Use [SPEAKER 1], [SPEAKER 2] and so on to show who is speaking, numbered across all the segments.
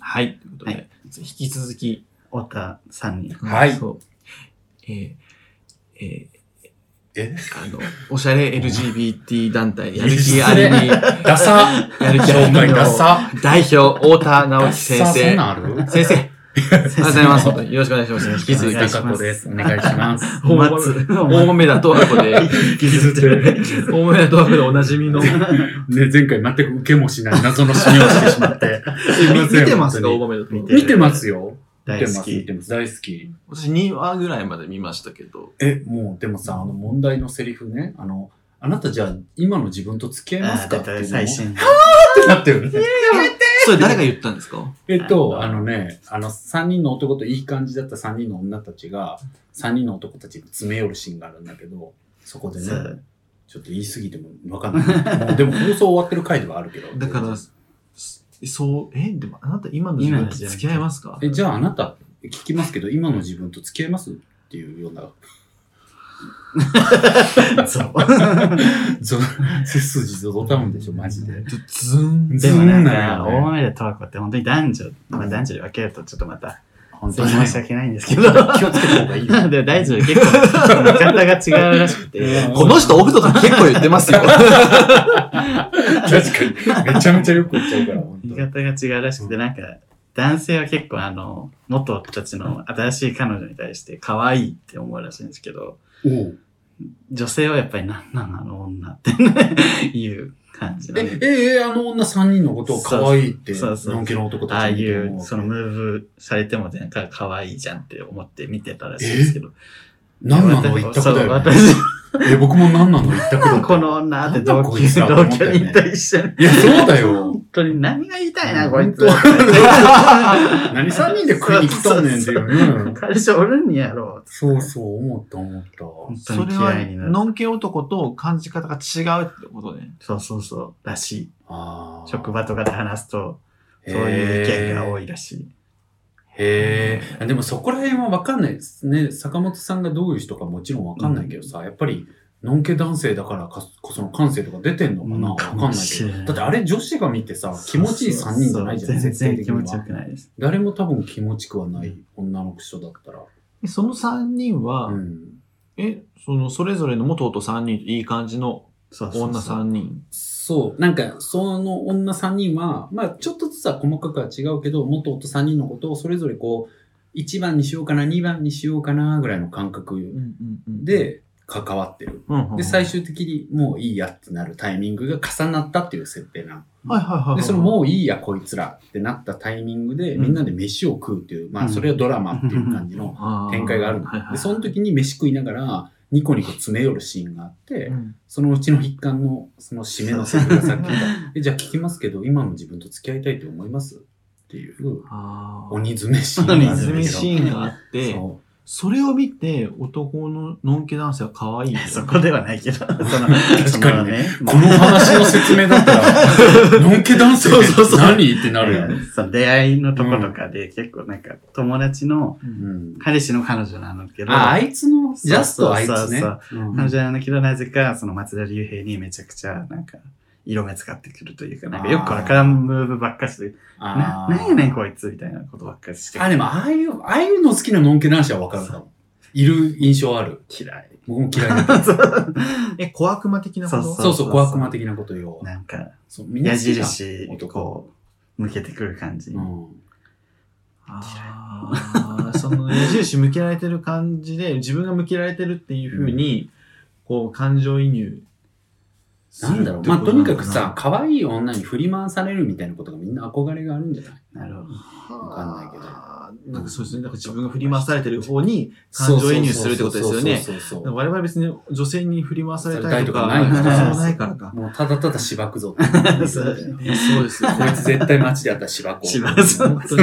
[SPEAKER 1] はい。ということで、
[SPEAKER 2] はい
[SPEAKER 1] 引き続き、
[SPEAKER 2] 太田さんに。
[SPEAKER 3] はい
[SPEAKER 1] そう。えー、え
[SPEAKER 3] え
[SPEAKER 1] ー、あの、おしゃれ LGBT 団体、やる
[SPEAKER 3] 失
[SPEAKER 1] 気
[SPEAKER 3] 礼
[SPEAKER 1] ありみ、
[SPEAKER 3] ダサ
[SPEAKER 1] やる気あり
[SPEAKER 3] 紹
[SPEAKER 1] み
[SPEAKER 3] 介
[SPEAKER 1] の
[SPEAKER 3] ダサ
[SPEAKER 1] 代表、太田直
[SPEAKER 3] ダ
[SPEAKER 1] 樹
[SPEAKER 3] サ
[SPEAKER 1] 先
[SPEAKER 3] そん
[SPEAKER 1] 生
[SPEAKER 3] な。んある
[SPEAKER 1] 先生、ありがとうございます。よろしくお願いします。引き続き。
[SPEAKER 3] 高子です。お願いします。
[SPEAKER 1] 大豆
[SPEAKER 2] 松。
[SPEAKER 1] 大豆田とあこで、
[SPEAKER 2] 引きずってる。
[SPEAKER 1] 大豆田とあこでおなじみの。
[SPEAKER 3] ね、前回全く受けもしない謎の締めをしてしまって。すいません。
[SPEAKER 2] 見てます
[SPEAKER 3] 本
[SPEAKER 1] が大
[SPEAKER 3] 当
[SPEAKER 1] 豆
[SPEAKER 3] に
[SPEAKER 1] 田とあこ
[SPEAKER 2] 見
[SPEAKER 3] 見てますよ。見
[SPEAKER 2] 大
[SPEAKER 3] てま
[SPEAKER 2] 好
[SPEAKER 3] す、見
[SPEAKER 2] き。
[SPEAKER 3] てます。大好き。
[SPEAKER 1] 私2話ぐらいまで見ましたけど、
[SPEAKER 3] え、もう、でもさ、あの問題のセリフね、あの、あなたじゃあ今の自分と付き合いま
[SPEAKER 2] あ
[SPEAKER 3] すか
[SPEAKER 2] 出
[SPEAKER 3] っていう
[SPEAKER 2] た
[SPEAKER 3] の
[SPEAKER 2] 最
[SPEAKER 3] っ
[SPEAKER 2] 新。
[SPEAKER 3] てなってるね。
[SPEAKER 1] それ誰が言ったんですか
[SPEAKER 3] えっと、
[SPEAKER 2] あ
[SPEAKER 3] あのね、あの、3人の男といい感じだった3人の女たちが、3人の男たちに詰め寄るシーンがあるんだけど、そこでね
[SPEAKER 2] そ、う
[SPEAKER 3] ちょっと言い過ぎてもわかんない。 もうでも放送終わってる回ではあるけど。
[SPEAKER 1] だから、すそう、え、でもあなた今の自分と付き合いますか
[SPEAKER 3] え、じゃああなた、聞きますけど、今の自分と付き合いますっていうような、
[SPEAKER 2] そう。
[SPEAKER 3] ぞ背筋ぞどたむんでしょ、マジで。
[SPEAKER 1] ずずん。
[SPEAKER 2] でもなん
[SPEAKER 3] そうなん
[SPEAKER 2] か、
[SPEAKER 3] よね
[SPEAKER 2] 大豆田十和子って本当に男女、まあ男女で分けるとちょっとまた、
[SPEAKER 3] 本当
[SPEAKER 2] 申
[SPEAKER 3] に。
[SPEAKER 2] し訳ないんですけど。
[SPEAKER 3] 気をつけた方がい いよ。
[SPEAKER 2] でも大丈夫、結構、見方が違うらし くて。
[SPEAKER 1] この人オフトと結構言って ますよ。
[SPEAKER 3] 確かに。めちゃめちゃよく言っちゃうから、本
[SPEAKER 2] 見方が違うらしくて、なんか、男性は結構あの、元夫たちの新しい彼女に対して可愛いって思うらしいんですけど、
[SPEAKER 3] 当に。
[SPEAKER 2] 女性はやっぱりなんなんあの女って、 いう感じなん
[SPEAKER 3] え
[SPEAKER 2] で、。
[SPEAKER 3] え、え、あの女3人のことを可愛いって、
[SPEAKER 2] そうそうそう
[SPEAKER 3] のんけの男たち
[SPEAKER 2] ああ
[SPEAKER 3] に
[SPEAKER 2] い
[SPEAKER 3] 言って
[SPEAKER 2] う、
[SPEAKER 3] も
[SPEAKER 2] そのムーブされても全然可愛いじゃんって思って見てたらしいんですけど。
[SPEAKER 3] 何なの一択だ
[SPEAKER 2] そう
[SPEAKER 3] よね。
[SPEAKER 2] 私、
[SPEAKER 3] え、僕も何なの一 択だ よ。
[SPEAKER 2] この女って
[SPEAKER 3] なん
[SPEAKER 2] 同
[SPEAKER 3] だこ
[SPEAKER 2] 級
[SPEAKER 3] いつ
[SPEAKER 2] 生、
[SPEAKER 3] は
[SPEAKER 2] 同居人と一緒に。
[SPEAKER 3] いや、そうだよ。
[SPEAKER 2] 本当に何が言いたいな、こいつ。
[SPEAKER 3] 何3人で食いに来とんねんっていうね。
[SPEAKER 2] 彼氏おるんやろ。
[SPEAKER 3] そうそう、思った思った。
[SPEAKER 1] それは、のんけ男と感じ方が違うってことね。
[SPEAKER 2] そうそうそう。らしい。
[SPEAKER 3] あー
[SPEAKER 2] 職場とかで話すと、そういう意見が多いらしい。
[SPEAKER 3] へえ。でもそこら辺は分かんないですね。坂本さんがどういう人かもちろん分かんないけどさ、やっぱり、のんけ男性だからかこその感性とか出てんのかな
[SPEAKER 2] うん
[SPEAKER 3] 分
[SPEAKER 2] か
[SPEAKER 3] か
[SPEAKER 2] も
[SPEAKER 3] んない
[SPEAKER 2] し
[SPEAKER 3] け
[SPEAKER 2] れ
[SPEAKER 3] ど
[SPEAKER 2] ない。
[SPEAKER 3] だってあれ女子が見てさ、気持ちいい3人じゃないじゃん、
[SPEAKER 2] そうそう
[SPEAKER 3] 絶対
[SPEAKER 2] 全然
[SPEAKER 3] 的
[SPEAKER 2] 気
[SPEAKER 3] に
[SPEAKER 2] 持ちよ
[SPEAKER 3] は。
[SPEAKER 2] くないです。
[SPEAKER 3] 誰も多分気持ちくはない女の人だったら。
[SPEAKER 1] その3人は、
[SPEAKER 3] うん。
[SPEAKER 1] え、その、それぞれの元夫3人、いい感じの
[SPEAKER 2] そうそう
[SPEAKER 1] 女
[SPEAKER 2] そう。
[SPEAKER 1] 3人。
[SPEAKER 3] そう。なんか、その女3人は、まあ、ちょっとずつは細かくは違うけど、元夫3人のことをそれぞれこう、1番にしようかな、2番にしようかな、ぐらいの感覚
[SPEAKER 1] うんうんうん、
[SPEAKER 3] で関わってる。
[SPEAKER 1] うんうんうん、
[SPEAKER 3] で、最終的にもういいやってなるタイミングが重なったっていう設定な
[SPEAKER 1] はいはいはいは
[SPEAKER 3] の。
[SPEAKER 1] い。
[SPEAKER 3] で、そのもういいやこいつらってなったタイミングで、
[SPEAKER 1] うん
[SPEAKER 3] みんなで飯を食うっていう、まあ、それはドラマっていう感じの
[SPEAKER 1] あー
[SPEAKER 3] 展開があ
[SPEAKER 1] は
[SPEAKER 3] る
[SPEAKER 1] いはい
[SPEAKER 3] の。
[SPEAKER 1] はい
[SPEAKER 3] で、その時に飯食いながら、ニコニコ詰め寄るシーンがあって
[SPEAKER 1] う、ん
[SPEAKER 3] そのうちの一環の、その締めのセリフがさっき言った。でじゃあ聞きますけど、今の自分と付き合いたいと思いますっていう、
[SPEAKER 1] あー
[SPEAKER 3] 鬼詰めシーンがあるんだけど。
[SPEAKER 1] 鬼詰めシーンがあって、
[SPEAKER 3] そう
[SPEAKER 1] それを見て男ののんけ男性は可愛い。
[SPEAKER 2] そこではないけ ど、その、
[SPEAKER 3] 確かにね
[SPEAKER 2] そ
[SPEAKER 3] この話の説明だっ たら、のんけ男性って何ってなるやん。
[SPEAKER 2] その出会いのとことかで、結構なんか友達の
[SPEAKER 3] うん
[SPEAKER 2] 彼氏の彼女なんだけど、
[SPEAKER 3] あ、あいつの、ジャストあい
[SPEAKER 2] そ
[SPEAKER 3] つ
[SPEAKER 2] うそう
[SPEAKER 3] ね。
[SPEAKER 2] そう
[SPEAKER 3] うん
[SPEAKER 2] 彼女なんだけど、なぜかその松田龍平にめちゃくちゃなんか色目使ってくるというか、なんかよくわからんムーブばっかして、な
[SPEAKER 3] あー
[SPEAKER 2] なんやねんこいつみたいなことばっかして。
[SPEAKER 3] あ、でも、ああいう、ああいうの好きなのんけ男子はわかるかも。いる印象ある。
[SPEAKER 2] 嫌い。
[SPEAKER 3] 僕も嫌いだった。
[SPEAKER 1] え、小悪魔的なこと
[SPEAKER 2] そう
[SPEAKER 3] そうそう、小悪魔的なことよ。
[SPEAKER 2] なんか、
[SPEAKER 3] そうみんな
[SPEAKER 2] 矢
[SPEAKER 3] 好きじゃん
[SPEAKER 2] 印、
[SPEAKER 3] 男。
[SPEAKER 2] こう、向けてくる感じ。
[SPEAKER 3] うん
[SPEAKER 1] あーその矢印向けられてる感じで、 自分が向けられてるっていうふうに、こう、感情移入す
[SPEAKER 3] なん
[SPEAKER 1] るってことなのかな。
[SPEAKER 3] だろう。まあ、とにかくさ、可愛い女に振り回されるみたいなことがみんな憧れがあるんじゃな
[SPEAKER 2] な
[SPEAKER 3] い
[SPEAKER 2] るほど。
[SPEAKER 1] わ
[SPEAKER 3] かんないけど
[SPEAKER 1] ど。なんかそうですね。なんか自分が振り回されてる方に感情移入するってことですよね。
[SPEAKER 3] そうそうそうそうそう
[SPEAKER 1] 我々別に女性に振り回されたりとか、
[SPEAKER 3] された
[SPEAKER 2] と
[SPEAKER 3] り
[SPEAKER 2] かないから
[SPEAKER 1] そうないからか。
[SPEAKER 3] もうただただしばくぞ って。
[SPEAKER 2] そうだよ
[SPEAKER 1] そうですよ。
[SPEAKER 3] こ いつ絶対街であったら芝子。
[SPEAKER 2] しば くぞ
[SPEAKER 3] 本当に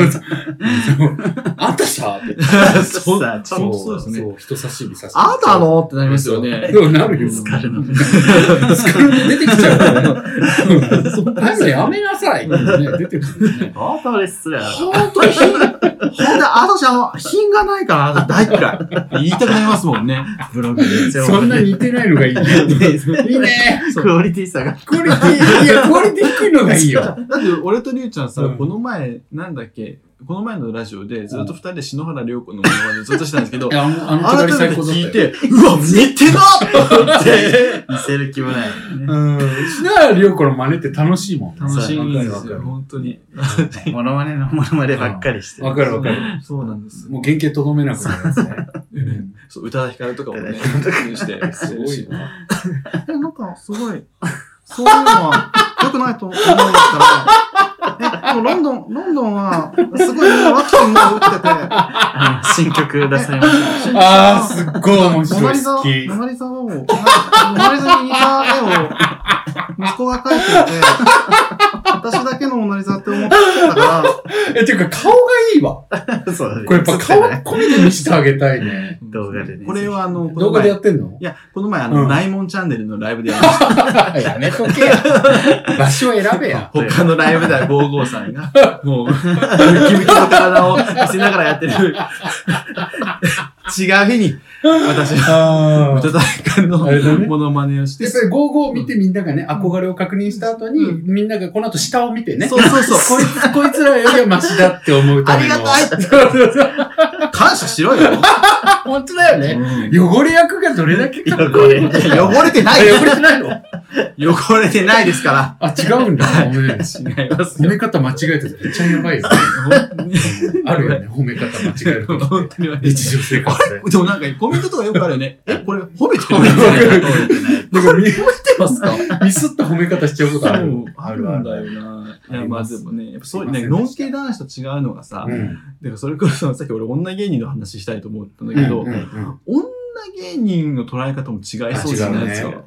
[SPEAKER 3] あんたさって。
[SPEAKER 1] そう
[SPEAKER 2] さあちょっ
[SPEAKER 1] そうそうですね
[SPEAKER 3] そう人差し指差し
[SPEAKER 1] あなたのってなりますよね。
[SPEAKER 3] そうなるよ。
[SPEAKER 2] と疲れの。
[SPEAKER 3] 疲れ出てきちゃうから ね。そうあんたやめなさいってね、出てくるね。
[SPEAKER 2] 本当ですら。
[SPEAKER 1] 本当に品、ほんと、あとじゃあ、品がないから、あと大嫌い。言いたくなりますもんね。ブログで。
[SPEAKER 3] そんな似てないのが いいね。いいね。
[SPEAKER 2] クオリティ差が。
[SPEAKER 3] クオリティ、いや、クオリティ低いのがいいよ。
[SPEAKER 1] だって俺とりゅうちゃんさ、
[SPEAKER 3] うん
[SPEAKER 1] この前なんだっけこの前のラジオでずっと二人で篠原涼子のものまねずっとしたんですけど
[SPEAKER 3] いや、あの、あの
[SPEAKER 1] 改
[SPEAKER 3] くだり
[SPEAKER 1] めて
[SPEAKER 3] 最高だった
[SPEAKER 1] 聞い
[SPEAKER 3] よ。
[SPEAKER 1] てうわ似てなと思って
[SPEAKER 2] 見せる気もない。
[SPEAKER 3] うん。篠原涼子の真似って楽しいもんね。
[SPEAKER 1] 楽しいんで
[SPEAKER 3] わか
[SPEAKER 1] す
[SPEAKER 3] るわ
[SPEAKER 1] よ
[SPEAKER 3] かる
[SPEAKER 1] 本当に
[SPEAKER 2] モノマネのモノマネばっかりして
[SPEAKER 3] わかるわかる。
[SPEAKER 1] そうなんです
[SPEAKER 3] もう原型とどめなくなるやつね。
[SPEAKER 1] うんそう 宇多田ヒカルとかもね
[SPEAKER 2] 宇多
[SPEAKER 1] して
[SPEAKER 3] すごいな。
[SPEAKER 1] えなんかすごいそういうのは良くないと思うんですからえでもロンドンロンドンはすごいワクチンも打ってて
[SPEAKER 2] あの 新曲出されました。
[SPEAKER 3] あー、すっごい面
[SPEAKER 1] モナ
[SPEAKER 3] 白
[SPEAKER 1] リ
[SPEAKER 3] い。
[SPEAKER 1] ザ、
[SPEAKER 3] 好き。
[SPEAKER 1] モナリザを、モナリザに似た絵を、息子が描いていて、私だけのモナリザって思ってたから、
[SPEAKER 3] え、ていうか顔がいいわ。
[SPEAKER 2] そうだね
[SPEAKER 3] これやっぱ顔込みで見せてあげたいね。
[SPEAKER 2] 動画でね
[SPEAKER 1] これはあの、この
[SPEAKER 3] 動画
[SPEAKER 1] 前
[SPEAKER 3] でやってんの
[SPEAKER 1] いや、この前あの、
[SPEAKER 3] うん
[SPEAKER 1] 内門チャンネルのライブでやりました。
[SPEAKER 3] やめとけや。場所選べや。
[SPEAKER 1] 他のライブでは55さんが、 もう、ムキムキの体を見せながらや ってる。違う日に、私は、
[SPEAKER 3] あ
[SPEAKER 1] 宇多田ヒカルの
[SPEAKER 3] あれだね
[SPEAKER 1] モノマネをして
[SPEAKER 3] で、、それ5を見てみんながね、憧れを確認した後に、
[SPEAKER 1] う
[SPEAKER 3] みんながこの後下を見てね。
[SPEAKER 1] そうそうそう、
[SPEAKER 3] こいつ、 こいつらよりはマシだって思うための。
[SPEAKER 1] ありがたい
[SPEAKER 3] いそうそうそう
[SPEAKER 1] 感謝しろよ。
[SPEAKER 3] 本当だよね。
[SPEAKER 1] うん
[SPEAKER 3] 汚れ役がどれだけかっこ
[SPEAKER 2] 汚
[SPEAKER 3] いい
[SPEAKER 2] れ
[SPEAKER 3] のか。
[SPEAKER 1] 汚れてない
[SPEAKER 3] あ汚れてないの
[SPEAKER 1] 汚れてないですから。
[SPEAKER 3] あ、違うんだ。ごめん
[SPEAKER 1] 違います
[SPEAKER 3] 褒め方間違えてた。めっちゃやばい ですね。あるよね。褒め方間違える時
[SPEAKER 1] 本当に悪い
[SPEAKER 3] 日常生活で。
[SPEAKER 1] でもなんかコメントとかよくあるよね。え、これ褒めて
[SPEAKER 2] 褒
[SPEAKER 1] る
[SPEAKER 2] めて
[SPEAKER 1] 褒
[SPEAKER 2] ない
[SPEAKER 3] わ
[SPEAKER 2] 褒めてない。
[SPEAKER 3] だからみ
[SPEAKER 1] めてますか
[SPEAKER 3] ミスった褒め方しちゃうことある。
[SPEAKER 1] あるんだよな。いや、まあでもね、やっぱそういう
[SPEAKER 3] あ
[SPEAKER 1] ね、
[SPEAKER 3] ります
[SPEAKER 1] ノン系男子と違うのがさ、
[SPEAKER 3] う
[SPEAKER 1] だ
[SPEAKER 3] ん
[SPEAKER 1] からそれこそさっき俺女芸人の話したいと思ったんだけど、
[SPEAKER 3] うんうんうん
[SPEAKER 1] 女芸人の捉え方も違いそうじゃないです
[SPEAKER 3] あ違
[SPEAKER 1] か
[SPEAKER 3] う。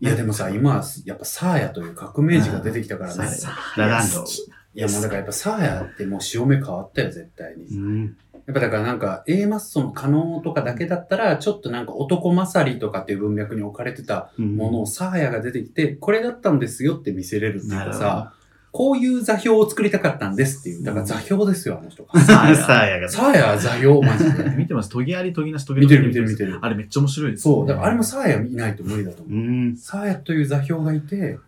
[SPEAKER 3] いやでもさ、今はやっぱサーヤという革命児が出てきたからね。
[SPEAKER 1] さ
[SPEAKER 2] ラランド
[SPEAKER 1] 好。き
[SPEAKER 3] いやもうだからやっぱサーヤってもう潮目変わったよ、絶対に。
[SPEAKER 2] うん
[SPEAKER 3] やっぱだからなんか A マッソの可能とかだけだったら、ちょっとなんか男勝りとかっていう文脈に置かれてた
[SPEAKER 2] うん
[SPEAKER 3] ものをサーヤが出てきて、これだったんですよって見せれるっていう
[SPEAKER 2] なる
[SPEAKER 3] か
[SPEAKER 2] ほ
[SPEAKER 3] さ、こういう座標を作りたかったんですっていう。だから座標ですよ、あの 人が。
[SPEAKER 2] ど。あサーヤが。
[SPEAKER 3] サーヤは座標、マジで。
[SPEAKER 1] 見てます。トギあり、トギなし、トギ
[SPEAKER 3] 見てる見てる見てる。
[SPEAKER 1] あれめっちゃ面白いです。
[SPEAKER 3] そう、だからあれもサーヤいないと無理だと思う
[SPEAKER 2] う。ん。
[SPEAKER 3] サーヤという座標がいて、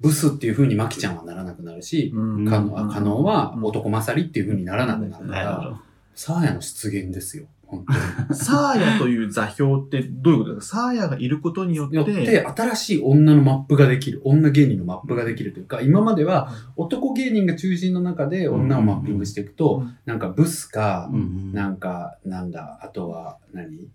[SPEAKER 3] ブスっていう風にマキちゃんはならなくなるし、
[SPEAKER 1] うん
[SPEAKER 3] カノカノンは
[SPEAKER 1] うん
[SPEAKER 3] 男勝りっていう風にならなくなるか
[SPEAKER 2] なるほ
[SPEAKER 3] ら、
[SPEAKER 2] ど。
[SPEAKER 3] サーヤの出現ですよ。本当
[SPEAKER 1] サーヤという座標ってどういうことですかサーヤがいることによっ
[SPEAKER 3] に
[SPEAKER 1] て、
[SPEAKER 3] よって、新しい女のマップができる、女芸人のマップができるというか、今までは男芸人が中心の中で女をマッピングしていくと、
[SPEAKER 1] うん
[SPEAKER 3] なんかブスか
[SPEAKER 2] う、ん
[SPEAKER 3] なんか、なんだ、あとは何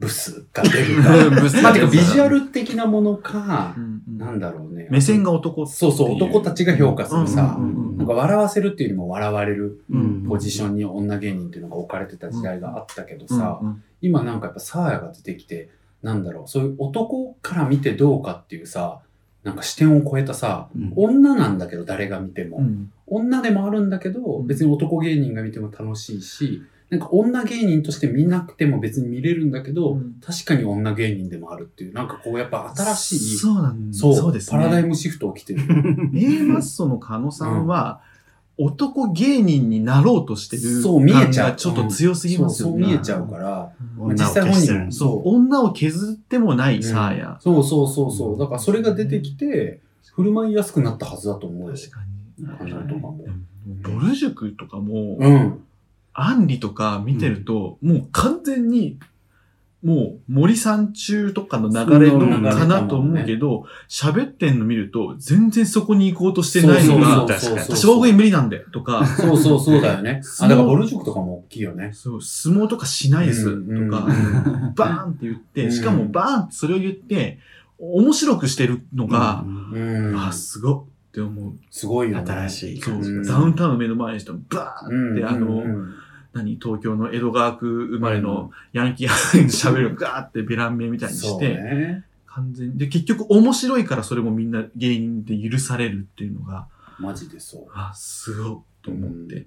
[SPEAKER 3] ブスか出るか。
[SPEAKER 1] ブス
[SPEAKER 3] まあ、てかビジュアル的なものか
[SPEAKER 1] う、んうん
[SPEAKER 3] なんだろうね。
[SPEAKER 1] 目線が男ってい
[SPEAKER 3] そうそう、男たちが評価するさ
[SPEAKER 1] う、んうんうん
[SPEAKER 3] なんか笑わせるっていうよりも笑われる
[SPEAKER 1] うん
[SPEAKER 3] ポジションに女芸人っていうのが置かれてた時代があったけどさ、
[SPEAKER 1] うんうん
[SPEAKER 3] 今なんかやっぱサーヤが出てきて、なんだろう、そういう男から見てどうかっていうさ、なんか視点を超えたさ、
[SPEAKER 2] うん
[SPEAKER 3] 女なんだけど誰が見ても、
[SPEAKER 1] うん
[SPEAKER 3] 女でもあるんだけど、別に男芸人が見ても楽しいし、なんか女芸人として見なくても別に見れるんだけど、
[SPEAKER 1] うん
[SPEAKER 3] 確かに女芸人でもあるっていう、なんかこうやっぱ新しい、
[SPEAKER 1] そうなん
[SPEAKER 3] そう
[SPEAKER 1] です
[SPEAKER 3] パラダイ
[SPEAKER 1] ね。
[SPEAKER 3] ムシフト起きてる。
[SPEAKER 1] A マッソの狩野さんは、男芸人になろうとしてる
[SPEAKER 3] そう見えち
[SPEAKER 1] 感
[SPEAKER 3] ゃう
[SPEAKER 1] がちょっと強すぎますよね。
[SPEAKER 3] そうそう見えちゃうから、
[SPEAKER 1] うん
[SPEAKER 2] 女を
[SPEAKER 3] 実際本
[SPEAKER 2] 消して
[SPEAKER 3] 人
[SPEAKER 2] る
[SPEAKER 3] も
[SPEAKER 1] そう、
[SPEAKER 3] そう。
[SPEAKER 1] 女を削ってもないサーヤ。
[SPEAKER 3] そうそうそうそう。だからそれが出てきて、振る舞いやすくなったはずだと思うよ。
[SPEAKER 1] 確かに。
[SPEAKER 3] あのとかも
[SPEAKER 1] で。もぼる塾とかも、
[SPEAKER 3] うん。
[SPEAKER 1] アンリとか見てると、もう完全に、もう森三中とかの流れ
[SPEAKER 3] その流
[SPEAKER 1] の
[SPEAKER 3] れ
[SPEAKER 1] かなと思うけど、喋、ってんの見ると、全然そこに行こうとしてないの
[SPEAKER 2] そう
[SPEAKER 1] が、
[SPEAKER 2] 確かに
[SPEAKER 1] 私大食い無理なんで、とか、
[SPEAKER 3] そうそうそうだよね。あ、だからボル塾とかも大きいよね。
[SPEAKER 1] そう相撲とかしないです、
[SPEAKER 3] うん
[SPEAKER 1] とか、バーンって言っ
[SPEAKER 3] う
[SPEAKER 1] て、
[SPEAKER 3] ん
[SPEAKER 1] しかもバーンってそれを言って、面白くしてるのが、
[SPEAKER 3] う
[SPEAKER 1] あ、
[SPEAKER 3] ん。
[SPEAKER 1] すごっって思
[SPEAKER 3] すごいよね。
[SPEAKER 2] 新し
[SPEAKER 1] う。
[SPEAKER 2] い
[SPEAKER 1] そ
[SPEAKER 2] 感じ。
[SPEAKER 1] う、
[SPEAKER 3] ん
[SPEAKER 1] ダウンタウンの目の前の人、バ
[SPEAKER 3] う
[SPEAKER 1] ーンっ
[SPEAKER 3] ん。
[SPEAKER 1] て、あの、
[SPEAKER 3] うん
[SPEAKER 1] 何東京の江戸川区生まれ
[SPEAKER 3] う
[SPEAKER 1] のヤンキーが喋るガーってベラン名みたいに
[SPEAKER 3] そ
[SPEAKER 1] し
[SPEAKER 3] う
[SPEAKER 1] て、
[SPEAKER 3] ね。
[SPEAKER 1] 完全にで結局面白いからそれもみんな芸人で許されるっていうのが
[SPEAKER 3] マジでそう。
[SPEAKER 1] あすごいと思って、
[SPEAKER 3] う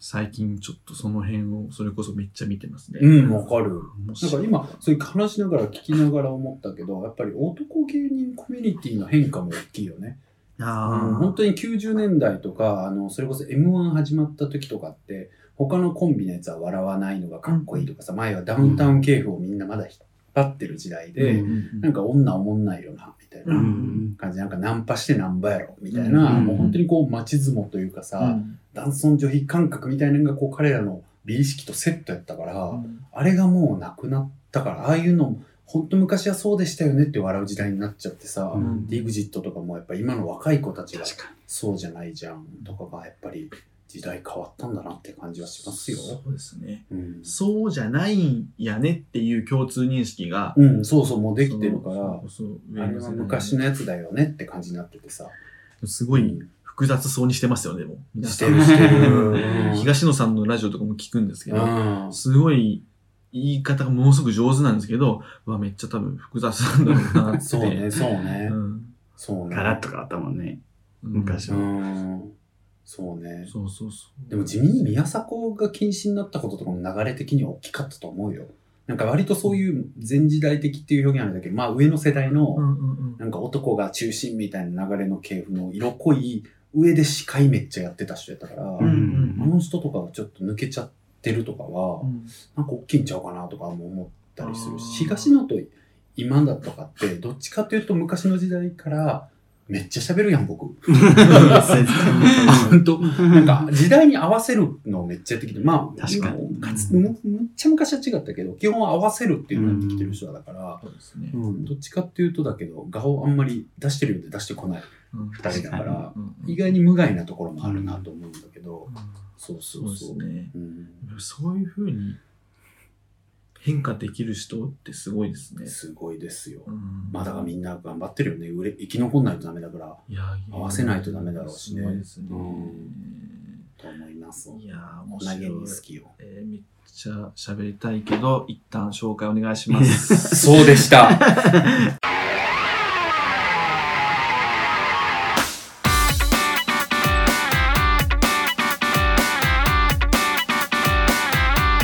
[SPEAKER 1] 最近ちょっとその辺をそれこそめっちゃ見てますね。
[SPEAKER 3] うん、わかる。
[SPEAKER 1] 面
[SPEAKER 3] なん
[SPEAKER 1] 白
[SPEAKER 3] か
[SPEAKER 1] い
[SPEAKER 3] 今、そういう話しながら聞きながら思ったけど、やっぱり男芸人コミュニティの変化も大きいよね。うん
[SPEAKER 1] あ
[SPEAKER 3] 本当に90年代とか、あの、それこそ M1 始まった時とかって、他のコンビのやつは笑わないのがかっこいいとかさ、前はダウンタウン系譜をみんなまだ引っ張ってる時代
[SPEAKER 1] ー、
[SPEAKER 3] で、
[SPEAKER 1] うんうん
[SPEAKER 3] なんか女おもんないよな、みたい
[SPEAKER 1] うん
[SPEAKER 3] な感じ、なんかナンパしてなんぼやろ、みたいな、
[SPEAKER 2] うん
[SPEAKER 3] もう本当にこう街相撲というかさ、
[SPEAKER 1] うん
[SPEAKER 3] 男尊女卑感覚みたいなのがこう彼らの美意識とセットやったから、
[SPEAKER 1] うん
[SPEAKER 3] あれがもうなくなったから、ああいうのも、本当昔はそうでしたよねって笑う時代になっちゃってさ、
[SPEAKER 2] うん
[SPEAKER 3] ディグジットとかもやっぱ今の若い子たちが
[SPEAKER 2] 確か
[SPEAKER 3] そうじゃないじゃんとかがやっぱり時代変わったんだなって感じはしますよ。
[SPEAKER 1] そうですね。
[SPEAKER 3] うん、
[SPEAKER 1] そうじゃないんやねっていう共通認識が、
[SPEAKER 3] うん、そうそう、もうできてるから、
[SPEAKER 1] そうそう
[SPEAKER 3] あれは昔のやつだよねって感じになっててさ。
[SPEAKER 1] すごい複雑そうにしてますよね、でも
[SPEAKER 3] うん
[SPEAKER 1] 皆
[SPEAKER 3] し
[SPEAKER 1] さ
[SPEAKER 3] て
[SPEAKER 1] ん
[SPEAKER 3] るしてる。
[SPEAKER 1] うん東野さんのラジオとかも聞くんですけ
[SPEAKER 3] う
[SPEAKER 1] ど、
[SPEAKER 3] ん
[SPEAKER 1] すごい言い方がものすごく上手なんですけど、うわ、めっちゃ多分複雑なんだろうなって。
[SPEAKER 3] そうね、そうね
[SPEAKER 1] う。ん。
[SPEAKER 3] そう
[SPEAKER 2] に。
[SPEAKER 3] ね。
[SPEAKER 2] ガラッと変わったもんね。昔
[SPEAKER 3] う
[SPEAKER 2] は。
[SPEAKER 3] ん。そうね。
[SPEAKER 1] そうそうそう。
[SPEAKER 3] でも地味に宮迫が禁止になったこととかも流れ的には大きかったと思うよ。なんか割とそういう前時代的っていう表現なんだけど、まあ上の世代の、
[SPEAKER 1] うんうんうん。
[SPEAKER 3] なんか男が中心みたいな流れの系譜の色濃い上で司会めっちゃやってた人やったから、
[SPEAKER 1] ん
[SPEAKER 3] あの人とかがちょっと抜けちゃってるとかは、
[SPEAKER 1] うん
[SPEAKER 3] なんか大きいんちゃうかなとかも思ったりする
[SPEAKER 1] あ
[SPEAKER 3] し、
[SPEAKER 1] ー
[SPEAKER 3] 東野と今だとかって、どっちかというと昔の時代から、めっちゃ喋るやん、僕。本当なんか時代に合わせるのをめっちゃやってきて、まあ、
[SPEAKER 2] 確かに
[SPEAKER 3] 今かつむむっちゃ昔は違ったけど、基本は合わせるっていうのをやってきてる人だから、
[SPEAKER 1] そうですね。
[SPEAKER 3] うんどっちかっていうとだけど、顔をあんまり出してるようで出してこない
[SPEAKER 1] うん
[SPEAKER 3] 二人だから、
[SPEAKER 1] うんうん
[SPEAKER 3] 意外に無害なところもあるなと思うんだけど、そうそ
[SPEAKER 1] そう
[SPEAKER 3] う
[SPEAKER 1] です
[SPEAKER 3] そう。
[SPEAKER 1] ね。
[SPEAKER 3] うん
[SPEAKER 1] そういうふうに変化できる人ってすごいですね。
[SPEAKER 3] すごいですよ。
[SPEAKER 1] うん
[SPEAKER 3] まあだからみんな頑張ってるよね。売れ生き残んないとダメだから、
[SPEAKER 1] いや
[SPEAKER 3] 合わせないとダメだろうしね
[SPEAKER 1] すごいですね。
[SPEAKER 3] うんと思います。
[SPEAKER 1] いやー、面
[SPEAKER 3] 投
[SPEAKER 1] 白
[SPEAKER 3] げ
[SPEAKER 1] い
[SPEAKER 3] に好。きよ。
[SPEAKER 1] えーめっちゃ喋りたいけど、一旦紹介お願いします。
[SPEAKER 3] そうでした。
[SPEAKER 2] は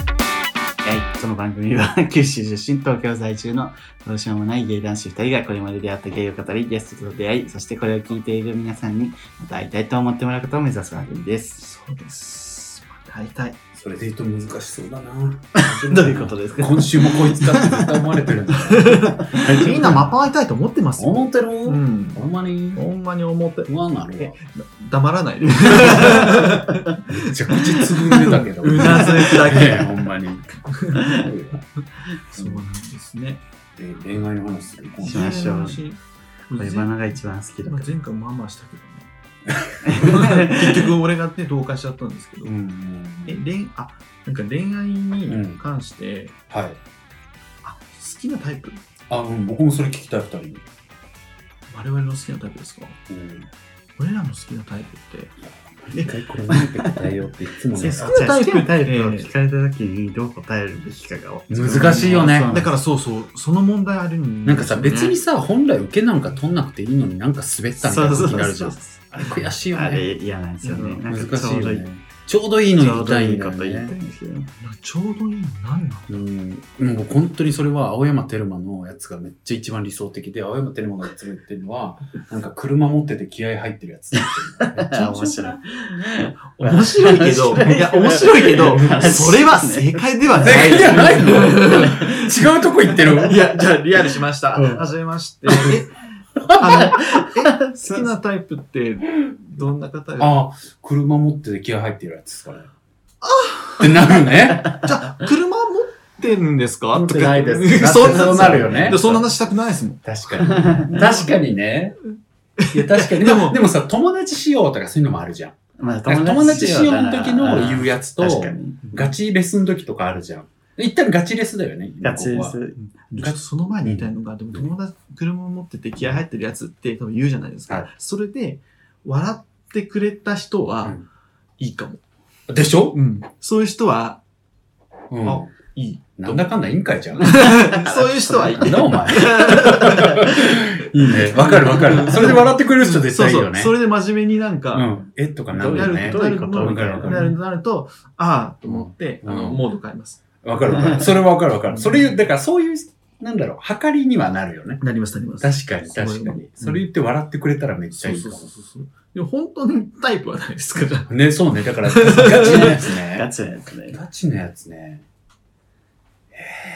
[SPEAKER 2] い、この番組は九州出身、東京在住のどうしようもない芸男子2人がこれまで出会った芸を語り、ゲストと出会い、そしてこれを聞いている皆さんにまた会いたいと思ってもらうことを目指す番組です。。
[SPEAKER 1] そうです。また会いたい。
[SPEAKER 3] それで言うと難しそうだな
[SPEAKER 2] どういうことですか
[SPEAKER 3] 今週もこいつだって絶対思われてるんだ。
[SPEAKER 1] みんなまた会いたいと思ってますよ。
[SPEAKER 3] 思ってる
[SPEAKER 1] うん。
[SPEAKER 3] ほんまに
[SPEAKER 1] ほんまに思って。
[SPEAKER 3] 不安な るわ。
[SPEAKER 1] 黙らないで。
[SPEAKER 3] めちゃくちゃつぶんでたけど。
[SPEAKER 1] うなずく だけ
[SPEAKER 3] ほんまに。
[SPEAKER 1] そうなんですね。
[SPEAKER 3] えー恋愛の話する。
[SPEAKER 2] しましょう恋
[SPEAKER 1] 前
[SPEAKER 2] バナが一番好きだか
[SPEAKER 1] まあ
[SPEAKER 2] ら。
[SPEAKER 1] 前回もまあまあしたけどね。 結局俺がね、同化しちゃったんですけど。
[SPEAKER 3] うんうん
[SPEAKER 1] え
[SPEAKER 3] うん。
[SPEAKER 1] 恋あなんか恋愛に関して、
[SPEAKER 3] はい。
[SPEAKER 1] あ好きなタイプ
[SPEAKER 3] あ、うん、僕もそれ聞きたい、二人。
[SPEAKER 1] 我々の好きなタイプですか
[SPEAKER 3] うん。
[SPEAKER 1] 俺らの好きなタイプって
[SPEAKER 3] 一回これ何て答えようっていつもね
[SPEAKER 2] 先生じゃあ好きなタイプを聞かれた時にどう答えるべきかが
[SPEAKER 3] 難しいよね
[SPEAKER 2] そう
[SPEAKER 1] だからそうそうその問題あるん
[SPEAKER 3] なんかさ、別に
[SPEAKER 1] さ
[SPEAKER 3] さ、本来受けなんか取んなくていいのになんか滑ったみたいな気になるじゃん。
[SPEAKER 2] そう
[SPEAKER 3] あれ悔しいよ
[SPEAKER 2] あ
[SPEAKER 3] ね。
[SPEAKER 2] れ嫌なんですよね。
[SPEAKER 1] うん
[SPEAKER 2] なんかち
[SPEAKER 3] 難し
[SPEAKER 2] ょ
[SPEAKER 3] い
[SPEAKER 2] ど
[SPEAKER 3] うよ
[SPEAKER 2] いい
[SPEAKER 3] ね。ちょうどいいの
[SPEAKER 2] ちょう
[SPEAKER 3] 言い
[SPEAKER 2] ど
[SPEAKER 3] たい
[SPEAKER 2] い
[SPEAKER 3] ん
[SPEAKER 2] い
[SPEAKER 3] だ
[SPEAKER 2] こ
[SPEAKER 3] よ
[SPEAKER 2] と言いたい
[SPEAKER 3] ね。
[SPEAKER 2] んですけど。
[SPEAKER 1] ちょうどいいの何なの
[SPEAKER 3] うん、もう本当にそれは青山テルマのやつがめっちゃ一番理想的で青山テルマがいつも言ってるのはなんか車持ってて気合入ってるやつって言ってるめっちゃ面白い
[SPEAKER 1] 面白いけど、
[SPEAKER 2] 面白い
[SPEAKER 1] いや、面白いけど、
[SPEAKER 2] 面白い
[SPEAKER 1] それは正解ではない。
[SPEAKER 3] 正解ではないの違うとこ行ってる
[SPEAKER 1] いや、じゃあ、リアルしました。
[SPEAKER 3] うん
[SPEAKER 1] はじめまして。え、 あの、え、好きなタイプって、どんな方が
[SPEAKER 3] ああ車持ってて気合入ってるやつですかねってなるね
[SPEAKER 1] じゃあ、車持ってんですか
[SPEAKER 3] 持ってないです
[SPEAKER 1] とか
[SPEAKER 3] だ ってそうなるよね
[SPEAKER 1] でそんな話したくないですもん。
[SPEAKER 3] 確かに確かにねいや確かにで
[SPEAKER 1] でも
[SPEAKER 3] もでもさ友達仕様とかそういうのもあるじゃん
[SPEAKER 2] まあ
[SPEAKER 3] なんか友達仕様の時の言う
[SPEAKER 2] や
[SPEAKER 3] やつと
[SPEAKER 2] 確かに。
[SPEAKER 3] ガチレスの時とかあるじゃん一旦ガチレスだよね今
[SPEAKER 2] ガチ
[SPEAKER 3] こ
[SPEAKER 2] で
[SPEAKER 3] こは
[SPEAKER 2] す。
[SPEAKER 1] ちょっとその前に言いたいのが、でも友達、車持ってて気合入ってるやつって多分言うじゃないですか。
[SPEAKER 3] はい
[SPEAKER 1] それで、笑ってくれた人は、
[SPEAKER 3] うん
[SPEAKER 1] いいかも。
[SPEAKER 3] でしょ
[SPEAKER 1] うん。そういう人は、
[SPEAKER 3] うん
[SPEAKER 1] あ
[SPEAKER 2] い い。
[SPEAKER 3] なんだかんだ委員会じゃん。
[SPEAKER 1] そういう人はい
[SPEAKER 3] なんだお前。いいね。わかるわかる。それで笑ってくれる人絶対いいよね。
[SPEAKER 2] そうそう。それで真面目になんか、
[SPEAKER 3] うん。えとかなる
[SPEAKER 2] ど
[SPEAKER 3] よ
[SPEAKER 2] う
[SPEAKER 3] ね
[SPEAKER 2] いう。
[SPEAKER 1] ど
[SPEAKER 2] どういうこ
[SPEAKER 1] ど
[SPEAKER 2] と
[SPEAKER 1] ういうこと
[SPEAKER 2] みたいな。
[SPEAKER 3] わか
[SPEAKER 1] なるなると、ああと思って、
[SPEAKER 3] うん
[SPEAKER 1] あの、モード変えます。
[SPEAKER 3] わかるわかる。それはわかるわかる。それ、だからそういう、なんだろう、計りにはなるよね。
[SPEAKER 1] なります、なります。
[SPEAKER 3] 確かに、確かに。それ言って笑ってくれたらめっち
[SPEAKER 1] そ
[SPEAKER 3] ゃいうい
[SPEAKER 1] そ
[SPEAKER 3] か
[SPEAKER 1] う
[SPEAKER 3] も
[SPEAKER 1] そ。うそう。でも本当にタイプはないですから。
[SPEAKER 3] ね、そうね。だから、ガチなやつね。
[SPEAKER 2] ガチなやつね。
[SPEAKER 3] ガチのやつね。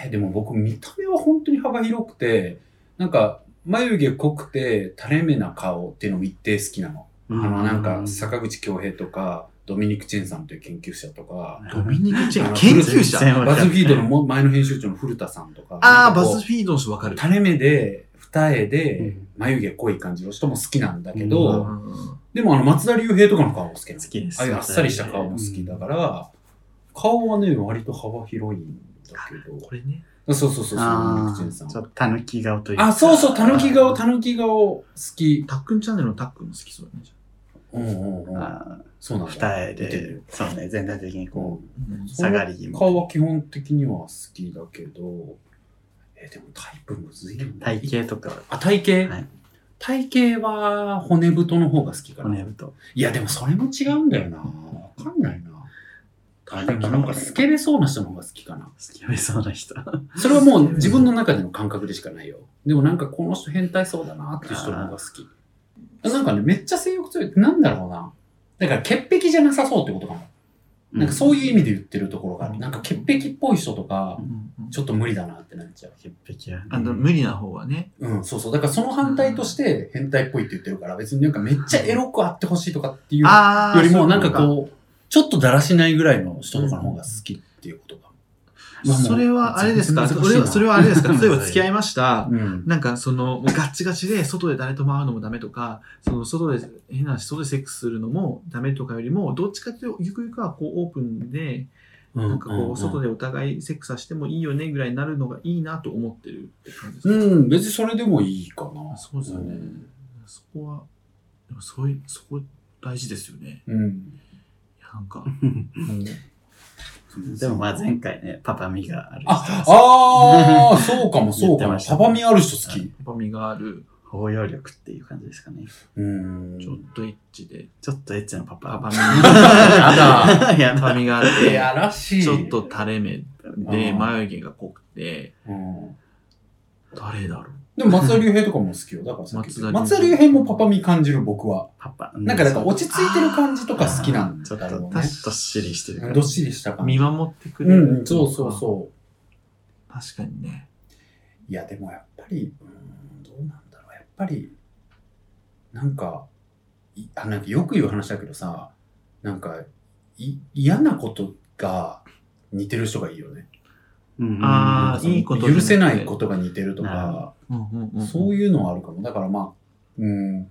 [SPEAKER 3] えー、でも僕、見た目は本当に幅広くて、なんか、眉毛濃くて、垂れ目な顔っていうのも一定好きなの。
[SPEAKER 2] あ
[SPEAKER 3] あの、なんか、坂口京平とか、ドミニク・チェンさんという研究者とか、
[SPEAKER 1] ドミニク・チェン、
[SPEAKER 3] あ
[SPEAKER 1] 研究者
[SPEAKER 3] バズフィードのも前の編集長の古田さんとか。
[SPEAKER 1] ああ、
[SPEAKER 3] なんか
[SPEAKER 1] バ
[SPEAKER 3] こう
[SPEAKER 1] ズフィードの人わかる。
[SPEAKER 3] 垂れ目で、二重で
[SPEAKER 2] うん、
[SPEAKER 3] 眉毛濃い感じの人も好きなんだけ
[SPEAKER 2] う
[SPEAKER 3] ど、
[SPEAKER 1] うん
[SPEAKER 3] でもあの、松田龍平とかの顔も好きなの
[SPEAKER 2] 好。きです。
[SPEAKER 3] ああいうあっさりした顔も好きだから、顔はね、割と幅広いんだけど。
[SPEAKER 1] これね。
[SPEAKER 3] そうそうそうそう、
[SPEAKER 2] あ
[SPEAKER 3] 口
[SPEAKER 2] あ、
[SPEAKER 3] に
[SPEAKER 2] ち
[SPEAKER 3] さ
[SPEAKER 2] ょっとたぬき顔というか
[SPEAKER 3] あ、そうそう、たぬき顔、たぬき顔好き。
[SPEAKER 1] タックンチャンネルのタックンも好きそうだね。じゃ
[SPEAKER 3] うんうんうん。
[SPEAKER 2] あー
[SPEAKER 3] そうなんだ。
[SPEAKER 2] 二重
[SPEAKER 3] 見てみよ
[SPEAKER 2] で
[SPEAKER 3] う、
[SPEAKER 2] そうね、全体的にこ
[SPEAKER 3] こ
[SPEAKER 1] あうん
[SPEAKER 2] う、下がり気味
[SPEAKER 3] う。顔は基本的には好きだけど、え、でもタイプむずいよね
[SPEAKER 2] 体。型とか、
[SPEAKER 3] あ、体
[SPEAKER 2] は
[SPEAKER 3] 型
[SPEAKER 2] い
[SPEAKER 3] 体型は骨太の方が好きかな。
[SPEAKER 2] 骨太。
[SPEAKER 3] いや、でもそれも違うんだよな。わかんないな。あでもなんかスケベそうな人の方が好きかな。
[SPEAKER 2] 好きめそうな 人。
[SPEAKER 3] それはもう自分の中での感覚でしかないよ。でもなんかこの人変態そうだなっていう人の方が好き。なんかね、めっちゃ性欲強いってなんだろうな。だから潔癖じゃなさそうってことかも。なんかそういう意味で言ってるところがある。なんか潔癖っぽい人とか
[SPEAKER 1] う、んうん
[SPEAKER 3] ちょっと無理だなってなっちゃう。
[SPEAKER 2] 潔癖は。
[SPEAKER 1] あの、無理な方はね。
[SPEAKER 3] うん、そうそう。だからその反対として変態っぽいって言ってるから、別になんかめっちゃエロくあってほしいとかっていうよ
[SPEAKER 1] ああ、
[SPEAKER 3] りも、なんか
[SPEAKER 1] そういうこ
[SPEAKER 3] こう、ちょっとだらしないぐらいの人とかの方が好きっていうことか
[SPEAKER 1] と
[SPEAKER 3] も。
[SPEAKER 1] かそれはあれですかそれはそれ
[SPEAKER 3] は、
[SPEAKER 1] はあれですか例えば
[SPEAKER 2] 難しいな
[SPEAKER 1] 付き合いました。
[SPEAKER 3] うん。
[SPEAKER 1] なんかその、もうガッチガチで外で誰とも会うのもダメとか、その外で、変な話、外でセックスするのもダメとかよりも、どっちかっていうと、ゆくゆくはこうオープンで、な
[SPEAKER 3] なん
[SPEAKER 1] かこう、外でお互いセックスはしてもいいよねぐらいになるのがいいなと思ってるって感じですか
[SPEAKER 3] うん、別にそれでもいいかな。
[SPEAKER 1] そうですよね。そこは、でもそういう、そこ大事ですよね。
[SPEAKER 3] う
[SPEAKER 1] い
[SPEAKER 3] ん。
[SPEAKER 1] や、なんか、
[SPEAKER 2] でもまあ前回ね、パパミがある
[SPEAKER 3] あ、
[SPEAKER 2] 人。
[SPEAKER 3] ああ、そうかも、そうか
[SPEAKER 2] 言ってま
[SPEAKER 3] も。
[SPEAKER 2] した
[SPEAKER 3] 幅見ある人好き。
[SPEAKER 1] パパミがある、
[SPEAKER 2] 包容力っていう感じですかね。
[SPEAKER 3] うん。
[SPEAKER 1] ちょっとエッチで、
[SPEAKER 2] ちょっとエッチなパ
[SPEAKER 1] パ
[SPEAKER 2] パ。
[SPEAKER 1] パミ、
[SPEAKER 2] だ。
[SPEAKER 3] や
[SPEAKER 2] や
[SPEAKER 1] パパ
[SPEAKER 2] だ。
[SPEAKER 1] ミがあって、
[SPEAKER 3] やらしい。
[SPEAKER 1] ちょっと垂れ目で、
[SPEAKER 3] うん
[SPEAKER 1] 眉毛が濃くて、
[SPEAKER 3] うん。
[SPEAKER 1] 誰だろ
[SPEAKER 3] でも松田龍平とかも好きよ。だからさっき言った松田龍平もパパ見感じる僕は。
[SPEAKER 2] パパ。
[SPEAKER 3] なんかだから
[SPEAKER 2] 落
[SPEAKER 3] 落ち着いてる感じとか好きなん
[SPEAKER 2] ちょっと、
[SPEAKER 3] だ
[SPEAKER 2] ど
[SPEAKER 3] ろ
[SPEAKER 2] っ
[SPEAKER 3] うね。
[SPEAKER 2] しりしてる感
[SPEAKER 3] どっ
[SPEAKER 2] じ。
[SPEAKER 3] しりした
[SPEAKER 1] う
[SPEAKER 3] 感じ。
[SPEAKER 1] 見守ってく
[SPEAKER 3] う
[SPEAKER 1] れる。
[SPEAKER 3] ん、そうそう
[SPEAKER 1] う。
[SPEAKER 3] そう。
[SPEAKER 1] 確かにね。
[SPEAKER 3] いや、でもやっぱり、うーん、どうなんだろう。やっぱり、なんか、いあなんかよく言う話だけどさ、なんか、い嫌なことが似てる人がいいよね。
[SPEAKER 2] うん
[SPEAKER 3] な
[SPEAKER 1] あー
[SPEAKER 3] んかその
[SPEAKER 1] いいことじゃなく
[SPEAKER 3] 許
[SPEAKER 1] て
[SPEAKER 3] せないことが似てるとか、
[SPEAKER 1] うんうんうん。
[SPEAKER 3] そういうのはあるかも。だからまあ、うん、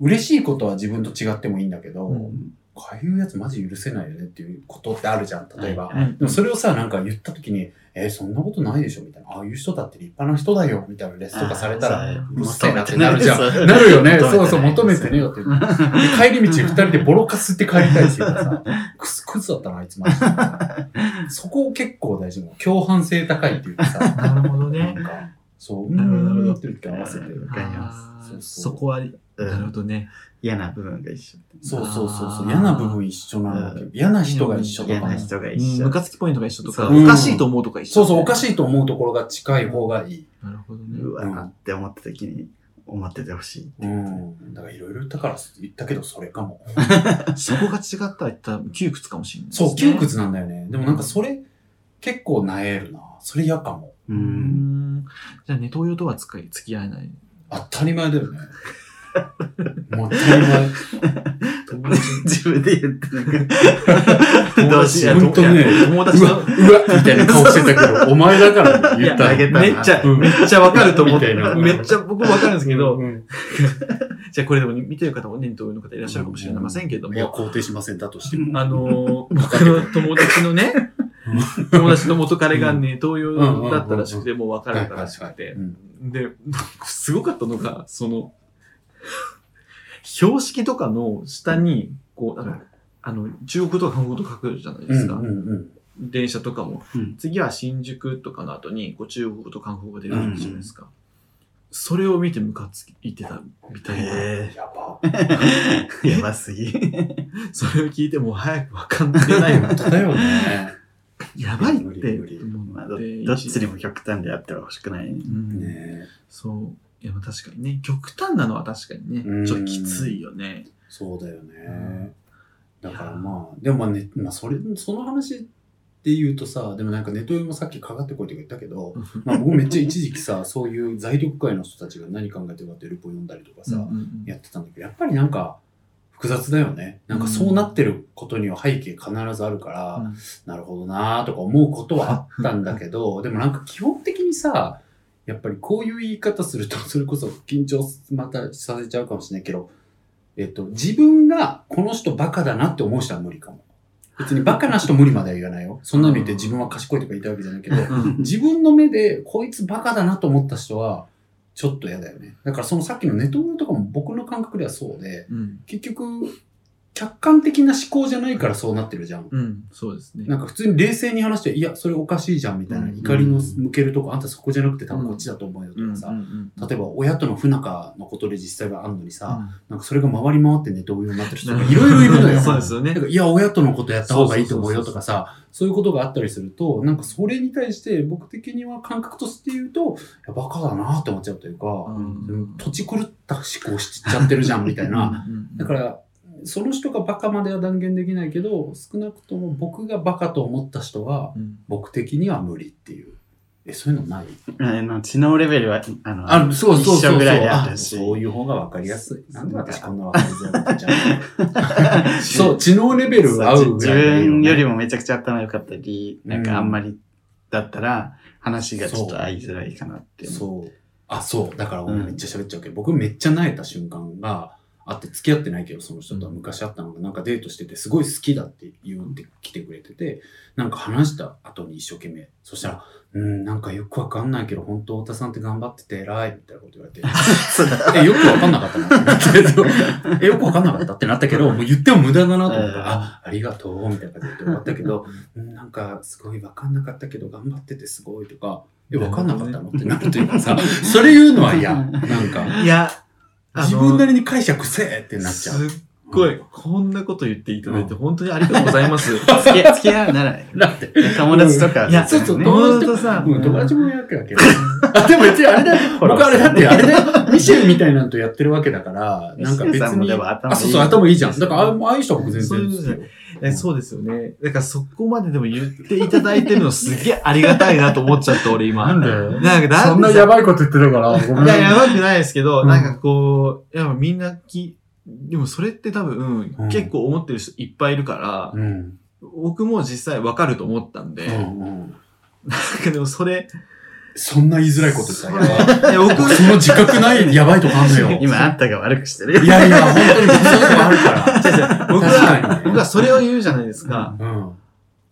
[SPEAKER 3] 嬉しいことは自分と違ってもいいんだけど、
[SPEAKER 1] うん
[SPEAKER 3] こういうやつマジ許せないよねっていうことってあるじゃん、例えば。
[SPEAKER 2] はいはい
[SPEAKER 3] でもそれをさ、なんか言った時に、えーそんなことないでしょみたいな。ああいう人だって立派な人だよみたいなレスとかされたら、
[SPEAKER 2] あー
[SPEAKER 3] うっせえなってなるじゃん。 なるよ ね。
[SPEAKER 2] 求めてない
[SPEAKER 3] そうそう、求めてねえよって。で 帰り道二人でボロカスって帰りたいっていう かさ、クスクズだったな、あいつマジで。そこを結構大事なの。共犯性高いっていうかさ、
[SPEAKER 1] なるほど
[SPEAKER 3] な
[SPEAKER 1] ね。
[SPEAKER 3] んか、そう、う
[SPEAKER 1] なるほどなるほ
[SPEAKER 3] ー
[SPEAKER 1] ど
[SPEAKER 3] んって言って合わせて。
[SPEAKER 2] わかります
[SPEAKER 1] あー
[SPEAKER 3] そうそう
[SPEAKER 1] そこは、
[SPEAKER 2] うん
[SPEAKER 1] なるほどね。
[SPEAKER 2] 嫌な部分が一緒。
[SPEAKER 3] そうそうそうそ
[SPEAKER 1] あー
[SPEAKER 3] う。嫌な部分一緒なんだけど、嫌な人が一緒と
[SPEAKER 2] 嫌
[SPEAKER 3] か
[SPEAKER 2] な
[SPEAKER 3] も。
[SPEAKER 2] 人が
[SPEAKER 1] うん
[SPEAKER 2] 一緒
[SPEAKER 1] ム。カつきポイントが一緒とか、
[SPEAKER 2] そう
[SPEAKER 1] おかしいと思うとか一緒。
[SPEAKER 3] そうそう、おかしいと思うところが近い方がいい。
[SPEAKER 1] なるほどね。
[SPEAKER 2] うわーって思った時に、思っててほしい。
[SPEAKER 3] うん。だからいろいろ言ったから、言ったけどそれかも。
[SPEAKER 1] そこが違ったら多分窮屈かもしれないですね、
[SPEAKER 3] そう、窮屈なんだよね。でもなんかそれ、結構なえるな。それ嫌かも。
[SPEAKER 2] う
[SPEAKER 1] うー
[SPEAKER 2] ん。
[SPEAKER 1] ん。じゃあ、ネトウヨとは付き付き合えない。
[SPEAKER 3] 当たり前だよね。 もう当た り前。友達
[SPEAKER 2] 自分で言ってなんか、
[SPEAKER 3] 友
[SPEAKER 2] どうし
[SPEAKER 3] 達
[SPEAKER 2] よう
[SPEAKER 3] 本当ね、
[SPEAKER 1] 友達
[SPEAKER 3] う
[SPEAKER 1] の
[SPEAKER 3] わ、うわ、みたいな顔してた けど、お前だからね言った
[SPEAKER 2] いや投げ
[SPEAKER 3] の。
[SPEAKER 2] た
[SPEAKER 1] めっちゃ、
[SPEAKER 3] うん
[SPEAKER 1] めっちゃわかると思って
[SPEAKER 3] みたいな、
[SPEAKER 1] めっちゃ僕もわかるんですけ
[SPEAKER 3] う
[SPEAKER 1] ど、
[SPEAKER 3] ん
[SPEAKER 1] じゃあこれでも見てる方もネトウヨの方いらっしゃるかもしれませんけど
[SPEAKER 3] いや、
[SPEAKER 1] も、
[SPEAKER 3] 肯定しません、だとしても。
[SPEAKER 1] あのー、僕の友達のね、友達の元彼がネトウヨだったらしくて、もうわかるからしくて
[SPEAKER 3] う、ん
[SPEAKER 1] で、すごかったのが、その、標識とかの下に、こう、あの、あの中国語とか韓国語とか書くじゃないですか。
[SPEAKER 3] うんうん
[SPEAKER 1] 電車とかも、
[SPEAKER 2] うん
[SPEAKER 1] 次は新宿とかの後に、こう中国語と韓国語出るじゃないですか。それを見てムカついてたみたいな。
[SPEAKER 2] へ
[SPEAKER 3] やば。
[SPEAKER 2] え。やばす ぎ。
[SPEAKER 1] それを聞いてもう早くわかんない
[SPEAKER 3] 本
[SPEAKER 1] わ。
[SPEAKER 3] 当だよね。
[SPEAKER 1] やばいって
[SPEAKER 3] 無理無理
[SPEAKER 2] まあ
[SPEAKER 1] 思
[SPEAKER 2] ど
[SPEAKER 1] って一時。
[SPEAKER 2] どっちにも極端であっては欲しくないね。
[SPEAKER 1] うん
[SPEAKER 3] ね
[SPEAKER 1] そう。いや、まあ確かにね。極端なのは確かに
[SPEAKER 3] う
[SPEAKER 1] ね。
[SPEAKER 3] ん
[SPEAKER 1] ちょっときついよね。
[SPEAKER 3] そうだよね
[SPEAKER 1] ん。
[SPEAKER 3] だからまあ、でもまあね、まあそれ、その話って言うとさ、でもなんかネトウヨもさっきかかってこいとか言ったけ ど、まあ僕めっちゃ一時期さ、そういう財力界の人たちが何考えてるかってルポ読んだりとかさ、
[SPEAKER 1] うんうん
[SPEAKER 3] やってたんだけど、やっぱりなんか複雑だよね。なんかそうなってることには背景必ずあるから、
[SPEAKER 1] うん
[SPEAKER 3] なるほどなーとか思うことはあったんだけ ど、でもなんか基本的にさ、やっぱりこういう言い方すると、 それこそ緊張またさせちゃうかもしれないけど、えっと、自分がこの人バカだなって思う人は無理かも。別にバカな人無理までは言わないよ。そんなの言って自分は賢いとか言いたいわけじゃないけど、
[SPEAKER 1] うん
[SPEAKER 3] 自分の目でこいつバカだなと思った人はちょっと嫌だよね。だからそのさっきのネットウヨとかも僕の感覚ではそうで、
[SPEAKER 1] うん。
[SPEAKER 3] 結局客観的な思考じゃないからそうなってるじゃん。
[SPEAKER 1] うん。そうですね。
[SPEAKER 3] なんか普通に冷静に話して、いや、それおかしいじゃんみたいな、
[SPEAKER 1] うん
[SPEAKER 3] 怒りの向けるとこ、あんたそこじゃなくて多分こっちだと思うよとかさ、
[SPEAKER 1] うんうんうん
[SPEAKER 3] 例えば親との不仲のことで実際があんのにさ、
[SPEAKER 1] うん
[SPEAKER 3] なんかそれが回り回ってネトウヨになってる人とかいろいろいるの よ。
[SPEAKER 1] そうですよね
[SPEAKER 3] なん。かいや、親とのことやった方がいいと思うよとかさ、そういうことがあったりすると、なんかそれに対して僕的には感覚として言うと、いやバカだなって思っちゃうという
[SPEAKER 1] う
[SPEAKER 3] か、
[SPEAKER 1] ん、
[SPEAKER 3] 土地狂った思考しちゃってるじゃんみたいな。だからら、その人がバカまでは断言できないけど、少なくとも僕がバカと思った人は、
[SPEAKER 1] うん
[SPEAKER 3] 僕的には無理っていう。え、そういうのない
[SPEAKER 2] あの知能レベルは、あの、
[SPEAKER 3] そう
[SPEAKER 2] そうそうそう
[SPEAKER 3] 一緒ぐらいであ
[SPEAKER 2] あ
[SPEAKER 3] るし。そういう方がわかりやすい。なんで私こんなわかりづらいこと言っちゃうの
[SPEAKER 1] そ
[SPEAKER 3] そう、知能レベルが合
[SPEAKER 2] そう
[SPEAKER 3] うぐ
[SPEAKER 2] 自
[SPEAKER 3] らいがいい
[SPEAKER 2] 分
[SPEAKER 3] ね
[SPEAKER 2] よりもめちゃくちゃ頭良かったり、なんかあんまりだったら、話がちょっと合いづらいかなって 思う。
[SPEAKER 3] そう。あ、そう。だから俺
[SPEAKER 2] うん
[SPEAKER 3] めっちゃ喋っちゃうけど、僕めっちゃ萎えた瞬間があって、付き合ってないけど、その人とは昔会ったのが、なんかデートしてて、すごい好きだって言ってきてくれてて、なんか話した後に一生懸命、そしたら、うん、なんかよくわかんないけど、本当太田さんって頑張ってて偉いみたいなこと言わ れて、え、よくわかんなかったなってなったけど、 え、よくわかんなかったってなったけど、もう言っても無駄だなと思った
[SPEAKER 2] うん
[SPEAKER 3] ら、あ、ありがとう、みたいな感じで終わったけど、うんなんかすごいわかんなかったけど、頑張っててすごいとか、え、わかんなかったのってなるというかさ、それ言うのは嫌。なんか、
[SPEAKER 1] ういや、あの
[SPEAKER 3] 自分なりに解釈せえってなっちゃ
[SPEAKER 1] す
[SPEAKER 3] う。
[SPEAKER 1] っごい、こんなこと言っていただいて、本当にありがとうござい ます。
[SPEAKER 2] 付き合付き合うなら、
[SPEAKER 3] だって、
[SPEAKER 2] 友達とか、
[SPEAKER 1] いや
[SPEAKER 2] そう
[SPEAKER 3] ちょっと
[SPEAKER 2] ね
[SPEAKER 3] 友
[SPEAKER 1] 友
[SPEAKER 3] 達
[SPEAKER 1] 達とさ、
[SPEAKER 3] うん、友達もやるわけど。あ、でも別にあれだよ。
[SPEAKER 2] ほら
[SPEAKER 3] 僕あれだって、あれだよ。ミシェルみたいなのとやってるわけだから、なんか別
[SPEAKER 2] ミシェルさんも
[SPEAKER 3] に。
[SPEAKER 2] でも頭いい
[SPEAKER 3] あ、そうそう、頭いいじゃん。だから、あああいう人は僕全然好き
[SPEAKER 1] そう
[SPEAKER 3] よ
[SPEAKER 1] い。えそうですよね。だからそこまででも言っていただいてるのすげえありがたいなと思っちゃった、俺今。
[SPEAKER 3] な
[SPEAKER 1] なんんか
[SPEAKER 3] だよ。
[SPEAKER 1] なんか、
[SPEAKER 3] そんなやばいこと言ってるから、ごめん。
[SPEAKER 1] いや、やばくないですけど、
[SPEAKER 3] うん
[SPEAKER 1] なんかこう、やっぱみんなき、でもそれって多分、
[SPEAKER 3] うん
[SPEAKER 1] 結構思ってる人いっぱいいるから、
[SPEAKER 3] うん。
[SPEAKER 1] 僕も実際わかると思ったんで、
[SPEAKER 3] う
[SPEAKER 1] なん
[SPEAKER 3] んうん。
[SPEAKER 1] かでもそれ、
[SPEAKER 3] そんな言いづらいことした
[SPEAKER 1] そ
[SPEAKER 3] ら
[SPEAKER 1] れ
[SPEAKER 3] やばい。
[SPEAKER 1] いや僕、
[SPEAKER 3] その自覚ない、やばいとかあんのよ。い
[SPEAKER 2] 今あったが悪くしてる。
[SPEAKER 3] やいや、本当にそういうのあるから。
[SPEAKER 1] 僕
[SPEAKER 3] 確か
[SPEAKER 1] は
[SPEAKER 3] に、
[SPEAKER 1] 僕はそれを言うじゃないですか。
[SPEAKER 3] うん。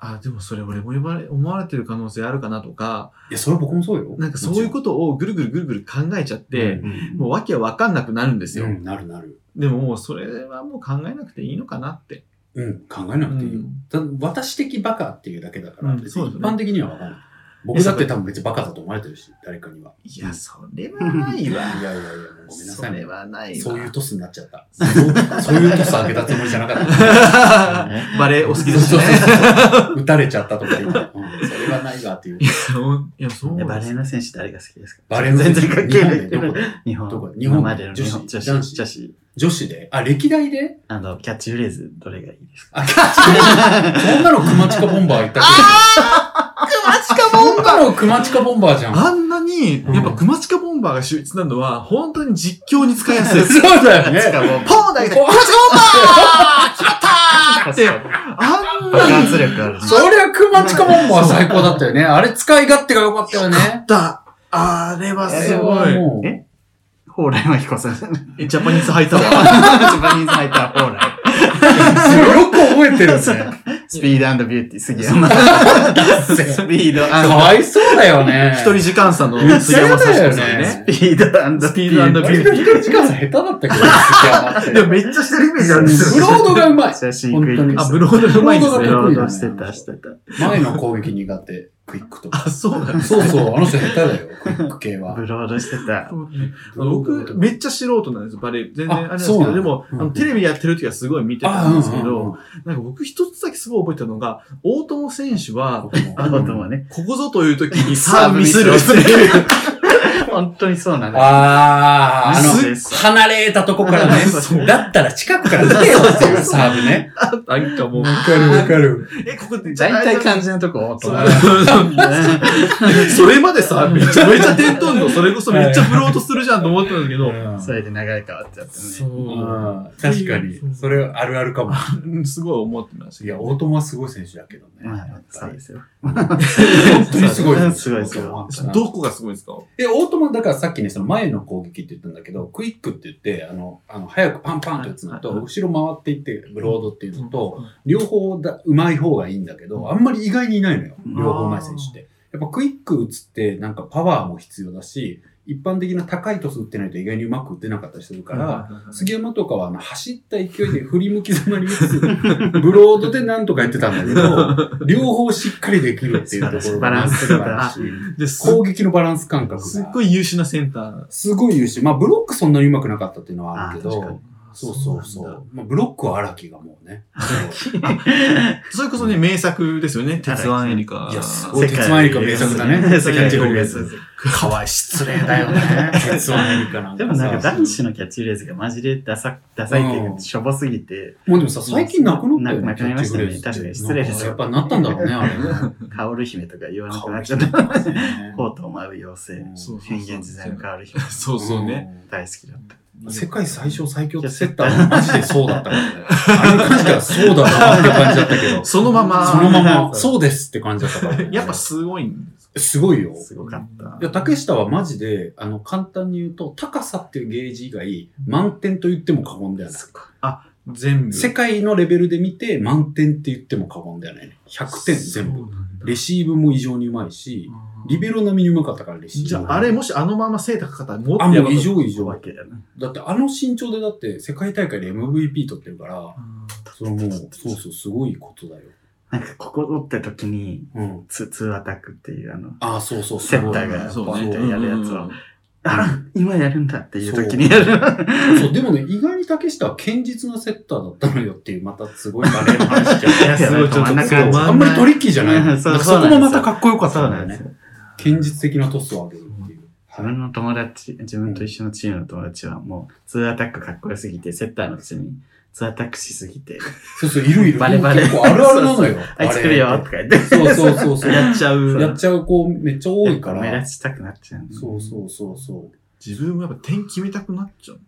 [SPEAKER 1] あ、でもそれ俺も言われ、思われてる可能性あるかなとか、
[SPEAKER 3] いや、それは僕もそうよ。
[SPEAKER 1] なんかそういう
[SPEAKER 3] こ
[SPEAKER 1] ことをぐるぐるぐるぐる考えちゃっ
[SPEAKER 3] と
[SPEAKER 1] て、もうわけわかんなくなるんですよ。
[SPEAKER 3] うん、なるなる。
[SPEAKER 1] でももうそれはもう考えなくていいのかなって。
[SPEAKER 3] うん、考えなくていいよ
[SPEAKER 1] うん。
[SPEAKER 3] た私的バカっていうだけだから、
[SPEAKER 1] うん
[SPEAKER 3] 別
[SPEAKER 1] そう
[SPEAKER 3] に
[SPEAKER 1] です
[SPEAKER 3] 一
[SPEAKER 1] ね
[SPEAKER 3] 般的にはわかんない。僕だって多分別にバカだと思われてるし、誰かには。
[SPEAKER 1] いや、それはないわ。
[SPEAKER 3] いやいやいや、もうごめんな
[SPEAKER 1] そ
[SPEAKER 3] さい
[SPEAKER 1] れ
[SPEAKER 3] ね。
[SPEAKER 1] はないわ。
[SPEAKER 3] そういうトスになっちゃった。そうそういうトス上げたつもりじゃなかっ た。
[SPEAKER 1] バレエお好きです
[SPEAKER 3] そう
[SPEAKER 1] ね。
[SPEAKER 3] そうそうそう。打たれちゃったとか言って、うんそれはないわっていう。
[SPEAKER 1] いや、そう
[SPEAKER 2] バレーの選手誰が好きですか
[SPEAKER 3] バレーの選手
[SPEAKER 2] 全然関係ない
[SPEAKER 3] 日本でどこで
[SPEAKER 2] 日本。
[SPEAKER 3] どこ日
[SPEAKER 2] 日
[SPEAKER 3] 本
[SPEAKER 2] 本までの日本女
[SPEAKER 3] 女子
[SPEAKER 2] 子、
[SPEAKER 3] 男
[SPEAKER 2] 女
[SPEAKER 3] 子
[SPEAKER 2] 子
[SPEAKER 3] 女子であ、歴代で
[SPEAKER 2] あの、キャッチフレーズ、どれがいいですか
[SPEAKER 3] あ、キャッチフレーズそんなの熊近ボンバーいたけど。そんなの熊近ボンバーじゃん。
[SPEAKER 1] あんなに、やっぱ、熊近ボンバーが秀逸なのは、本当に実況に使いやすい。
[SPEAKER 3] そうだよね。
[SPEAKER 2] ね。
[SPEAKER 1] ポーンだけで、
[SPEAKER 3] ポ
[SPEAKER 1] 熊近ボンバ
[SPEAKER 3] ーン
[SPEAKER 1] ー決まったーって、あん
[SPEAKER 2] 爆
[SPEAKER 1] なに
[SPEAKER 2] 発力あ るね。
[SPEAKER 3] そりゃ熊近ボンバー最高だったよね。あれ使い勝手が良かったよ
[SPEAKER 1] あ
[SPEAKER 3] ね
[SPEAKER 1] っ。た。あれはす
[SPEAKER 3] あ
[SPEAKER 1] ご。
[SPEAKER 3] れはいもう
[SPEAKER 2] え蓬莱真彦さん。ジ
[SPEAKER 1] ジャパニーズハイタワー。
[SPEAKER 2] ャパニーズハイター蓬莱。
[SPEAKER 3] それよく覚えてるよね。
[SPEAKER 2] スピードビューティー、杉山。 スピード
[SPEAKER 3] かわいそうだよね。
[SPEAKER 1] 一人時間差の杉山幸子さんね。
[SPEAKER 2] スピード
[SPEAKER 1] スピード
[SPEAKER 2] ビューティー。
[SPEAKER 3] 割と一人時間差下手だったけど、
[SPEAKER 1] いや、めっちゃしてるイメージあるんです
[SPEAKER 3] ブロ
[SPEAKER 1] よ。
[SPEAKER 3] ードがうまい。
[SPEAKER 2] 写真クイック
[SPEAKER 1] あ、
[SPEAKER 2] し
[SPEAKER 1] ブロードがうまいんです
[SPEAKER 2] ブ
[SPEAKER 1] ね。
[SPEAKER 2] ロードしてた、してた。
[SPEAKER 3] 前の攻撃苦手、クイックとか。
[SPEAKER 1] あ、そうなんです
[SPEAKER 3] そうそう、あの人下手だよ、クイック系は
[SPEAKER 2] ブ。ロードしてた。
[SPEAKER 1] あの僕、めっちゃ素人なんですよ、バレー。全然あれなんです
[SPEAKER 3] あそう
[SPEAKER 1] け
[SPEAKER 3] なん
[SPEAKER 1] ど、
[SPEAKER 3] だ
[SPEAKER 1] でも、あ
[SPEAKER 3] う
[SPEAKER 1] の
[SPEAKER 3] ん
[SPEAKER 1] テレビやってる時はすごい見てたんですけど、なんか僕一つだけすごい覚えてたのが、大友選手は、
[SPEAKER 2] あ、こともね。
[SPEAKER 1] ここぞという時にサーブミスるっていう。
[SPEAKER 2] 本当にそうなんだ。
[SPEAKER 3] ああ、あ
[SPEAKER 2] す
[SPEAKER 3] の、
[SPEAKER 2] っ
[SPEAKER 3] 離れたとこからね
[SPEAKER 1] そ、
[SPEAKER 3] だったら近くから打てよっていうサーブね。
[SPEAKER 1] なんかもう、
[SPEAKER 3] かるわかる。
[SPEAKER 1] え、ここで
[SPEAKER 2] 大体感じのとこ、
[SPEAKER 1] そうそれまでさ、めちゃめちゃ点取んの、それこそめっちゃブロードするじゃんと思ってたんだけど、
[SPEAKER 2] それで流れ変わっちゃったね。
[SPEAKER 1] そ
[SPEAKER 3] 確かに、それはあるあるかも。
[SPEAKER 1] う、すごい思ってました
[SPEAKER 3] い
[SPEAKER 1] けど。
[SPEAKER 3] や、大友はすごい選手だけどね。
[SPEAKER 2] まあ
[SPEAKER 3] やっ、
[SPEAKER 2] そ
[SPEAKER 3] ぱ
[SPEAKER 2] う
[SPEAKER 3] り
[SPEAKER 2] ですよ。
[SPEAKER 3] 本当にすごい。
[SPEAKER 2] すごいですよ
[SPEAKER 1] どこがすごいんですか
[SPEAKER 3] え、大友、だからさっきね、その前の攻撃って言ったんだけど、クイックって言って、あの、あの早くパンパンと打つのと、
[SPEAKER 1] はいはい
[SPEAKER 3] 後ろ回っていって、ブロードっていうのと、両方だ、うまい方がいいんだけど、あんまり意外にいないのよ。
[SPEAKER 2] うん
[SPEAKER 3] 両方うまい選手って。やっぱクイック打つって、なんかパワーも必要だし、一般的な高いトス打ってないと意外にうまく打てなかったりするから、杉山とかはあの走った勢いで振り向きざまに打つ、 ブロードでなんとかやってたんだ けど、両方しっかりできるっていうところが
[SPEAKER 2] バランス
[SPEAKER 3] 素
[SPEAKER 2] が
[SPEAKER 3] 晴らしい
[SPEAKER 1] です
[SPEAKER 3] 攻撃のバランス感覚が
[SPEAKER 1] すっごい優秀なセンター。
[SPEAKER 3] すごい言うし、まあブロックそんなにうまくなかったっていうのはあるけ
[SPEAKER 2] あ確か
[SPEAKER 3] ど、そうそうそう。まあブロックは荒木がもうね。
[SPEAKER 1] それこそね、名作ですよね。鉄腕エリカ。
[SPEAKER 3] いやすごい
[SPEAKER 2] 世界の世界一名作。
[SPEAKER 3] かわいい、失礼だよね。鉄腕エリカなんかさ
[SPEAKER 2] でもなんか男子のキャッチフレーズがマジでダサ、ダサいっていうか、しょぼすぎて、
[SPEAKER 3] もうでもさ、最近なくなったよね。
[SPEAKER 2] なくなりましたね
[SPEAKER 3] キャッチフレーズって
[SPEAKER 2] 確かに失礼ですよ
[SPEAKER 3] やっぱなったんだろうね、あれね。
[SPEAKER 2] カオル姫とか言わなくなっちゃった。コ
[SPEAKER 3] そ
[SPEAKER 2] ートを舞う妖
[SPEAKER 3] うん
[SPEAKER 2] 精、変幻自在のカオル姫、
[SPEAKER 1] そうそうね。。
[SPEAKER 2] 大好きだった。
[SPEAKER 3] 世界最小最強ってセッターはマジでそうだったからね。 あの感じからそうだなって感じだったけど、
[SPEAKER 1] そのまま。
[SPEAKER 3] そのまま、そうですって感じだった からね。
[SPEAKER 1] やっぱすごいんです
[SPEAKER 3] すごいよ。
[SPEAKER 2] すごかった。
[SPEAKER 3] いや、竹下はマジで、あの、簡単に言うと、高さっていうゲージ以外、満点と言っても過言ではない。
[SPEAKER 1] 全部。
[SPEAKER 3] 世界のレベルで見て、満点って言っても過言ではないね。100点全部。
[SPEAKER 1] 部
[SPEAKER 3] レシーブも異常にうまいし、リベロ並みにうまかったから、レシーブ。
[SPEAKER 1] じゃあ、あれ、もしあのまま背高かったら、もっと
[SPEAKER 3] あ、
[SPEAKER 1] やばか
[SPEAKER 3] もう
[SPEAKER 1] っ
[SPEAKER 3] 異
[SPEAKER 1] た
[SPEAKER 3] 常異常
[SPEAKER 2] わ。けだな。
[SPEAKER 3] だって、あの身長でだって、世界大会で MVP 取ってるから、それもう、そうそう、すごいことだよ。
[SPEAKER 2] なんか、ここ取った時に、
[SPEAKER 3] うん。
[SPEAKER 2] ツーアタックっていう、あの、
[SPEAKER 3] あ、そうそう、
[SPEAKER 2] セッター
[SPEAKER 3] すごい
[SPEAKER 2] が
[SPEAKER 1] そう
[SPEAKER 2] ポ
[SPEAKER 1] ね
[SPEAKER 2] ンってやるやつを
[SPEAKER 1] うん。
[SPEAKER 2] あ、今やるんだっていう時にやる。
[SPEAKER 3] そう、でもね、意外に竹下は堅実なセッターだったのよっていう、またすごいバレーの話じゃん。
[SPEAKER 2] いやすごいちょっと
[SPEAKER 3] そう
[SPEAKER 2] 止
[SPEAKER 3] あんまりトリッキーじゃない。
[SPEAKER 2] うんそう
[SPEAKER 3] なんかそこもまたかっこよかっ
[SPEAKER 2] そ
[SPEAKER 3] た
[SPEAKER 2] うん
[SPEAKER 3] だ
[SPEAKER 2] な
[SPEAKER 3] よ
[SPEAKER 2] んです
[SPEAKER 3] ね。
[SPEAKER 2] よ。
[SPEAKER 3] 堅実的なトスを上げるっていう。
[SPEAKER 2] 自分の友達、自分と一緒のチームの友達はもう、ツーアタックかっこよすぎて、セッターのうちに、ツーアタックしすぎて、
[SPEAKER 3] そうそう、いるいる。
[SPEAKER 2] バレバレ
[SPEAKER 3] 結構あるあるなのよ。
[SPEAKER 2] あいつ来るよとか言って、
[SPEAKER 3] そうそうそうそう。
[SPEAKER 1] やっちゃう。
[SPEAKER 3] やっちゃう子めっちゃ多いから。
[SPEAKER 2] 目立ちたくなっちゃう。
[SPEAKER 3] そうそうそうそう。
[SPEAKER 1] 自分もやっぱ点決めたくなっちゃう。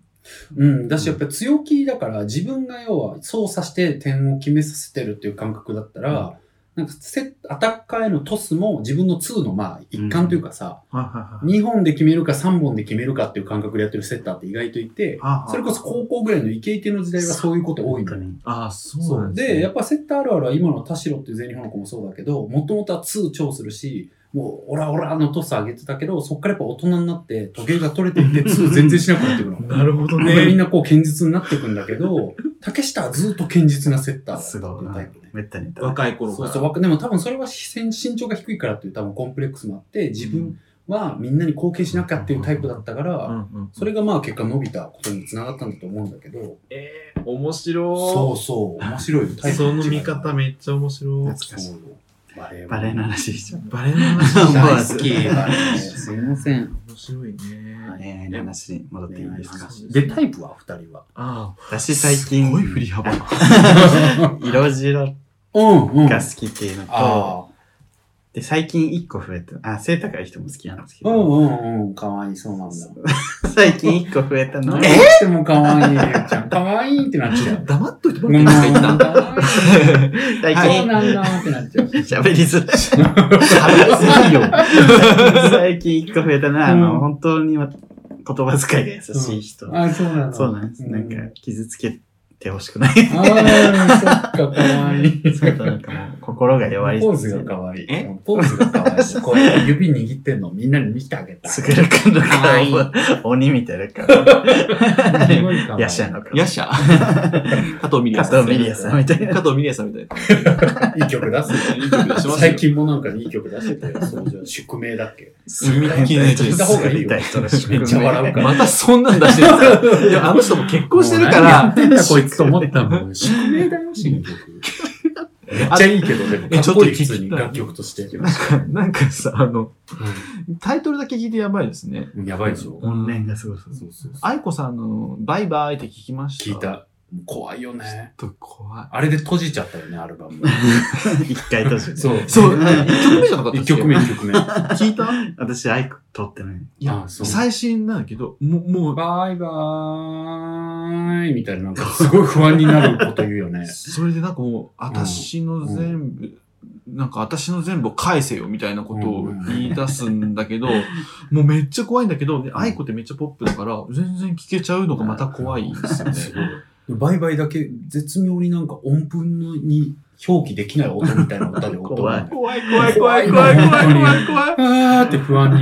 [SPEAKER 3] うん。だし、やっぱ強気だから、自分が要は操作して点を決めさせてるっていう感覚だったら、なんかセッアタッカーへのトスも自分の2のまあ一環というかさ、
[SPEAKER 1] はいはいはい
[SPEAKER 3] 2本で決めるか3本で決めるかっていう感覚でやってるセッターって意外といて、
[SPEAKER 1] ああ
[SPEAKER 3] それこそ高校ぐらいのイケイケの時代はそういうこと多
[SPEAKER 2] 本
[SPEAKER 3] いんだ
[SPEAKER 2] 当
[SPEAKER 3] よね。
[SPEAKER 2] に。
[SPEAKER 1] ああ、そう
[SPEAKER 3] そ
[SPEAKER 1] なん
[SPEAKER 3] う
[SPEAKER 1] ですね
[SPEAKER 3] で、やっぱセッターあるあるは今の田代っていう全日本の子もそうだけど、もともとは2超するし、もうオラオラのトス上げてたけど、そっからやっぱ大人になって、時計が取れていって2全然しなくなってくるの。
[SPEAKER 1] なるほど
[SPEAKER 3] でみん
[SPEAKER 1] ね。
[SPEAKER 3] なこう堅実になってくんだけど、竹下はずっと堅実なセッターだった
[SPEAKER 2] す
[SPEAKER 3] っ
[SPEAKER 2] ご
[SPEAKER 3] て
[SPEAKER 2] い
[SPEAKER 3] いうタイ
[SPEAKER 2] な
[SPEAKER 3] プね。。
[SPEAKER 2] めったにいた。
[SPEAKER 1] 若い頃か
[SPEAKER 3] そう
[SPEAKER 1] ら。
[SPEAKER 3] そう、わかでも多分それは身身長が低いからっていう多分コンプレックスもあって、自分はみんなに貢献しなきゃっていうタイプだったから、
[SPEAKER 1] うんうん
[SPEAKER 3] それがまあ結果伸びたことにつながったんだと思うんだけど、
[SPEAKER 1] えー、面白い。
[SPEAKER 3] そうそう、面白いよタイプ
[SPEAKER 1] そ
[SPEAKER 3] の違い
[SPEAKER 1] の見方めっちゃ面白い。
[SPEAKER 2] 懐かしい。
[SPEAKER 3] バレー
[SPEAKER 2] バレーの話しちゃう。
[SPEAKER 1] バレエの話
[SPEAKER 2] 思わ
[SPEAKER 3] 大
[SPEAKER 2] ず
[SPEAKER 3] 好き。バレーすいません。
[SPEAKER 1] 面白いね。
[SPEAKER 2] 恋愛の話に戻っていいですか。
[SPEAKER 3] で、タイプは二人は。
[SPEAKER 1] ああ、
[SPEAKER 2] 私最近
[SPEAKER 1] すご、い振り 幅。
[SPEAKER 2] 色白
[SPEAKER 3] うんうん。
[SPEAKER 2] が好きっていうのと、
[SPEAKER 3] ああ。
[SPEAKER 2] で、最近一個増えた、あ、背高い人も好きなんですけ
[SPEAKER 3] う
[SPEAKER 2] ど、
[SPEAKER 3] んうんうん。かわいそうなんだ。
[SPEAKER 2] 最近一個増えたのは、
[SPEAKER 3] えでもかわいい。ゆうちゃん。かわいいってなっちゃう。
[SPEAKER 1] 黙っといても
[SPEAKER 3] う
[SPEAKER 1] らっ
[SPEAKER 3] ん
[SPEAKER 1] ていいですか、一
[SPEAKER 3] か
[SPEAKER 1] 旦。
[SPEAKER 3] わ
[SPEAKER 2] 最
[SPEAKER 3] いいそう
[SPEAKER 2] 近
[SPEAKER 3] なんだってなっちゃう。
[SPEAKER 2] 喋りづらい。
[SPEAKER 1] いよ。
[SPEAKER 2] 最近一個増えたのは、あ
[SPEAKER 3] うん
[SPEAKER 2] の、本当に言葉遣いが優しい人。
[SPEAKER 3] あ、そうなんだ。
[SPEAKER 2] そうなんです。なんか
[SPEAKER 3] う、
[SPEAKER 2] 傷つけてほしくない。
[SPEAKER 3] ああ、そっか、かわいい。
[SPEAKER 2] そうだ、なんかもう、心が弱い。
[SPEAKER 3] ポーズがかわいい
[SPEAKER 2] え。
[SPEAKER 3] ポーズがかわいい。こうやって指握ってんのみんなに見てあげ たい。
[SPEAKER 2] すぐるくんの
[SPEAKER 1] かわいい
[SPEAKER 2] 顔、鬼みたいな顔。
[SPEAKER 3] すごいかわい い。
[SPEAKER 2] ヤシャの顔。
[SPEAKER 1] ヤシャ 加藤ミリ
[SPEAKER 2] 加
[SPEAKER 1] アさん。
[SPEAKER 2] 藤ミリアさんみたいな。
[SPEAKER 1] 加藤ミリアさんみたいな。
[SPEAKER 3] いい曲出すよ。
[SPEAKER 1] いい曲出しますよ
[SPEAKER 3] 最近もなんかいい曲出してた よ。そうじゃん宿命だっけ
[SPEAKER 1] みたいな
[SPEAKER 3] 聞いた方がいいよ
[SPEAKER 2] め
[SPEAKER 3] めっちゃ笑うから。
[SPEAKER 1] またそんなん出してるんです かいや、あの人も結婚してるか
[SPEAKER 3] もう何やっ
[SPEAKER 1] ら、
[SPEAKER 3] てんだこいつと思ったもん。宿命だよ、新曲。めっちゃいいけど、でも、かっこいい、普通に楽曲として。
[SPEAKER 1] なんかさ、あの、タイトルだけ聞いてやばいですね。
[SPEAKER 3] うんやばいでしょ。
[SPEAKER 2] 怨念がすごそう。
[SPEAKER 3] そうそうそう
[SPEAKER 1] 愛子さんの、バイバイって聞きました。
[SPEAKER 3] 聞い。た。怖いよね。
[SPEAKER 1] ちょっと怖い。
[SPEAKER 3] あれで閉じちゃったよね、アルバム。
[SPEAKER 2] 一回閉じて。
[SPEAKER 3] そう。
[SPEAKER 1] そう、1曲目じゃなかったっけ
[SPEAKER 3] 一曲目、一曲目。
[SPEAKER 1] 聞いた
[SPEAKER 2] 私、アイク撮ってない。
[SPEAKER 1] いや
[SPEAKER 3] あ、そう
[SPEAKER 1] 最新なんだけど、もう、もう、
[SPEAKER 3] バイバーイみたいな、なんかすごい不安になること言うよね。
[SPEAKER 1] それでなんかもう、私の全部、なんか私の全部を返せよみたいなことを言い出すんだ けど、もうめっちゃ怖いんだけど、でアイコってめっちゃポップだから、全然聞けちゃうのがまた怖いです よね。
[SPEAKER 3] すごい。バイバイだけ絶妙になんか音符に表記できない音みたいな歌で音
[SPEAKER 2] 怖
[SPEAKER 3] が
[SPEAKER 2] い
[SPEAKER 1] 怖い怖い怖い怖い怖い怖い怖い。
[SPEAKER 3] あーって不安に。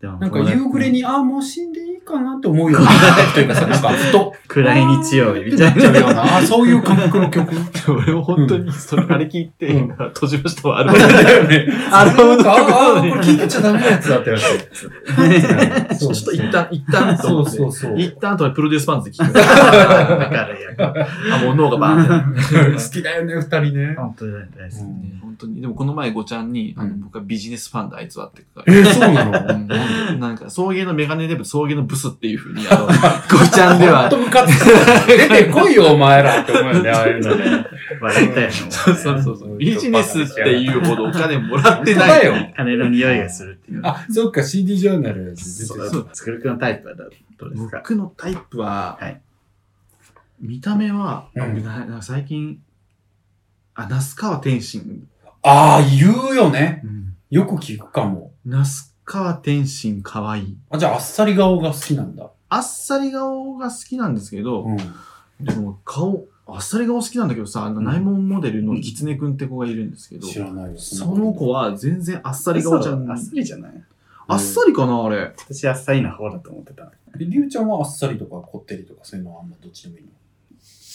[SPEAKER 2] でも
[SPEAKER 3] なんか夕暮れ。に、あーもう死んでいいかなって思うような というかさ、なんかふ と。
[SPEAKER 2] 暗い日曜日みた い
[SPEAKER 3] なっちゃうよう
[SPEAKER 2] な。
[SPEAKER 3] な。あー そういう感覚の曲。
[SPEAKER 1] 俺も本当にそれあれ聞いて、
[SPEAKER 3] うん
[SPEAKER 1] 閉じましたわ、アルバム
[SPEAKER 3] だよ ね。
[SPEAKER 2] あの
[SPEAKER 3] なんかあーあー、これ聞いてちゃダメなやつだ ってやつ。
[SPEAKER 1] ちょっと一旦、一旦と
[SPEAKER 3] そ
[SPEAKER 1] 思っ
[SPEAKER 3] う
[SPEAKER 1] て。
[SPEAKER 3] そうそう。
[SPEAKER 1] 一旦と思ってプロデュースパンツで聞いて。
[SPEAKER 2] わかるよ。
[SPEAKER 1] あ、もう脳がバーンってなる。
[SPEAKER 3] 好きだよね、二人ね。
[SPEAKER 2] 本当だよ大好き。
[SPEAKER 1] ね本当に。でもこの前、ごちゃんに、あ
[SPEAKER 3] う
[SPEAKER 1] の
[SPEAKER 3] ん
[SPEAKER 1] 僕はビジネスファンだ、あいつはって言うから
[SPEAKER 3] えー、そうなの
[SPEAKER 1] うんなんか、送迎のメガネでも送迎のブスっていうふうに、あの、 ごちゃんで
[SPEAKER 3] ほん
[SPEAKER 1] は、
[SPEAKER 3] とムカ つく。出てこいよ、お前らって思うよね、ああいうのね。
[SPEAKER 2] 笑ったよね。
[SPEAKER 1] そうそうそうそう、ビジネスっていうほどお金もらっ
[SPEAKER 3] 本
[SPEAKER 1] て
[SPEAKER 3] 当
[SPEAKER 1] ない。
[SPEAKER 3] だよ。
[SPEAKER 2] 金の匂いがするっていう。
[SPEAKER 3] あ、そっか、CD ジャーナルで出て
[SPEAKER 2] そ
[SPEAKER 3] た。
[SPEAKER 2] う。つくるくんのタイプはどどうですか
[SPEAKER 1] 僕のタイプは、
[SPEAKER 2] はい
[SPEAKER 1] 見た目は、
[SPEAKER 3] うん
[SPEAKER 1] 僕ななんか最近、あ、那須川天心。
[SPEAKER 3] ああ、言うよね。よく聞くかも。
[SPEAKER 1] 那須川天心かわいい。
[SPEAKER 3] あ、じゃあ、あっさり顔が好きなんだ。
[SPEAKER 1] あっさり顔が好きなんですけど、
[SPEAKER 3] うん。
[SPEAKER 1] でも顔、あっさり顔好きなんだけどさ、あの内門モデルの狐くんって子がいるんですけど、
[SPEAKER 3] 知らないよ。
[SPEAKER 1] その子は全然あっさり顔じゃん。
[SPEAKER 2] あっさりじゃない
[SPEAKER 1] あっさりかなあれ。
[SPEAKER 2] 私あっさりな方だと思ってた。あっ
[SPEAKER 3] り。りゅうちゃんはあっさりとかこってりとかそういうのはあんまどっちでもいいの。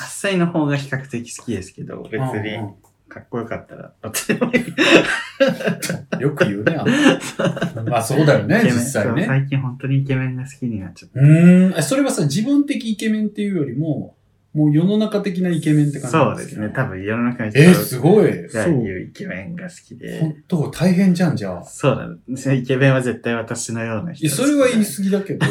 [SPEAKER 2] さりの方が比較的好きですけど、別に
[SPEAKER 3] うん
[SPEAKER 2] かっこよかったら、どっちでもいい
[SPEAKER 3] うんよく言うね、あ のまあそうだよ
[SPEAKER 2] イ
[SPEAKER 3] ね、
[SPEAKER 2] ケメン
[SPEAKER 3] 実際
[SPEAKER 2] そう
[SPEAKER 3] ね。
[SPEAKER 2] 最近本当にイケメンが好きになっちゃっ
[SPEAKER 3] うーん。えそれはさ、自分的イケメンっていうよりも、もう世の中的なイケメンって
[SPEAKER 2] た。
[SPEAKER 3] 感じな
[SPEAKER 2] そ
[SPEAKER 3] ん
[SPEAKER 2] う
[SPEAKER 3] で
[SPEAKER 2] です
[SPEAKER 3] け
[SPEAKER 2] す
[SPEAKER 3] ど
[SPEAKER 2] ね。多分世の中の人
[SPEAKER 3] えー、すごい。
[SPEAKER 2] が
[SPEAKER 3] そう。
[SPEAKER 2] いうイケメンが好きで。
[SPEAKER 3] 本当、大変じゃん、じゃあ。
[SPEAKER 2] そうなんですね。イケメンは絶対私のようない人。
[SPEAKER 3] や、それは言い
[SPEAKER 2] す
[SPEAKER 3] 過ぎだけど、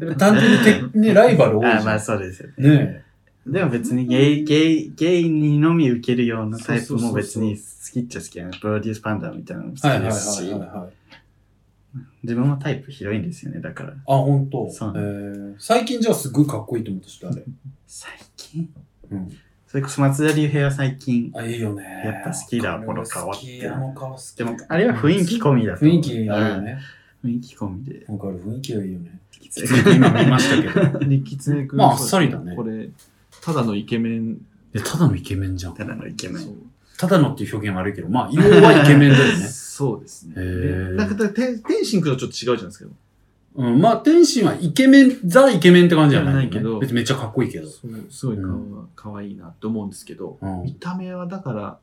[SPEAKER 3] でも単 純にて、ね、ライバル多いじゃん。
[SPEAKER 2] あ、まあそうですよね。
[SPEAKER 3] ね
[SPEAKER 2] でも別にゲイ、ゲイ、ゲイにのみ受けるようなタイプも別に好きっちゃ好きやな。プロデュースパンダみたいなのも好
[SPEAKER 3] え。はい
[SPEAKER 2] き
[SPEAKER 3] はいはい
[SPEAKER 2] ですし
[SPEAKER 3] は、い、はい。
[SPEAKER 2] 自分もタイプ広いんですよね、だから。
[SPEAKER 3] あ、本当。
[SPEAKER 2] そう
[SPEAKER 3] えー最近じゃあすごいかっこいいと思っ た人誰
[SPEAKER 2] 最近
[SPEAKER 3] うん。
[SPEAKER 2] それこそ松田龍平は最近。
[SPEAKER 3] あ、いいよね。
[SPEAKER 2] やっぱ好きだこの顔
[SPEAKER 3] 好
[SPEAKER 2] って
[SPEAKER 3] き、あの顔好き。
[SPEAKER 2] でも、あれは雰囲気込みだと
[SPEAKER 3] 雰
[SPEAKER 2] 思う
[SPEAKER 3] 囲気あるよ。
[SPEAKER 2] う
[SPEAKER 3] ね。
[SPEAKER 2] ん雰囲気込みで。
[SPEAKER 3] なんかある雰囲気がいいよね。
[SPEAKER 2] きつい
[SPEAKER 3] 今見ましたけど。
[SPEAKER 1] で、狐くん。
[SPEAKER 3] まああっさりだね
[SPEAKER 1] これ、ただのイケメン。
[SPEAKER 3] えただのイケメンじゃん。
[SPEAKER 2] ただのイケメ
[SPEAKER 1] そう。
[SPEAKER 2] ン。
[SPEAKER 3] ただのっていう表現悪いけど、まあ、要はイケメンだよね
[SPEAKER 1] そうですね。
[SPEAKER 3] へ
[SPEAKER 1] で
[SPEAKER 3] ー
[SPEAKER 1] なんか、だから天天心くんとちょっと違うじゃないですか。
[SPEAKER 3] うん、まあ、天心はイケメン、ザイケメンって感じじゃない,、
[SPEAKER 1] じゃないけど
[SPEAKER 3] 別にめっちゃかっこいいけど。
[SPEAKER 1] そうすごい顔が可愛いなって思うんですけど、
[SPEAKER 3] うん
[SPEAKER 1] 見た目はだから、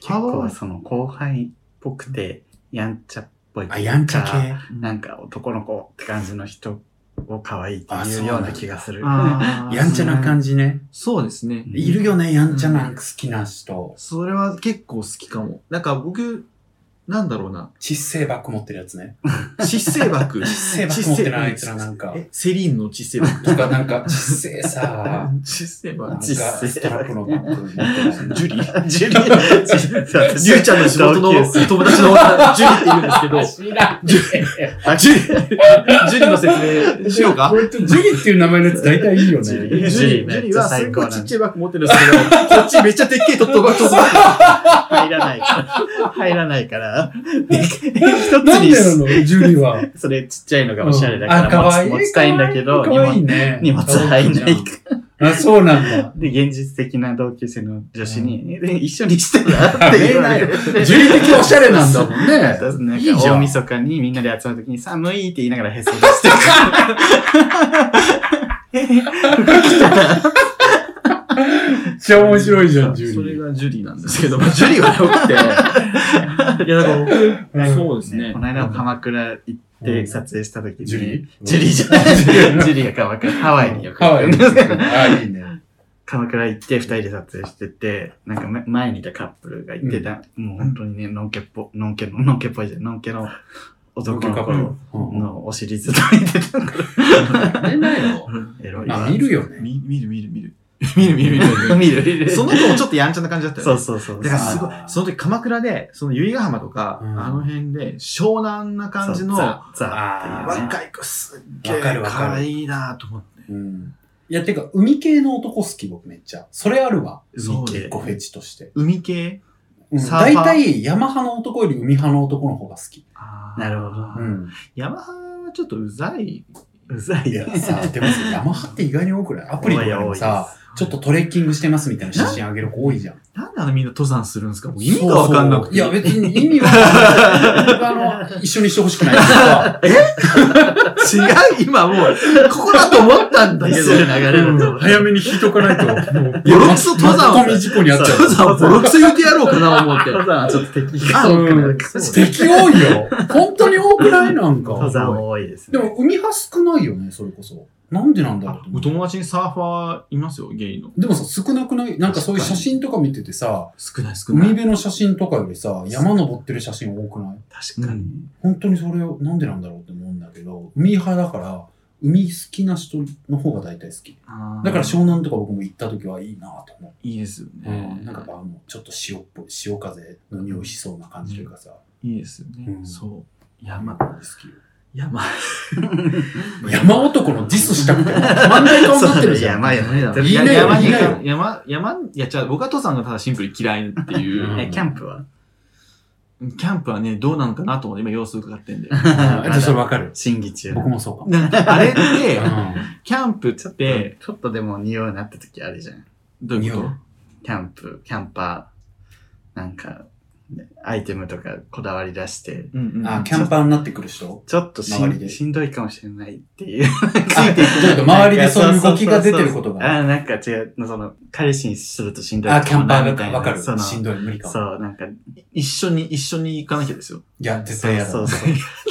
[SPEAKER 2] 結構その後輩っぽくて、やんちゃっぽい。
[SPEAKER 3] あ、やんちゃ系。
[SPEAKER 2] なんか男の子って感じの人を可愛いっていうような気がする。
[SPEAKER 1] あー
[SPEAKER 3] やんちゃな感じね。
[SPEAKER 1] そうですね。
[SPEAKER 2] うん
[SPEAKER 3] いるよね、やんちゃなんか好きな人。
[SPEAKER 1] それは結構好きかも。なんか僕、なんだろうな。
[SPEAKER 3] ちっせえバッグ持ってるやつね。
[SPEAKER 1] 失勢 爆。
[SPEAKER 3] ちっせえバッグ持ってないあいつらなんか。
[SPEAKER 1] え、セリーヌの知性枠。
[SPEAKER 3] とかなんか、ちっせえさ、
[SPEAKER 1] 知性
[SPEAKER 3] なん
[SPEAKER 1] 枠
[SPEAKER 3] か。
[SPEAKER 2] ちっせえ
[SPEAKER 3] ストラップのバッグ持ってない。
[SPEAKER 1] ジュリー。
[SPEAKER 2] ジュリ ー、ジュリー
[SPEAKER 1] ゆうちゃんの仕事の友達の女ジュリって言うんですけど、
[SPEAKER 3] 知ら んね
[SPEAKER 2] あ、 ジュリ
[SPEAKER 1] ジュリの説明しようか
[SPEAKER 3] これとジュリっていう名前のやつ大体いいよ
[SPEAKER 2] ジュ
[SPEAKER 3] ね。
[SPEAKER 2] リ
[SPEAKER 1] ジュリ、ジ
[SPEAKER 2] め
[SPEAKER 1] ュ
[SPEAKER 2] っ
[SPEAKER 1] リ
[SPEAKER 2] ちゃ
[SPEAKER 1] はすっ
[SPEAKER 2] 最高
[SPEAKER 1] ご
[SPEAKER 2] ない
[SPEAKER 1] ちっちゃいバッグ持ってるんですけど、こっちめっちゃでっけえトットバッグ持ってる。
[SPEAKER 2] 入らないから。入らないから。で一つ
[SPEAKER 3] なん
[SPEAKER 2] に
[SPEAKER 3] でなのジュリは。
[SPEAKER 2] それちっちゃいのがおしゃれだ
[SPEAKER 3] あ
[SPEAKER 2] か
[SPEAKER 3] 可
[SPEAKER 2] ら
[SPEAKER 3] 愛
[SPEAKER 2] 持
[SPEAKER 3] い
[SPEAKER 2] ち持ちたいんだけど、
[SPEAKER 3] 可愛いね。
[SPEAKER 2] 荷物入んない
[SPEAKER 3] 可愛いじゃんあ、そうなんだ。
[SPEAKER 2] で、現実的な同級生の女子に、え一緒にしたらって言わ れる。
[SPEAKER 3] 樹理的おしゃれなんだもん
[SPEAKER 2] な
[SPEAKER 3] ね。
[SPEAKER 2] ん
[SPEAKER 3] いい
[SPEAKER 2] か
[SPEAKER 3] じゃ
[SPEAKER 2] 大
[SPEAKER 3] ん。
[SPEAKER 2] 晦日にみんなで集まるときに寒いって言いながらへそ出してる。
[SPEAKER 3] めっちゃ面白いじゃ
[SPEAKER 1] そ
[SPEAKER 3] ん、ジュ
[SPEAKER 1] れ
[SPEAKER 3] リー。
[SPEAKER 1] がジュリーなんですけど、まあ、ジュリーは よくて。いや、だから僕、そうですね
[SPEAKER 2] こ。の間鎌倉行って撮影したときに。
[SPEAKER 3] ジュリー
[SPEAKER 2] ジュリーじゃない。ジ
[SPEAKER 3] ジュリー
[SPEAKER 2] ュリーが鎌倉。ハワイによく
[SPEAKER 3] ハ
[SPEAKER 2] 行
[SPEAKER 3] ワ
[SPEAKER 2] く
[SPEAKER 3] イ
[SPEAKER 2] ん
[SPEAKER 3] に
[SPEAKER 2] で
[SPEAKER 3] 行
[SPEAKER 2] すけど
[SPEAKER 3] く。あ、いいね。
[SPEAKER 2] 鎌倉行って二人で撮影してて、なんかめ前にいたカップルがいてた、もう本当にね、のんけっぽ、のんけの、のんけっぽいじゃん、のんけの男の子の
[SPEAKER 3] うん
[SPEAKER 2] お尻ずっと見てたから、
[SPEAKER 3] 寝ないよ。
[SPEAKER 2] エロい
[SPEAKER 3] ま
[SPEAKER 2] わ
[SPEAKER 3] あ、見るよね。
[SPEAKER 1] 見見る見る見る。 見る見る見る。
[SPEAKER 2] 見 る見る。
[SPEAKER 1] その子もちょっとやんちゃな感じだったよね。
[SPEAKER 2] そうそうそう。
[SPEAKER 1] だからすごい
[SPEAKER 3] あ、ー
[SPEAKER 1] その時鎌倉で、その由比ヶ浜とか、
[SPEAKER 3] うん
[SPEAKER 1] あの辺で、湘南な感じの、
[SPEAKER 2] そう
[SPEAKER 1] 若
[SPEAKER 2] ザザっていうね。
[SPEAKER 1] い子すっげえ
[SPEAKER 3] わかるわかる
[SPEAKER 1] 可愛いなと思って。
[SPEAKER 3] うん。いや、てか、海系の男好き、僕めっちゃ。それあるわ。
[SPEAKER 1] そう
[SPEAKER 2] 海系
[SPEAKER 3] 結構フェチとして。
[SPEAKER 1] 海系
[SPEAKER 3] うん
[SPEAKER 1] サー
[SPEAKER 3] 大
[SPEAKER 1] ファー
[SPEAKER 3] 体、山派の男より海派の男の方が好き。
[SPEAKER 2] なるほど
[SPEAKER 3] うん。
[SPEAKER 1] ヤマハはちょっとうざい。
[SPEAKER 2] うざい
[SPEAKER 3] い
[SPEAKER 2] よ。
[SPEAKER 3] や、さ、でもさ、ヤマハって意外に多くないアプリとかでもさ、ちょっとトレッキングしてますみたいな写真あげる子多いじゃん。
[SPEAKER 1] なんであのみんな登山するんですかもう意味がわかんなくて。
[SPEAKER 3] そうそういや、別に意味はわかんない、僕はあの、一緒にしてほしくないですか。
[SPEAKER 1] 違う、今もう、ここだと思ったんだ
[SPEAKER 2] ミ
[SPEAKER 1] け
[SPEAKER 2] ス
[SPEAKER 1] ど。
[SPEAKER 2] る流れると思う。
[SPEAKER 3] 早めに引いとかないと、もう、
[SPEAKER 1] よろずと登山を
[SPEAKER 3] 巻き込み事故にあっちゃ
[SPEAKER 1] 登山をボロクソ言ってやろうかな思って。
[SPEAKER 2] 登山はちょっと敵が
[SPEAKER 1] あ
[SPEAKER 2] 多くなる。
[SPEAKER 3] う。敵多いよ。本当に多くないなんか。
[SPEAKER 2] 登山多いです
[SPEAKER 3] で
[SPEAKER 2] ね。
[SPEAKER 3] も、海派少ないよね、それこそ。なんでなんだろうと思
[SPEAKER 1] お
[SPEAKER 3] う。
[SPEAKER 1] 友達にサーファーいますよ、ゲイの。
[SPEAKER 3] でもさ、少なくないなんかそういう写真とか見ててさ、
[SPEAKER 1] 少ない少
[SPEAKER 3] 海
[SPEAKER 1] ない。
[SPEAKER 3] 辺の写真とかよりさ、山登ってる写真多くない
[SPEAKER 2] 確かに。
[SPEAKER 3] 本当にそれをなんでなんだろうって思うんだけど、海派だから、海好きな人の方が大体好き。
[SPEAKER 1] あー
[SPEAKER 3] だから湘南とか僕も行った時はいいなと思
[SPEAKER 1] いいですよ
[SPEAKER 3] う。
[SPEAKER 1] ね。
[SPEAKER 3] なんかもうちょっと潮っぽい、潮風の匂いしそうな感じというかさ、
[SPEAKER 1] いいですよね。
[SPEAKER 3] うん
[SPEAKER 1] そう。山、
[SPEAKER 3] 好きよ。
[SPEAKER 1] 山。
[SPEAKER 3] 山男のディスしたくて、たまんない顔になってるじゃん。
[SPEAKER 2] 山よ。
[SPEAKER 1] 山
[SPEAKER 3] いいね
[SPEAKER 1] 山に
[SPEAKER 3] いいねよ
[SPEAKER 1] 山、山、いや、じゃあ僕は登山がただシンプルに嫌いってい
[SPEAKER 3] うん
[SPEAKER 1] う。
[SPEAKER 2] え、キャンプは
[SPEAKER 1] キャンプはね、どうなのかなと思って今様子伺ってんで。
[SPEAKER 3] うんでもそれわかる。
[SPEAKER 2] 審議中。
[SPEAKER 3] 僕もそうかも。
[SPEAKER 1] なんかあれって、
[SPEAKER 3] う
[SPEAKER 1] キャンプっ
[SPEAKER 2] ちょっと、
[SPEAKER 1] て、
[SPEAKER 2] ちょっとでも匂いになった時あるじゃん。
[SPEAKER 1] どういうこ
[SPEAKER 3] 匂い
[SPEAKER 1] と
[SPEAKER 2] キャンプ、キャンパー、なんか、ねアイテムとかこだわり出して、
[SPEAKER 1] うんうん
[SPEAKER 3] んあ、キャンパーになってくる人
[SPEAKER 2] ちょっとし
[SPEAKER 3] 周りで
[SPEAKER 2] んしんどいかもしれないっていう。
[SPEAKER 3] ついていく。ちょっと周りでそういう動きが出てること が。
[SPEAKER 2] あーなんか違う、その、彼氏にするとしんどい
[SPEAKER 3] あ、キャンパ
[SPEAKER 2] な
[SPEAKER 3] ー
[SPEAKER 2] みたい
[SPEAKER 3] が
[SPEAKER 2] な
[SPEAKER 3] わかる。
[SPEAKER 2] その、
[SPEAKER 3] しんどい、無理かも。
[SPEAKER 2] そう、なんか、
[SPEAKER 1] 一緒に、一緒に行かなきゃです よ。
[SPEAKER 3] いや、絶
[SPEAKER 2] そう
[SPEAKER 3] 対やだ。
[SPEAKER 2] そうそう。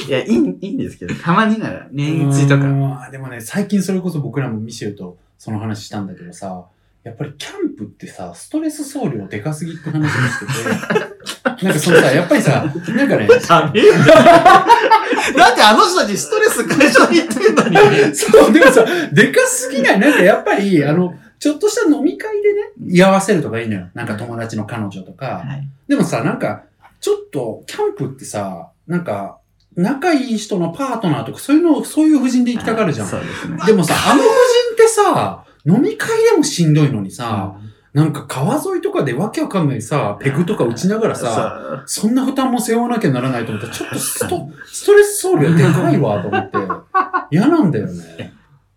[SPEAKER 2] いや、いい、いいんですけど、たまになら、年一とか。
[SPEAKER 3] か。でもね、最近それこそ僕らもミシェルとその話したんだけどさ、やっぱりキャンプってさ、ストレス総量でかすぎって話をしてて、なんかそのさ、やっぱりさ、なんかね、
[SPEAKER 1] ダメだだってあの人たちストレス解消に行ってんのに。
[SPEAKER 3] そう、でもさ、でかすぎないなんかやっぱり、あの、ちょっとした飲み会でね、居合わせるとかいいのよ。なんか友達の彼女とか。
[SPEAKER 2] はい
[SPEAKER 3] でもさ、なんか、ちょっと、キャンプってさ、なんか、仲いい人のパートナーとか、そういうの、そういう夫人で行きたがるじゃん。
[SPEAKER 2] そうですね。
[SPEAKER 3] でもさ、あの夫人ってさ、飲み会でもしんどいのにさ、なんか川沿いとかでわけわかんないさ、ペグとか打ちながらさ、
[SPEAKER 2] さ、
[SPEAKER 3] そんな負担も背負わなきゃならないと思ったら、ちょっとストストレス総量でかいわ、と思 って。嫌なんだよね。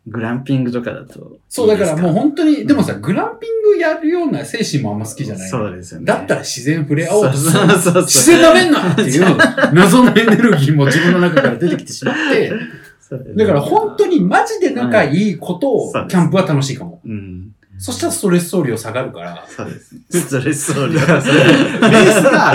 [SPEAKER 2] グランピングとかだと。
[SPEAKER 3] そう、だからもう
[SPEAKER 2] う
[SPEAKER 3] 本当に、でもさ、グランピングやるような精神もあんま好きじゃない。
[SPEAKER 2] そうですよね。
[SPEAKER 3] だったら自然触れ合おうとする
[SPEAKER 2] そうそうそう
[SPEAKER 3] 自然なめんなっていう謎のエネルギーも自分の中から出 てきてしまって、
[SPEAKER 2] そうですね
[SPEAKER 3] だから本当にマジで仲いいことを
[SPEAKER 2] そうです
[SPEAKER 3] キャンプは楽しいかも。
[SPEAKER 2] うん。
[SPEAKER 3] そしたらストレス総量下がるから。
[SPEAKER 2] そうですね。ストレスを
[SPEAKER 1] だからそれ、ベースが、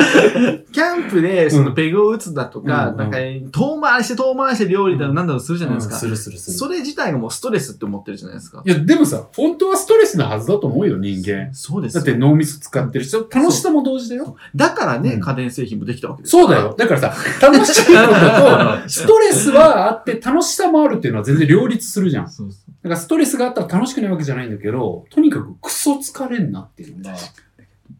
[SPEAKER 1] キャンプでそのペグを打つだとか、
[SPEAKER 3] うん
[SPEAKER 1] なんか遠回りして遠回りして料理だのなんだろうするじゃないですか。
[SPEAKER 3] するするする。
[SPEAKER 1] それ自体がもうストレスって思ってるじゃないですか。
[SPEAKER 3] いや、でもさ、本当はストレスなはずだと思うよ、人間。
[SPEAKER 1] そうです
[SPEAKER 3] だ
[SPEAKER 1] よ
[SPEAKER 3] って脳みそ使ってるし、楽しさも同時だよ。
[SPEAKER 1] だからね、
[SPEAKER 3] うん
[SPEAKER 1] 家電製品もできたわけです
[SPEAKER 3] そうだ。よ。だからさ、楽しいこと と、ストレスはあって楽しさもあるっていうのは全然両立するじゃん。だ
[SPEAKER 1] そうそう
[SPEAKER 3] からストレスがあったら楽しくないわけじゃないんだけど、とにかくクソ疲れんなっていうのが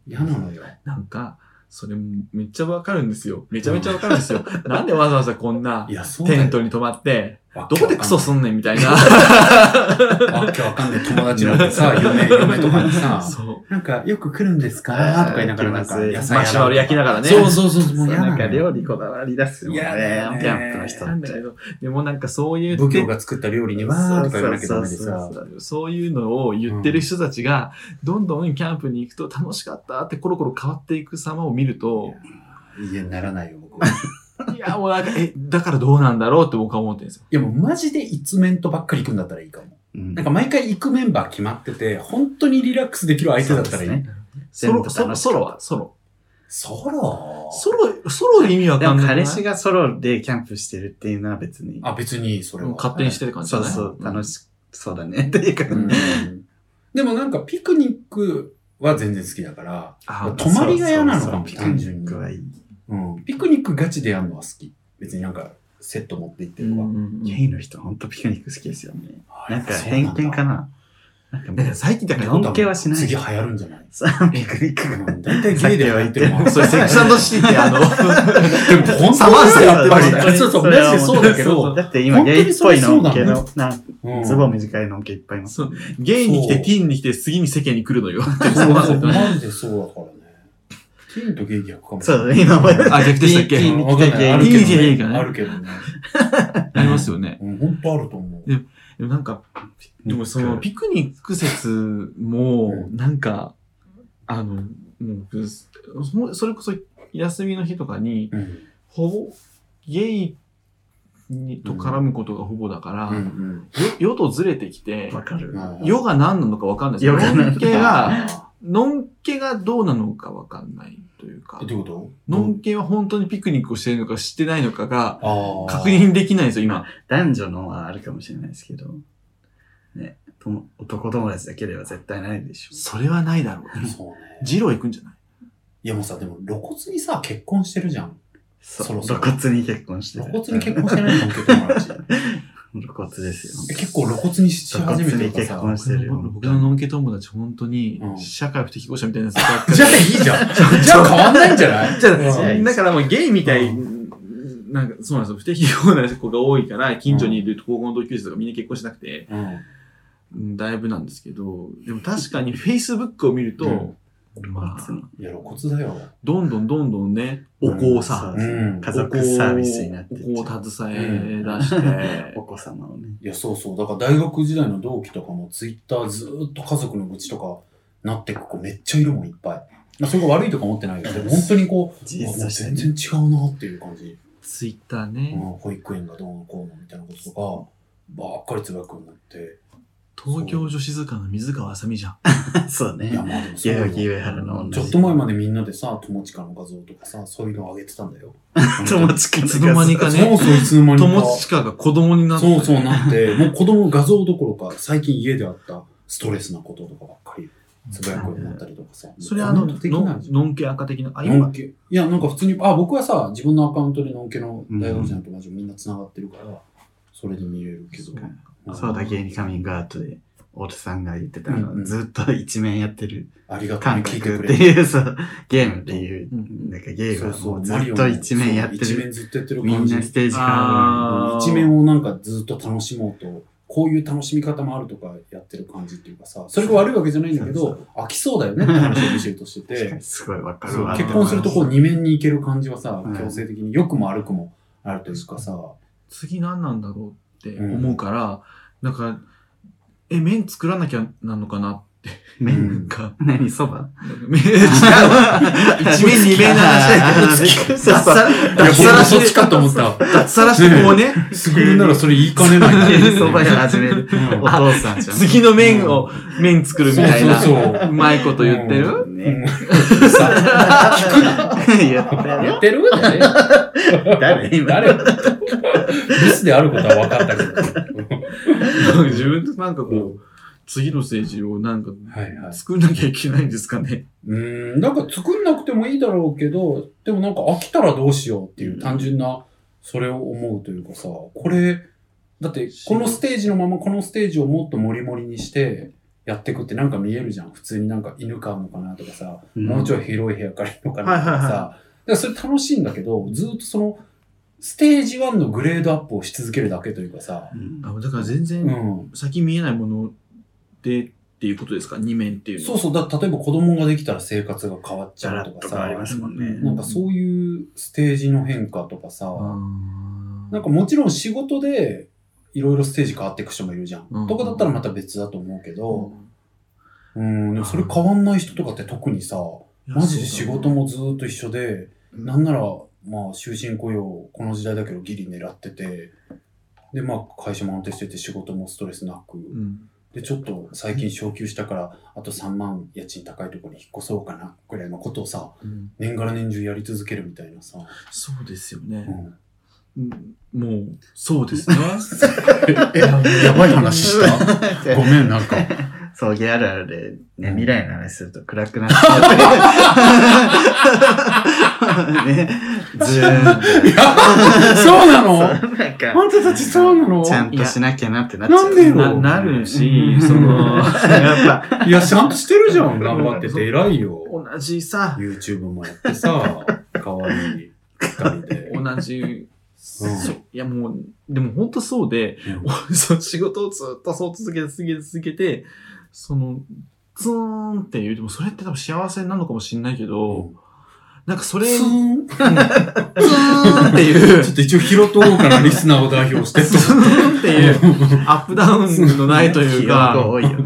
[SPEAKER 3] 嫌なのよ。
[SPEAKER 1] なんか、それめっちゃわかるんですよ。めちゃめちゃわかるんですよ。なんでわざわざこんない
[SPEAKER 3] や、そうだ
[SPEAKER 1] テン
[SPEAKER 3] よ。
[SPEAKER 1] トに泊まって、
[SPEAKER 3] ど
[SPEAKER 1] どこでクソすんねんみたいな。
[SPEAKER 3] わけわかんない友達なんてさ、嫁、嫁とかにさ、
[SPEAKER 1] そう。
[SPEAKER 3] なんかよく来るんですかとか言いながら、なんか野菜
[SPEAKER 1] マシュマロ焼きながらね。
[SPEAKER 3] そうそうそう、もう嫌
[SPEAKER 2] な
[SPEAKER 3] なん
[SPEAKER 2] か
[SPEAKER 3] の
[SPEAKER 2] 料
[SPEAKER 3] よ
[SPEAKER 2] 理こだわり出すよね。
[SPEAKER 3] 嫌だね
[SPEAKER 2] キャンプの人
[SPEAKER 1] な
[SPEAKER 2] っ
[SPEAKER 1] んだけ
[SPEAKER 2] て。
[SPEAKER 1] ど、でもなんかそういう。
[SPEAKER 3] 奉行が作った料理にわーとか言わなきゃダメでさ
[SPEAKER 2] そうそうそう、
[SPEAKER 1] そういうのを言ってる人たちが、どんどんキャンプに行くと楽しかったってコロコロ変わっていく様を見ると、
[SPEAKER 3] いや、ならないよ、僕は。い
[SPEAKER 1] いや、もうなんか、え、だからどうなんだろうって僕は思ってるんですよ。
[SPEAKER 3] や、もうマジで一面とばっかり行くんだったらいいかも。
[SPEAKER 2] うん
[SPEAKER 3] なんか毎回行くメンバー決まってて、本当にリラックスできる相手だったらいい。
[SPEAKER 2] そうですね
[SPEAKER 1] ソロ、
[SPEAKER 2] 全部楽し
[SPEAKER 1] ソ
[SPEAKER 2] かった
[SPEAKER 1] ロ、ソロは、ソロ。
[SPEAKER 3] ソロ
[SPEAKER 1] ソロ、ソロで意味わ
[SPEAKER 2] で
[SPEAKER 1] かん
[SPEAKER 2] も
[SPEAKER 1] ない。
[SPEAKER 2] 彼氏がソロでキャンプしてるっていうのは別に。
[SPEAKER 3] あ、別にそれ
[SPEAKER 1] うん
[SPEAKER 3] は。
[SPEAKER 1] 勝手にしてる感じ
[SPEAKER 2] そ
[SPEAKER 1] だ
[SPEAKER 2] う
[SPEAKER 1] ね。
[SPEAKER 2] そう、楽
[SPEAKER 1] い。
[SPEAKER 2] しそうだね。っていうか、
[SPEAKER 3] うんでもなんかピクニックは全然好きだから、
[SPEAKER 1] あ
[SPEAKER 3] 泊まりが嫌なのかも
[SPEAKER 2] そうそうそう
[SPEAKER 3] 単純に
[SPEAKER 2] ピクニックはいい
[SPEAKER 3] うん、ピクニックガチでやるのは好き。別になんかセット持って行ってるのは。
[SPEAKER 2] ゲイの人、ほんとピクニック好きですよね。
[SPEAKER 3] あ
[SPEAKER 2] なんか偏見か
[SPEAKER 3] な。
[SPEAKER 2] な。なんかも
[SPEAKER 1] だから
[SPEAKER 2] う、
[SPEAKER 1] 最近だから
[SPEAKER 2] ど、尊敬はしない
[SPEAKER 3] 次流行るんじゃない
[SPEAKER 2] さピクニック
[SPEAKER 3] うん大体ゲイでやってるもん。
[SPEAKER 1] それ、セクシャンドシティってあの、
[SPEAKER 3] でも本
[SPEAKER 1] サマー
[SPEAKER 3] 当
[SPEAKER 1] ズ
[SPEAKER 3] に
[SPEAKER 1] だ
[SPEAKER 3] や
[SPEAKER 1] よ
[SPEAKER 3] っぱり。
[SPEAKER 1] やっぱり
[SPEAKER 3] そうそう、
[SPEAKER 2] れは
[SPEAKER 3] マジで そうだけ
[SPEAKER 2] そ
[SPEAKER 3] ど
[SPEAKER 2] う。だって今
[SPEAKER 3] 本当
[SPEAKER 2] ゲイ
[SPEAKER 3] に
[SPEAKER 2] っ
[SPEAKER 3] そ
[SPEAKER 2] ぽ
[SPEAKER 3] れ
[SPEAKER 2] い
[SPEAKER 3] そう
[SPEAKER 2] の
[SPEAKER 3] だね
[SPEAKER 2] けど、なん
[SPEAKER 3] うん
[SPEAKER 2] ズボン短いのけいっぱいいます。
[SPEAKER 1] そうゲイに来て、ティーンに来て、次に世間に来るのよ。
[SPEAKER 3] そうそうマジでそうだからね。ティーンとゲイ逆かもしれ
[SPEAKER 2] そう
[SPEAKER 3] ない。
[SPEAKER 2] だね、今まで。
[SPEAKER 1] あ、逆でしたっけ
[SPEAKER 2] ティーンに来てゲイ
[SPEAKER 3] ある
[SPEAKER 1] ティーンに来て
[SPEAKER 3] けど
[SPEAKER 1] ゲイ
[SPEAKER 3] ね
[SPEAKER 1] かね
[SPEAKER 3] あるけどね。
[SPEAKER 1] ありますよね。
[SPEAKER 3] うん、本当あると思う。
[SPEAKER 1] でもなんか、でもその、ピクニック説も、
[SPEAKER 3] う
[SPEAKER 1] なんか、あの、もうそ、それこそ、休みの日とかに、
[SPEAKER 3] うん。
[SPEAKER 1] ほぼ、ゲイにと絡むことがほぼだから、
[SPEAKER 3] う
[SPEAKER 1] よ
[SPEAKER 3] ん
[SPEAKER 1] 世とずれてきて、
[SPEAKER 2] わかる
[SPEAKER 3] う。ん。
[SPEAKER 1] 世が何なのか分かんないです
[SPEAKER 2] 世が何な
[SPEAKER 1] の
[SPEAKER 2] の
[SPEAKER 1] ん
[SPEAKER 2] か
[SPEAKER 1] けが、
[SPEAKER 3] あ
[SPEAKER 1] のんけがどうなのか分かんないというか
[SPEAKER 3] ー。、どういうこと
[SPEAKER 1] のんけは本当にピクニックをしてるのかしてないのかが、
[SPEAKER 3] ああ。
[SPEAKER 1] 確。認できないんですよ、今。
[SPEAKER 2] 男女のはあるかもしれないですけど、ね、とも男友達だけでは絶対ないでしょ。
[SPEAKER 1] それはないだろう。
[SPEAKER 3] そうね。
[SPEAKER 1] ジロー行くんじゃない
[SPEAKER 3] いやもうさ、でも露骨にさ、結婚してるじゃん。
[SPEAKER 2] そう
[SPEAKER 3] そろそ
[SPEAKER 2] 露
[SPEAKER 3] ろ
[SPEAKER 2] 骨に結婚して
[SPEAKER 3] 露
[SPEAKER 2] る。
[SPEAKER 3] 骨に結婚してないの結友達。
[SPEAKER 2] 露骨です
[SPEAKER 3] え
[SPEAKER 2] よ。
[SPEAKER 3] 結構露骨にし始めてるか
[SPEAKER 2] 結婚
[SPEAKER 3] さ。
[SPEAKER 2] してるよ。
[SPEAKER 1] 僕ののんけ友達、本当に
[SPEAKER 3] う、ん
[SPEAKER 1] 社会不適合者みたいなやつばっかり
[SPEAKER 3] じゃあいいじゃん。じゃあ変わんないんじゃない
[SPEAKER 1] じゃあ
[SPEAKER 3] うん
[SPEAKER 2] あいい
[SPEAKER 1] だからもうゲイみたい
[SPEAKER 3] うん、
[SPEAKER 1] なんかそうなんですよ。不適合な子が多いから、近所にいる高校の同級生とかみんな結婚しなくて、
[SPEAKER 3] うん。
[SPEAKER 1] うんだいぶなんですけど、でも確 かに Facebook を見ると、まあ、
[SPEAKER 3] いや、露骨だよ。
[SPEAKER 1] どんどんどんどんね、お子をさ、
[SPEAKER 2] うん
[SPEAKER 3] うん
[SPEAKER 2] 家族サービスになって
[SPEAKER 1] お
[SPEAKER 2] っち
[SPEAKER 1] 子
[SPEAKER 2] ゃう。
[SPEAKER 1] を携え出して
[SPEAKER 2] お、子様をね。
[SPEAKER 3] いや、そうそう。だから大学時代の同期とかもツイッターずーっと家族の愚痴とかなってく子めっちゃいるもん、いっぱい。まあ、それが悪いとか思ってないけど、でも本当にこう、
[SPEAKER 2] 事実
[SPEAKER 3] あも
[SPEAKER 2] と
[SPEAKER 3] う
[SPEAKER 2] して
[SPEAKER 3] 全
[SPEAKER 2] ね
[SPEAKER 3] 然違うなっていう感じ。
[SPEAKER 1] Twitter
[SPEAKER 3] う
[SPEAKER 1] ね、
[SPEAKER 3] ん、保育園がどうのこうのみたいなこととか、ばっかり辛くなって。
[SPEAKER 1] 東京女子図鑑の水川あさみじゃん。
[SPEAKER 2] そう
[SPEAKER 3] いや、
[SPEAKER 2] ね。
[SPEAKER 3] まあでもそう
[SPEAKER 2] 代
[SPEAKER 3] よ
[SPEAKER 2] 々木上原の女
[SPEAKER 3] ちょっと前までみんなでさ、友近の画像とかさ、そういうのを上げてたんだよ。
[SPEAKER 2] 友近
[SPEAKER 1] いつの間にか
[SPEAKER 3] そ
[SPEAKER 1] ね
[SPEAKER 3] う、そう、いつの間にか。
[SPEAKER 1] 友近が子供になって、
[SPEAKER 3] そうそう なって、もう子供画像どころか、最近家であったストレスなこととかばっかり、つぶやくようになったりとかさ。
[SPEAKER 1] それあの、
[SPEAKER 3] もうコメントできない
[SPEAKER 1] の
[SPEAKER 3] じゃん
[SPEAKER 1] のんけ赤的な、あ、
[SPEAKER 3] の
[SPEAKER 1] 今
[SPEAKER 3] ん、けいや、なんか普通に、あ、僕はさ、自分のアカウントでのんけの大学生の友達もみんな繋がってるから、それで見れるけど。ん
[SPEAKER 2] そうだ、芸にカミングアウトで、太田さんが言ってた
[SPEAKER 3] うんう
[SPEAKER 2] の、
[SPEAKER 3] ん
[SPEAKER 2] ずっと一面やってる。
[SPEAKER 3] ありがとう
[SPEAKER 2] 韓
[SPEAKER 3] ね、聞
[SPEAKER 2] 国
[SPEAKER 3] いて
[SPEAKER 2] って
[SPEAKER 3] くれて。
[SPEAKER 2] いう、そう、ゲームっていう
[SPEAKER 1] う、ん
[SPEAKER 2] なんかゲーム
[SPEAKER 3] そう
[SPEAKER 2] は
[SPEAKER 3] そ
[SPEAKER 2] も
[SPEAKER 3] う、
[SPEAKER 2] うず
[SPEAKER 3] マリ
[SPEAKER 2] っ
[SPEAKER 3] オ
[SPEAKER 2] と
[SPEAKER 3] の
[SPEAKER 2] 一面やって
[SPEAKER 3] そう一
[SPEAKER 2] る。
[SPEAKER 3] 面ずっとやってる
[SPEAKER 2] み
[SPEAKER 3] 感
[SPEAKER 2] ん
[SPEAKER 3] じ。
[SPEAKER 2] なステージか
[SPEAKER 1] あー
[SPEAKER 3] 一面をなんかずっと楽しもうと、こういう楽しみ方もあるとかやってる感じっていうかさ、それが悪いわけじゃないんだけ
[SPEAKER 2] そ
[SPEAKER 3] ど
[SPEAKER 2] う、
[SPEAKER 3] 飽きそうだよねって話をビシューとして
[SPEAKER 2] ら、確か
[SPEAKER 3] て
[SPEAKER 2] に、すごいわか
[SPEAKER 3] そ
[SPEAKER 2] る
[SPEAKER 3] う
[SPEAKER 2] わ。
[SPEAKER 3] 結婚するとこう二面に行ける感じはさ
[SPEAKER 2] うん、
[SPEAKER 3] 強制的に良くも悪くもあるというかさ、
[SPEAKER 1] 次何なんだろうって思うから、なんか、え、麺作らなきゃなのかな、
[SPEAKER 2] 麺
[SPEAKER 1] なん か、
[SPEAKER 2] 何、そば
[SPEAKER 1] 麺、違うわ一面二面の話だけど、脱
[SPEAKER 2] そうそう
[SPEAKER 1] サラ脱サラして、
[SPEAKER 3] かと思った。
[SPEAKER 1] 脱サラしてこうね、
[SPEAKER 3] すぐなら それ言いかねない
[SPEAKER 2] 急にそば屋始める。お
[SPEAKER 3] う
[SPEAKER 2] 父さ んじゃん。
[SPEAKER 1] 次の麺を、麺作るみたいな、
[SPEAKER 3] そうそうそう
[SPEAKER 1] うまいこと言ってる
[SPEAKER 2] ね。
[SPEAKER 3] んさ
[SPEAKER 2] 言って
[SPEAKER 3] 言っ
[SPEAKER 2] よ。
[SPEAKER 3] てるだよね。
[SPEAKER 2] 誰今。
[SPEAKER 3] 誰ミスであることは分かったけど。
[SPEAKER 1] なんか自分でなんかこう、次のステージをなんか
[SPEAKER 3] はいはい。
[SPEAKER 1] 作んなきゃいけないんですかね。
[SPEAKER 3] うーん、なんか作んなくてもいいだろうけど、でもなんか飽きたらどうしようっていう単純な、それを思うというかさ、これ、だってこのステージのままこのステージをもっとモリモリにしてやっていくってなんか見えるじゃん。普通になんか犬飼うのかなとかさ、もうちょい広い部屋借りるのかなとか
[SPEAKER 1] はいはいはい
[SPEAKER 3] さ、だからそれ楽しいんだけど、ずっとその、ステージ1のグレードアップをし続けるだけというかさ、
[SPEAKER 2] うん
[SPEAKER 1] あだから全
[SPEAKER 3] う
[SPEAKER 1] 然
[SPEAKER 3] ん。
[SPEAKER 1] 先見えないものでっていうことですか二面っていうの
[SPEAKER 3] そうそう、だ例えば子供ができたら生活が変わっち
[SPEAKER 2] じゃ
[SPEAKER 3] ゃ
[SPEAKER 2] ら
[SPEAKER 3] う
[SPEAKER 2] っ
[SPEAKER 3] と
[SPEAKER 2] と
[SPEAKER 3] か
[SPEAKER 2] 変わりま、
[SPEAKER 3] さ
[SPEAKER 2] すもん
[SPEAKER 1] う
[SPEAKER 2] ね。
[SPEAKER 3] なんかそういうステージの変化とかさ、
[SPEAKER 1] あー
[SPEAKER 3] なんかもちろん仕事でいろいろステージ変わっていく人もいるじゃん。
[SPEAKER 1] うん
[SPEAKER 3] とかだったらまた別だと思うけど、うん、でもそれ変わんない人とかって特にさ、
[SPEAKER 1] いや
[SPEAKER 3] マジで
[SPEAKER 1] そ
[SPEAKER 3] 仕
[SPEAKER 1] うだね
[SPEAKER 3] 事もずーっと一緒で、
[SPEAKER 4] うん
[SPEAKER 3] なんなら、まあ、終身雇用、この時代だけどギリ狙ってて、で、まあ、会社も安定してて仕事もストレスな
[SPEAKER 1] う
[SPEAKER 3] く、
[SPEAKER 1] ん
[SPEAKER 3] で、ちょっと最近昇給したから、あと3万家賃高いところに引っ越そうかな、ぐらいのことをさ、
[SPEAKER 1] うん
[SPEAKER 3] 年がら年中やり続けるみたいなさ、
[SPEAKER 1] そうですよ
[SPEAKER 3] う
[SPEAKER 1] ね、
[SPEAKER 3] ん
[SPEAKER 1] うんもうそう ですね
[SPEAKER 3] え、やばい話したごめん、なんか。
[SPEAKER 2] そう、ゲあるあるで、ね、
[SPEAKER 3] うん
[SPEAKER 2] 未来の話すると暗くなっちゃう。ね、ずーん
[SPEAKER 3] いやそうなの
[SPEAKER 2] そうなんか、
[SPEAKER 3] あんたたちそうなの
[SPEAKER 2] ちゃんとしなきゃなってなっちゃう。
[SPEAKER 3] なんでよ
[SPEAKER 1] ななるしそ のやっぱ
[SPEAKER 3] いや、ちゃんとしてるじゃん、頑張ってて偉いよ。
[SPEAKER 1] 同じさ
[SPEAKER 3] YouTube もやってさ、可愛い光で。
[SPEAKER 1] 同じ、そういやもうでも本当そうで そう仕事をずっとそう続けて続けて続けてそのツーンっていうでもそれって多分幸せなのかもしれないけど、なんかそ
[SPEAKER 3] こ
[SPEAKER 1] れ
[SPEAKER 3] ち
[SPEAKER 1] ツーン
[SPEAKER 3] ょ
[SPEAKER 1] って いう
[SPEAKER 3] っと一応拾っとこうかな、リスナーを代表して。
[SPEAKER 1] ツーンっていうアップダウンのないという
[SPEAKER 2] 記憶
[SPEAKER 1] か
[SPEAKER 2] 多いよね。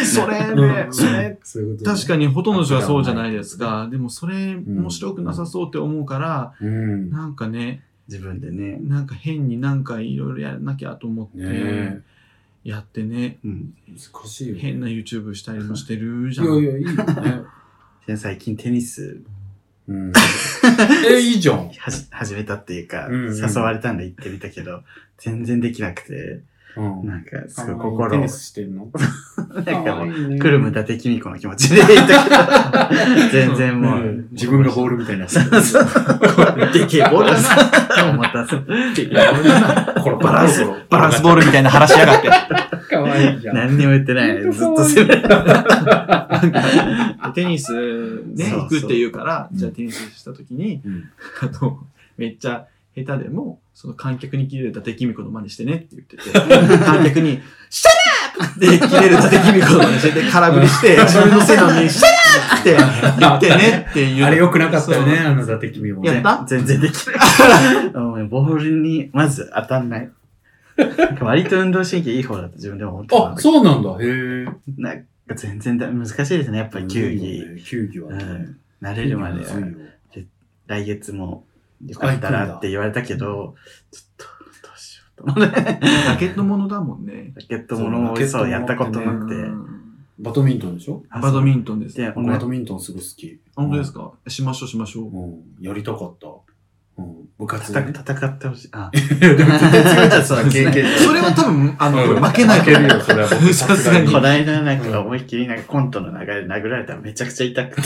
[SPEAKER 1] それで、
[SPEAKER 3] うん
[SPEAKER 1] それ
[SPEAKER 3] そういうことね
[SPEAKER 1] 確かにほとんどの人はそうじゃないですかでもそれ面白くなさそうって思うから、
[SPEAKER 3] うん。ね
[SPEAKER 1] なんかね
[SPEAKER 2] 自分でね。
[SPEAKER 1] なんか変になんかいろいろやらなきゃと思って、
[SPEAKER 3] え。
[SPEAKER 1] やってね、
[SPEAKER 2] うん。
[SPEAKER 3] 難しいよ。
[SPEAKER 1] 変な YouTube したりもしてるじゃん。
[SPEAKER 3] いやいや、いいよね。
[SPEAKER 2] 最近テニス
[SPEAKER 3] うん。え、いいじゃん。
[SPEAKER 2] はじ始めたっていうか、
[SPEAKER 3] うんうん
[SPEAKER 2] 誘われたんで行ってみたけど、全然できなくて、
[SPEAKER 3] うん。
[SPEAKER 2] なんか、すごい
[SPEAKER 3] テ
[SPEAKER 2] 心を
[SPEAKER 3] ニ、スしてんの
[SPEAKER 2] なんかもう、
[SPEAKER 3] う
[SPEAKER 2] 来る無駄的にこの気持ちで行ったけ ど、全然もう、
[SPEAKER 3] 自分がボールみたいになって
[SPEAKER 2] そうそうでけえボールだな。思った。
[SPEAKER 3] る。これバランス。
[SPEAKER 5] バランスボールみたいな話しやがって。
[SPEAKER 3] かわいいじゃん。
[SPEAKER 2] 何にも言ってない。ずっと攻める。
[SPEAKER 1] テニスね、
[SPEAKER 2] そうそう
[SPEAKER 1] 行くっていうから、
[SPEAKER 3] うん
[SPEAKER 1] じゃあテニスした時に、
[SPEAKER 3] うん
[SPEAKER 1] あの、めっちゃ下手でも、その観客に切れる伊達公子の真似してねって言ってて、観客に、シャラップって切れる伊達公子の真似してて、空振りして、自分のせいなのに、シャラップって言ってねっていう。
[SPEAKER 3] あれ良くなかったよね、あの座的見も。
[SPEAKER 1] やった
[SPEAKER 2] 全然できない。 もうボールに、まず当たんない。なんか割と運動神経いい方だと自分でも思ってたんだ
[SPEAKER 3] あ、
[SPEAKER 2] けど。
[SPEAKER 3] そうなんだ。へえ。
[SPEAKER 2] なんか全然だ難しいですね。やっぱり球技。。
[SPEAKER 3] 球技は
[SPEAKER 2] う
[SPEAKER 3] ね。
[SPEAKER 2] ん。慣れるまで
[SPEAKER 3] む、ずいよ
[SPEAKER 2] 来月もよかったらって言われたけど、ちょっと、どうしようと思って。
[SPEAKER 1] ラケットものだもんね。
[SPEAKER 2] ラケットものをそうやったこと
[SPEAKER 1] う
[SPEAKER 2] なくて。
[SPEAKER 1] ん
[SPEAKER 3] バドミントンでしょ
[SPEAKER 2] あ
[SPEAKER 1] バドミントンです。
[SPEAKER 2] で、
[SPEAKER 3] バドミントンすごい好き。
[SPEAKER 1] 本当ですかしましょうしましょう。
[SPEAKER 3] うん。やりたかった。うん。部活で
[SPEAKER 2] 戦
[SPEAKER 3] ね。
[SPEAKER 2] 戦ってほしい。 あ、
[SPEAKER 3] いやでも全然違うじゃん、
[SPEAKER 2] そ
[SPEAKER 3] そ
[SPEAKER 2] う
[SPEAKER 3] れ
[SPEAKER 2] ですね
[SPEAKER 3] 経験。
[SPEAKER 1] それは多分、あの、
[SPEAKER 3] うん
[SPEAKER 1] 負けない
[SPEAKER 3] 負けるよ、それは僕。
[SPEAKER 1] さすがに
[SPEAKER 2] こないだなんか思いっきりなんかコントの流れで殴られたらめちゃくちゃ痛くて、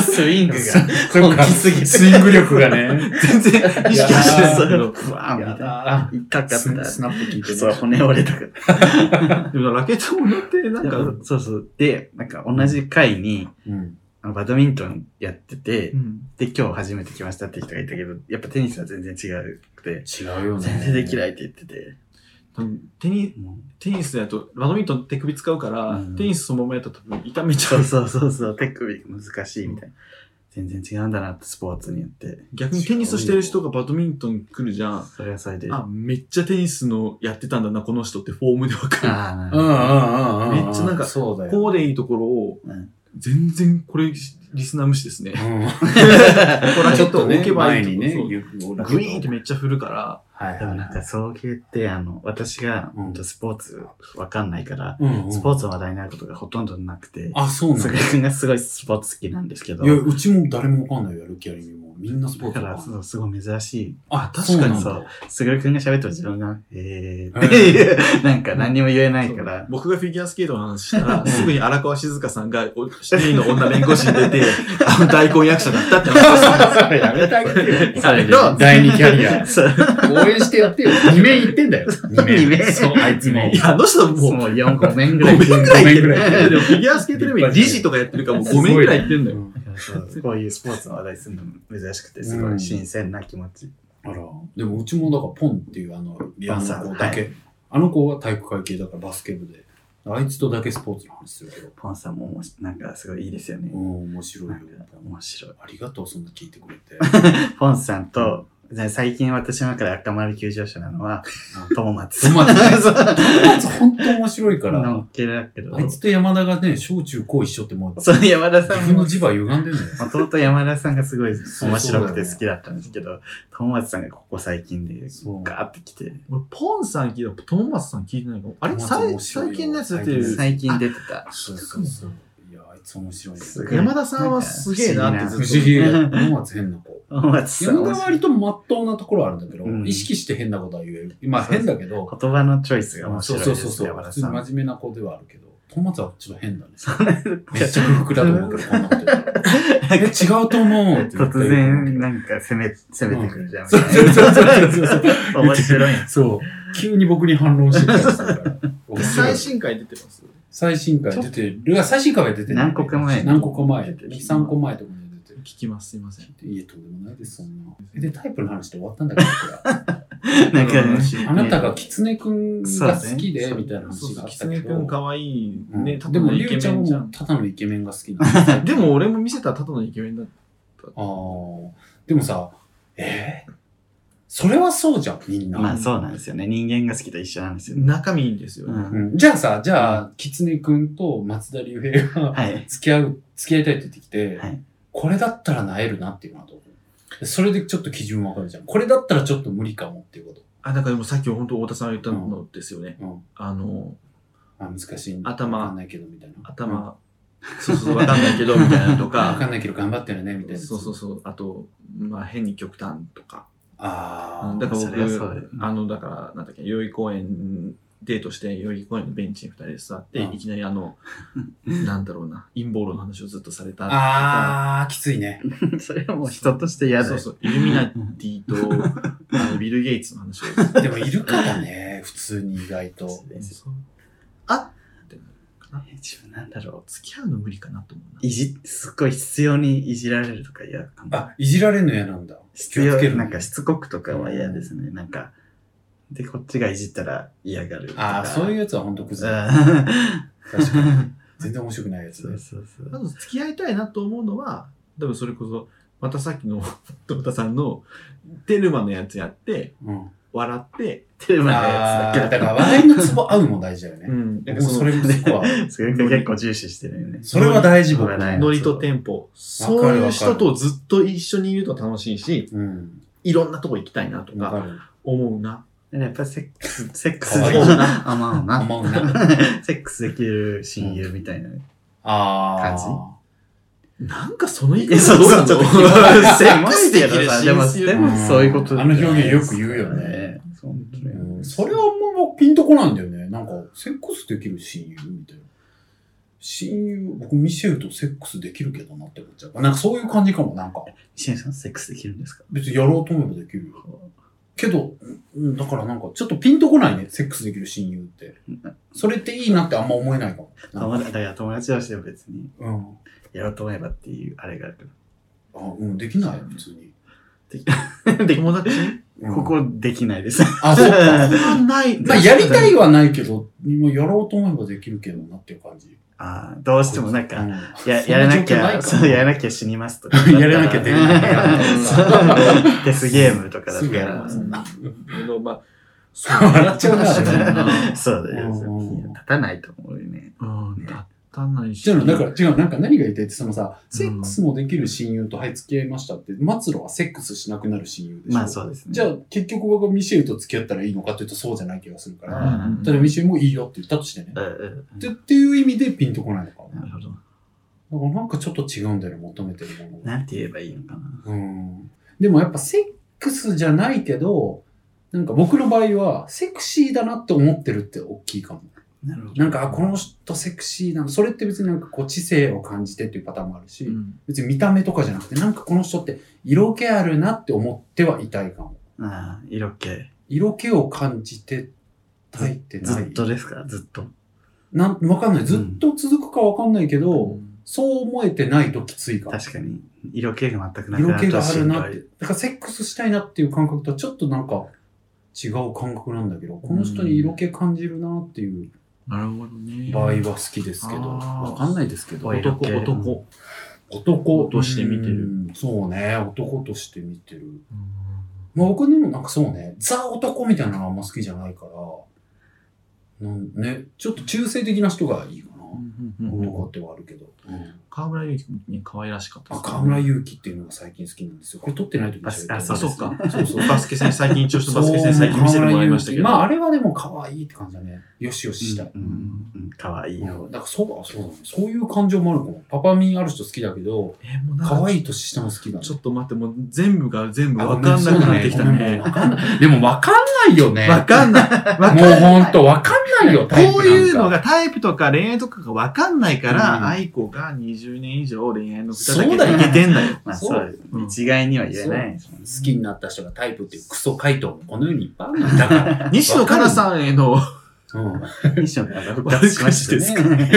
[SPEAKER 2] スイングが
[SPEAKER 3] そうか
[SPEAKER 2] 大きすぎて
[SPEAKER 3] スイング力がね。
[SPEAKER 1] 全然意識してないけど。
[SPEAKER 2] ブワーンみたいな。
[SPEAKER 3] だ
[SPEAKER 2] 痛かっ
[SPEAKER 3] スナス
[SPEAKER 2] た。
[SPEAKER 3] ナップ聞いて
[SPEAKER 2] そう、
[SPEAKER 3] ね。
[SPEAKER 2] 骨折れたから。
[SPEAKER 1] でもラケットものって、なんか、
[SPEAKER 2] そうそう。で、なんか同じ回に、
[SPEAKER 3] うん。
[SPEAKER 2] あのバドミントンやってて、
[SPEAKER 1] うん
[SPEAKER 2] で、今日初めて来ましたって人がいたけど、やっぱテニスは全然違うくて、
[SPEAKER 3] 違うよね。
[SPEAKER 2] 全然できないって言ってて、
[SPEAKER 1] 多分テニ
[SPEAKER 2] も
[SPEAKER 1] テニスだと、バドミントン手首使うから、
[SPEAKER 2] うん
[SPEAKER 1] テニスそのままやったら多分痛め
[SPEAKER 2] う
[SPEAKER 1] ちゃ。
[SPEAKER 2] そううそうそうそう、手首難しいみたいな。全然違うんだなって、スポーツによって。
[SPEAKER 1] 逆にテニスしてる人がバドミントン来るじゃん。
[SPEAKER 2] それはそれで。
[SPEAKER 1] あ、めっちゃテニスのやってたんだな、この人ってフォームでわ かる。
[SPEAKER 2] あー、なる
[SPEAKER 3] う
[SPEAKER 2] ほ
[SPEAKER 3] んう
[SPEAKER 2] ど
[SPEAKER 3] んうんうんうん。
[SPEAKER 1] めっちゃなんか
[SPEAKER 3] そうだよ。
[SPEAKER 1] こうでいいところを、
[SPEAKER 2] うん
[SPEAKER 1] 全然これ、リスナー無視ですね。
[SPEAKER 3] うん
[SPEAKER 1] これ
[SPEAKER 3] ちょっとね、
[SPEAKER 1] 置けばい
[SPEAKER 3] 前
[SPEAKER 1] い
[SPEAKER 3] にね、
[SPEAKER 1] そう
[SPEAKER 3] ゆう
[SPEAKER 1] グイーンってめっちゃ振るから、
[SPEAKER 3] はい
[SPEAKER 2] でもなんか、送迎って、あの、私が、
[SPEAKER 3] うん
[SPEAKER 2] ほんとスポーツわかんないから、
[SPEAKER 3] うんうん
[SPEAKER 2] スポーツの話題になることがほとんどなくて、
[SPEAKER 3] あ、そうなん
[SPEAKER 2] 菅
[SPEAKER 3] だ。
[SPEAKER 2] 井君がすごいスポーツ好きなんですけど、
[SPEAKER 3] いや、うちも誰もわかんないよ、やる気ありみも。みんなスポー
[SPEAKER 2] だ
[SPEAKER 3] ツ
[SPEAKER 2] か
[SPEAKER 3] わ
[SPEAKER 2] ら、
[SPEAKER 3] かん
[SPEAKER 2] そ
[SPEAKER 3] ないう
[SPEAKER 2] すごい珍しい。
[SPEAKER 3] あ、
[SPEAKER 1] 確かに
[SPEAKER 2] そ
[SPEAKER 3] そうう
[SPEAKER 2] 菅井君が喋っても自分が、えーっていう、 なんか何にも言えないから、
[SPEAKER 1] 僕がフィギュアスケートの話した ら、すぐに荒川静香さんが、おシティの女弁護士に出て、あの大根役者だったって話
[SPEAKER 3] なんだ。やめてあげてよ。
[SPEAKER 2] それで
[SPEAKER 3] 第二キャリア。
[SPEAKER 2] そう、
[SPEAKER 3] 応援してやってよ。二面言ってんだよ。二
[SPEAKER 2] 二面
[SPEAKER 3] そう、あい
[SPEAKER 2] 二
[SPEAKER 3] つも
[SPEAKER 2] 面
[SPEAKER 1] い。や、あの人
[SPEAKER 2] もう
[SPEAKER 1] もう、
[SPEAKER 2] 4、5年ぐ
[SPEAKER 1] 5
[SPEAKER 2] らい
[SPEAKER 1] 面。ぐらい行ってる
[SPEAKER 3] ごめんぐらい
[SPEAKER 1] でもフィギュアスケートでも理事とかやってるからもう5面ぐらい行ってんだよ。
[SPEAKER 2] だからそうこういうスポーツの話題するの珍しくて、すごい新鮮な気持ち。
[SPEAKER 3] あら、でもうちもだからポンっていうあの、ビアンの
[SPEAKER 2] バンサ
[SPEAKER 3] 子
[SPEAKER 2] ー
[SPEAKER 3] だけ、あの子は体育会系だからバスケ部で、あいつとだけスポーツの話するけど、
[SPEAKER 2] ポンさんもおもしなんかすごいいいですよね
[SPEAKER 3] う。ん、面白いよ
[SPEAKER 2] なん。か面白い。
[SPEAKER 3] ありがとう、そんな聞いてく れて。
[SPEAKER 2] ポンさんと、ね最近私の中で赤丸急上昇なのは、友松。
[SPEAKER 3] 友松ね
[SPEAKER 2] そう
[SPEAKER 3] あいつ本当面白いか
[SPEAKER 2] の
[SPEAKER 3] ら、
[SPEAKER 2] っけだけど
[SPEAKER 3] あ。いつと山田がね、小中高一緒ってもう、自
[SPEAKER 2] そう、山田さん
[SPEAKER 3] 分の
[SPEAKER 2] も、
[SPEAKER 3] 磁場歪んでんだよ。
[SPEAKER 2] もともと山田さんがすごい面白くて
[SPEAKER 3] そうそうだよね
[SPEAKER 2] 好きだったんですけど、友松さんがここ最近で
[SPEAKER 3] そう
[SPEAKER 2] ガーってきて、
[SPEAKER 1] 俺、ポンさん聞いた、友松さん聞いてないかも。あれ、
[SPEAKER 3] 友松
[SPEAKER 1] さい
[SPEAKER 3] 面白いよ
[SPEAKER 1] 最近のやつ出てる。
[SPEAKER 2] 最近出てた。
[SPEAKER 3] そうそうそう。いや、あいつ面白いね。
[SPEAKER 2] すごい
[SPEAKER 1] 山田さんはすげえなってず
[SPEAKER 3] 不
[SPEAKER 1] っと。
[SPEAKER 3] 思 議だ。友松変な子。
[SPEAKER 2] 友松さん
[SPEAKER 3] 山田
[SPEAKER 2] 面
[SPEAKER 3] は
[SPEAKER 2] 白い
[SPEAKER 3] 割と真っ当なところあるんだけど、
[SPEAKER 2] うん
[SPEAKER 3] 意識して変なことは言える。まあ変だけど、
[SPEAKER 2] 言葉のチョイスが面
[SPEAKER 3] そ
[SPEAKER 2] 白
[SPEAKER 3] う
[SPEAKER 2] いで
[SPEAKER 3] そうそう
[SPEAKER 2] す、
[SPEAKER 3] そう。
[SPEAKER 2] 山
[SPEAKER 3] 普
[SPEAKER 2] 田
[SPEAKER 3] 通
[SPEAKER 2] さ
[SPEAKER 3] に
[SPEAKER 2] ん。
[SPEAKER 3] 真面目な子ではあるけど、友達はちょっと変だね。 めっちゃ不服だと思うけど、こんなこと言ったらえ、違うと思うって言っ
[SPEAKER 2] 突
[SPEAKER 3] て
[SPEAKER 2] 然、なんか攻め、攻めてくるじゃん。
[SPEAKER 3] そうそうそうそうそう。
[SPEAKER 2] 面白い。
[SPEAKER 3] そう。急に僕に反論してきたりするから。面白い
[SPEAKER 1] 最新回出てます。
[SPEAKER 3] 最新回出てる。最新回が出てる
[SPEAKER 2] 何個か前
[SPEAKER 3] 何個か前。
[SPEAKER 2] 出てる
[SPEAKER 3] 3個前とかに出てる
[SPEAKER 1] 聞。きます、すいません。
[SPEAKER 3] いいとんでもないです、そんな。で、タイプの話で終わったんだけど、僕ら
[SPEAKER 2] なんかね、
[SPEAKER 3] あなたがキツネ君が好きで、みたいな
[SPEAKER 1] そうそ
[SPEAKER 3] 話が
[SPEAKER 1] う
[SPEAKER 3] あ
[SPEAKER 1] キ
[SPEAKER 3] っ
[SPEAKER 1] ツ
[SPEAKER 3] た
[SPEAKER 1] ネ
[SPEAKER 3] け
[SPEAKER 1] くん
[SPEAKER 3] ど。
[SPEAKER 1] かわいい
[SPEAKER 3] うん
[SPEAKER 1] ね、た
[SPEAKER 3] で
[SPEAKER 1] だ
[SPEAKER 3] も、
[SPEAKER 1] のイ
[SPEAKER 3] り
[SPEAKER 1] ケメ
[SPEAKER 3] ゅうちゃん
[SPEAKER 1] ンじゃ
[SPEAKER 3] も
[SPEAKER 1] ん。
[SPEAKER 3] ただのイケメンが好きな ん
[SPEAKER 1] でも俺も見せたらただのイケメンだった。
[SPEAKER 3] あーでもさ、えーそれはそうじゃん、みんな。
[SPEAKER 2] まあそうなんですよね。人間が好きと一緒なんですよね。
[SPEAKER 1] 中身いいんですよ
[SPEAKER 2] う
[SPEAKER 1] ね。
[SPEAKER 2] ん。
[SPEAKER 3] うんじゃあさ、じゃあ、キツネ君と松田龍平が、
[SPEAKER 2] はい。
[SPEAKER 3] 付き合う、付き合いたいって言ってきて、
[SPEAKER 2] はい
[SPEAKER 3] これだったらなえるなっていうのはどうでそれでちょっと基準わかるじゃん。これだったらちょっと無理かもっていうこと。
[SPEAKER 1] あ、だからでもさっき本当太田さんが言ったのですよね。
[SPEAKER 3] うん。
[SPEAKER 1] あの、
[SPEAKER 3] あ難しい。
[SPEAKER 1] 頭
[SPEAKER 3] わかんないけどみたいな。うん
[SPEAKER 1] 頭、そうそう、わかんないけど、みたいなと
[SPEAKER 3] わか
[SPEAKER 1] か。
[SPEAKER 3] んないけど頑張ってるねみたいな。
[SPEAKER 1] そうそうそう。あと、まあ変に極端とか。
[SPEAKER 3] あ
[SPEAKER 1] うん
[SPEAKER 3] あ。
[SPEAKER 1] だから
[SPEAKER 2] それはそうだよ
[SPEAKER 1] 僕、あの、だから、なんだっけ、代々木公園、デートして、代々木公園のベンチに二人で座って、
[SPEAKER 3] うん
[SPEAKER 1] いきなりあ の、なんだろうな、陰謀論の話をずっとされた。
[SPEAKER 3] あー、きついね。
[SPEAKER 2] それはもう人として嫌だ
[SPEAKER 1] そう
[SPEAKER 2] よ。
[SPEAKER 1] そう、イルミナティ と、あのビル・ゲイツの話を。
[SPEAKER 3] でもいるからね、普通に意外と。
[SPEAKER 1] そうあ
[SPEAKER 2] え自分なんだろ
[SPEAKER 1] 付き合うの無理かなと思う
[SPEAKER 2] う。いじ、すっごい必要にいじられるとか嫌かも。
[SPEAKER 3] あ、いじられるの嫌なんだ。
[SPEAKER 2] 必
[SPEAKER 3] 気をつけ
[SPEAKER 2] 要、
[SPEAKER 3] る
[SPEAKER 2] なんかしつこくとかは嫌ですね。なんか、で、こっちがいじったら嫌がるとか。
[SPEAKER 3] ああ、そういう
[SPEAKER 2] う。
[SPEAKER 3] やつはほんとクズだ。
[SPEAKER 2] そ
[SPEAKER 3] 確かに。全然面白くないやつ
[SPEAKER 2] う
[SPEAKER 3] ね。
[SPEAKER 2] そうそ
[SPEAKER 1] な。あ
[SPEAKER 2] う。
[SPEAKER 1] と、付き合いたいなと思うのは、多分それこそ、またさっきの、 ト田さんの、テルマのやつやって、
[SPEAKER 3] うん。
[SPEAKER 1] 笑って、
[SPEAKER 2] テーマのや
[SPEAKER 3] あ
[SPEAKER 2] つ
[SPEAKER 3] ー
[SPEAKER 2] だけ
[SPEAKER 3] だ
[SPEAKER 2] ど
[SPEAKER 3] から笑いのツボ合うも大事だよね。
[SPEAKER 1] ん、なんか
[SPEAKER 3] 僕も
[SPEAKER 1] そ
[SPEAKER 3] そ
[SPEAKER 1] の
[SPEAKER 3] れ、そこは。
[SPEAKER 2] それが結構重視してるよね。
[SPEAKER 3] それは大事、
[SPEAKER 2] そう
[SPEAKER 3] 僕
[SPEAKER 2] だね
[SPEAKER 1] ノリとテンポ、そういう人とずっと一緒にいると楽しいし、
[SPEAKER 3] うん。
[SPEAKER 1] いろんなとこ行きたいなと
[SPEAKER 3] わか
[SPEAKER 1] か
[SPEAKER 3] る。
[SPEAKER 1] 思うな。
[SPEAKER 2] やっぱセックス、セックス
[SPEAKER 3] かわい
[SPEAKER 2] で
[SPEAKER 3] い
[SPEAKER 2] きる。あ、まあまあ
[SPEAKER 3] 思うな。
[SPEAKER 2] セックスできる親友みたいな。
[SPEAKER 3] あ
[SPEAKER 2] 感じ
[SPEAKER 3] あ。
[SPEAKER 1] なんかその言 い
[SPEAKER 2] え、
[SPEAKER 1] 方
[SPEAKER 2] そう
[SPEAKER 1] どうな
[SPEAKER 2] そう、
[SPEAKER 1] の
[SPEAKER 2] ちょっと。せましてやろ、さ。でも、でもそういうこと
[SPEAKER 3] うんあの表現よく言うよね。
[SPEAKER 2] そう本当に
[SPEAKER 3] それはもうピンとこないんだよね。なんか、セックスできる親友みたいな。親友、僕ミシェルとセックスできるけどなって思っちゃう。なんかそういう感じかも、なんか。
[SPEAKER 2] シェンさん、セックスできるんですか
[SPEAKER 3] 別にやろうと思えばできるよ。けど、うんだからなんか、ちょっとピンとこないね、セックスできる親友って。それっていいなってあんま思えないかも。なんか
[SPEAKER 2] 友達、だから友達同士でも別に、
[SPEAKER 3] うん。
[SPEAKER 2] やろうと思えばっていう、あれがあるか
[SPEAKER 3] あ、うん、できない、普通に。
[SPEAKER 2] ら。で、
[SPEAKER 1] 友達
[SPEAKER 3] うん
[SPEAKER 2] ここできないです。
[SPEAKER 3] あ、そっか。
[SPEAKER 1] はない。
[SPEAKER 3] まあ、やりたいはないけど、もうやろうと思えばできるけどなっていう感じ。
[SPEAKER 2] ああ、どうしてもなん
[SPEAKER 3] う
[SPEAKER 2] か、
[SPEAKER 3] ん
[SPEAKER 2] や、やらなき
[SPEAKER 3] そん状況い
[SPEAKER 2] ゃ、
[SPEAKER 3] か
[SPEAKER 2] そう、やらなきゃ死にますとか。
[SPEAKER 3] やらなきゃ出れないか ら
[SPEAKER 2] そうデスゲームとかだ
[SPEAKER 3] す
[SPEAKER 2] っ
[SPEAKER 3] ぐ
[SPEAKER 2] た
[SPEAKER 3] やら
[SPEAKER 2] ら
[SPEAKER 3] ます。
[SPEAKER 1] うんあのまあ、そ
[SPEAKER 3] 笑っちゃうな
[SPEAKER 1] 確かにな
[SPEAKER 2] そうだよ。
[SPEAKER 3] うんうん
[SPEAKER 2] 立たないと思うよね。
[SPEAKER 1] うん、立たないし。
[SPEAKER 3] 違うの、だから違う、なんか何が言いたいって、そのさ、
[SPEAKER 1] うん
[SPEAKER 3] セックスもできる親友と、はい、付き合いましたって、末路はセックスしなくなる親友でしょ。
[SPEAKER 2] まあそうですね。
[SPEAKER 3] じゃあ、結局僕がミシェルと付き合ったらいいのかっていうと、そうじゃない気がするか
[SPEAKER 2] う
[SPEAKER 3] ら。
[SPEAKER 2] ん
[SPEAKER 3] ただ、ミシェルもいいよって言ったとしてね。
[SPEAKER 2] うんうん
[SPEAKER 3] ってっていう意味でピンとこないのか。だ
[SPEAKER 2] な
[SPEAKER 3] か
[SPEAKER 2] るほど。
[SPEAKER 3] らなんかちょっと違うんだよね、求めてるものが。
[SPEAKER 2] なんて言えばいいのかな。
[SPEAKER 3] うんでもやっぱセックスじゃないけど、なんか僕の場合はセクシーだなって思ってるって大きいかも。
[SPEAKER 2] なるほ
[SPEAKER 3] なんか、あ、この人セクシーなの。それって別になんかこう知性を感じてっていうパターンもあるし、
[SPEAKER 1] うん
[SPEAKER 3] 別に見た目とかじゃなくて、なんかこの人って色気あるなって思ってはいたいかも。
[SPEAKER 2] ああ、色気。
[SPEAKER 3] 色気を感じてたいってない。
[SPEAKER 2] ずっとですかずっと。
[SPEAKER 3] なんわかんない。ずっと続くかわかんないけど、
[SPEAKER 1] うん
[SPEAKER 3] そう思えてないときついから。
[SPEAKER 2] 確かに、色気が全くなく
[SPEAKER 3] 色
[SPEAKER 2] な
[SPEAKER 3] 気
[SPEAKER 2] ると
[SPEAKER 3] があ
[SPEAKER 2] し
[SPEAKER 3] る
[SPEAKER 2] ん
[SPEAKER 3] な
[SPEAKER 2] ど
[SPEAKER 3] っ
[SPEAKER 2] い。
[SPEAKER 3] て。だからセックスしたいなっていう感覚とはちょっとなんか違う感覚なんだけど、この人に色気感じるなっていう
[SPEAKER 1] なるほどね。
[SPEAKER 3] 場合は好きですけど、
[SPEAKER 1] あー
[SPEAKER 3] わかんないですけど、
[SPEAKER 2] お色気
[SPEAKER 1] 男、男。
[SPEAKER 3] 男
[SPEAKER 1] として見てる
[SPEAKER 3] うんそうね、男として見てる。まあ僕でもなんかそうね、ザ男みたいなのがあんま好きじゃないから、なんね、ちょっと中性的な人がいいかな。
[SPEAKER 1] うんうんうん
[SPEAKER 3] 男ってはあるけど。
[SPEAKER 1] 河村ゆきに可愛らしかった
[SPEAKER 3] あ
[SPEAKER 1] ですね
[SPEAKER 3] 河村勇輝っていうのが最近好きなんですよ。これ撮ってない時に
[SPEAKER 2] あ
[SPEAKER 1] あ、
[SPEAKER 2] そう
[SPEAKER 1] そ
[SPEAKER 2] で
[SPEAKER 1] う
[SPEAKER 2] すね
[SPEAKER 1] か。
[SPEAKER 3] そうそう
[SPEAKER 1] バスケ選手、最近一応ちょっとバスケ選手
[SPEAKER 3] そう
[SPEAKER 1] 最近見せてもらいましたけど。
[SPEAKER 3] まあ、あれはでも可愛いって感じだね。よしよししたい。
[SPEAKER 2] うんうんうんかわいい
[SPEAKER 3] だか
[SPEAKER 2] よ。
[SPEAKER 3] らそう、あそうだね。そういう感情もあるかも。パパミンある人好きだけど、
[SPEAKER 1] え、もうなんか
[SPEAKER 3] 可愛い年下も好きだね。
[SPEAKER 1] ちょっと待って、もう全部が全部わかんなくなってきたね。
[SPEAKER 3] あごめんそうだねごめんわかんないでもわかんないよね。
[SPEAKER 1] わかんない。わかん
[SPEAKER 3] もう
[SPEAKER 1] ない。
[SPEAKER 3] ほんとわかんないよ、タ イプなん か
[SPEAKER 1] こういうの。がタイプとか恋愛とかがわかんないか
[SPEAKER 3] うん
[SPEAKER 1] ら、愛子が20年以上恋愛の歌
[SPEAKER 3] そうだ
[SPEAKER 1] だ
[SPEAKER 3] よ
[SPEAKER 1] けでいけてんだ よ。
[SPEAKER 2] まあ
[SPEAKER 3] そ
[SPEAKER 2] そうう、
[SPEAKER 1] うん
[SPEAKER 2] 一概には言えないですもんね。
[SPEAKER 3] 好きになった人がタイプっていうクソ回答もこの世にいっぱいあるんだから。
[SPEAKER 1] 西野カナさんへの
[SPEAKER 3] うん
[SPEAKER 2] 西野から復活しました
[SPEAKER 3] ですかね。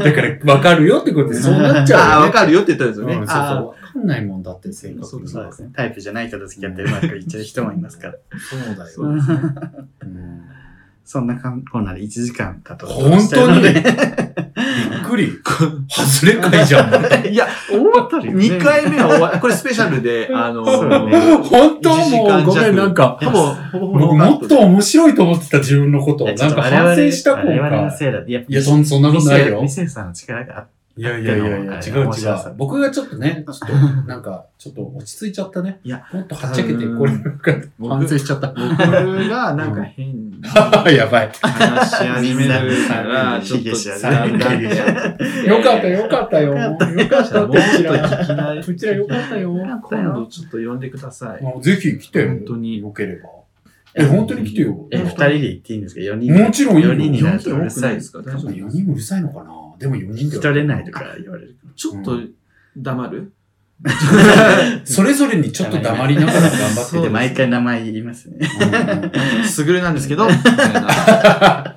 [SPEAKER 3] だからわかるよってことでそうなっちゃ
[SPEAKER 1] あ
[SPEAKER 3] う
[SPEAKER 1] あ、
[SPEAKER 3] よ
[SPEAKER 1] わ
[SPEAKER 3] ね。
[SPEAKER 1] かるよって言ったんですよ
[SPEAKER 3] う
[SPEAKER 1] ね
[SPEAKER 3] ん。そうそう
[SPEAKER 1] あ
[SPEAKER 3] わかんないもんだって性格に
[SPEAKER 2] そうですね。タイプじゃない人と付き合ってうまくいっちゃう人もいますから。
[SPEAKER 3] そうだ
[SPEAKER 1] そう
[SPEAKER 3] よ。
[SPEAKER 1] ですね
[SPEAKER 3] うん
[SPEAKER 2] そんなかんこんなで1時間経とうと
[SPEAKER 3] 本
[SPEAKER 2] してる
[SPEAKER 3] 当
[SPEAKER 2] の
[SPEAKER 3] にび
[SPEAKER 2] で
[SPEAKER 3] っくり。外れかいじゃん。
[SPEAKER 1] いや、
[SPEAKER 2] 思ったよね
[SPEAKER 1] 2回目は終わこれスペシャルで、あの、
[SPEAKER 2] そうだね
[SPEAKER 3] 本当
[SPEAKER 1] 一時
[SPEAKER 3] もう
[SPEAKER 1] 間
[SPEAKER 3] ごめ
[SPEAKER 1] 弱
[SPEAKER 3] ん、なんか、
[SPEAKER 1] ほぼ、ほぼほぼ
[SPEAKER 3] 僕
[SPEAKER 1] ノー
[SPEAKER 3] も
[SPEAKER 1] カッ
[SPEAKER 3] っ
[SPEAKER 1] ト
[SPEAKER 3] と面白いと思ってた自分のことを、
[SPEAKER 2] い
[SPEAKER 3] な
[SPEAKER 2] や
[SPEAKER 3] ん
[SPEAKER 2] ちょっと
[SPEAKER 3] か
[SPEAKER 2] 我々
[SPEAKER 3] 反省した今
[SPEAKER 2] 我々の
[SPEAKER 3] 回。
[SPEAKER 2] せいだ。いや、
[SPEAKER 3] いや、そんそんなことないよ
[SPEAKER 2] ミ。セルさんの力があっ
[SPEAKER 3] いやいやいやいや、
[SPEAKER 2] あ
[SPEAKER 3] 違
[SPEAKER 2] れ
[SPEAKER 3] う違
[SPEAKER 2] 面白
[SPEAKER 3] う
[SPEAKER 2] さ。
[SPEAKER 3] 僕がちょっとね、ちょっと、なんか、ちょっと落ち着いちゃったね。
[SPEAKER 1] いや、
[SPEAKER 3] もっとはっちゃけて、これ、
[SPEAKER 1] う
[SPEAKER 3] なんか反省しちゃ った。
[SPEAKER 1] 僕がなんか変に
[SPEAKER 3] やばい。
[SPEAKER 1] 話し始めるから、ちょっと残念
[SPEAKER 3] よかったよかったよ。よかった
[SPEAKER 1] もっと
[SPEAKER 3] うちら
[SPEAKER 1] 聞きなり
[SPEAKER 3] うちらよかったよ。
[SPEAKER 1] 今度ちょっと呼んでください。
[SPEAKER 3] あぜひ来て。
[SPEAKER 1] 本当に
[SPEAKER 3] よければ。え、本当に来てよ。
[SPEAKER 2] え、二人で行っていいんですか ?4 人で。
[SPEAKER 3] もちろんいいよ
[SPEAKER 2] 4人になるとう
[SPEAKER 1] 多
[SPEAKER 2] る
[SPEAKER 1] く
[SPEAKER 2] さ
[SPEAKER 1] ない
[SPEAKER 2] い
[SPEAKER 1] で
[SPEAKER 2] ですす。
[SPEAKER 1] か
[SPEAKER 3] 多
[SPEAKER 1] 大丈
[SPEAKER 3] 分
[SPEAKER 1] 夫
[SPEAKER 3] 4人うるさいのかなでも4人で
[SPEAKER 2] 聞
[SPEAKER 3] は
[SPEAKER 2] き取れないとか言われる。
[SPEAKER 1] ちょっと黙る
[SPEAKER 3] それぞれにちょっと黙りながら頑張って
[SPEAKER 1] そう
[SPEAKER 2] で、
[SPEAKER 1] です
[SPEAKER 2] 毎回名前言いますね。
[SPEAKER 1] すぐれなんですけど、みたいなハ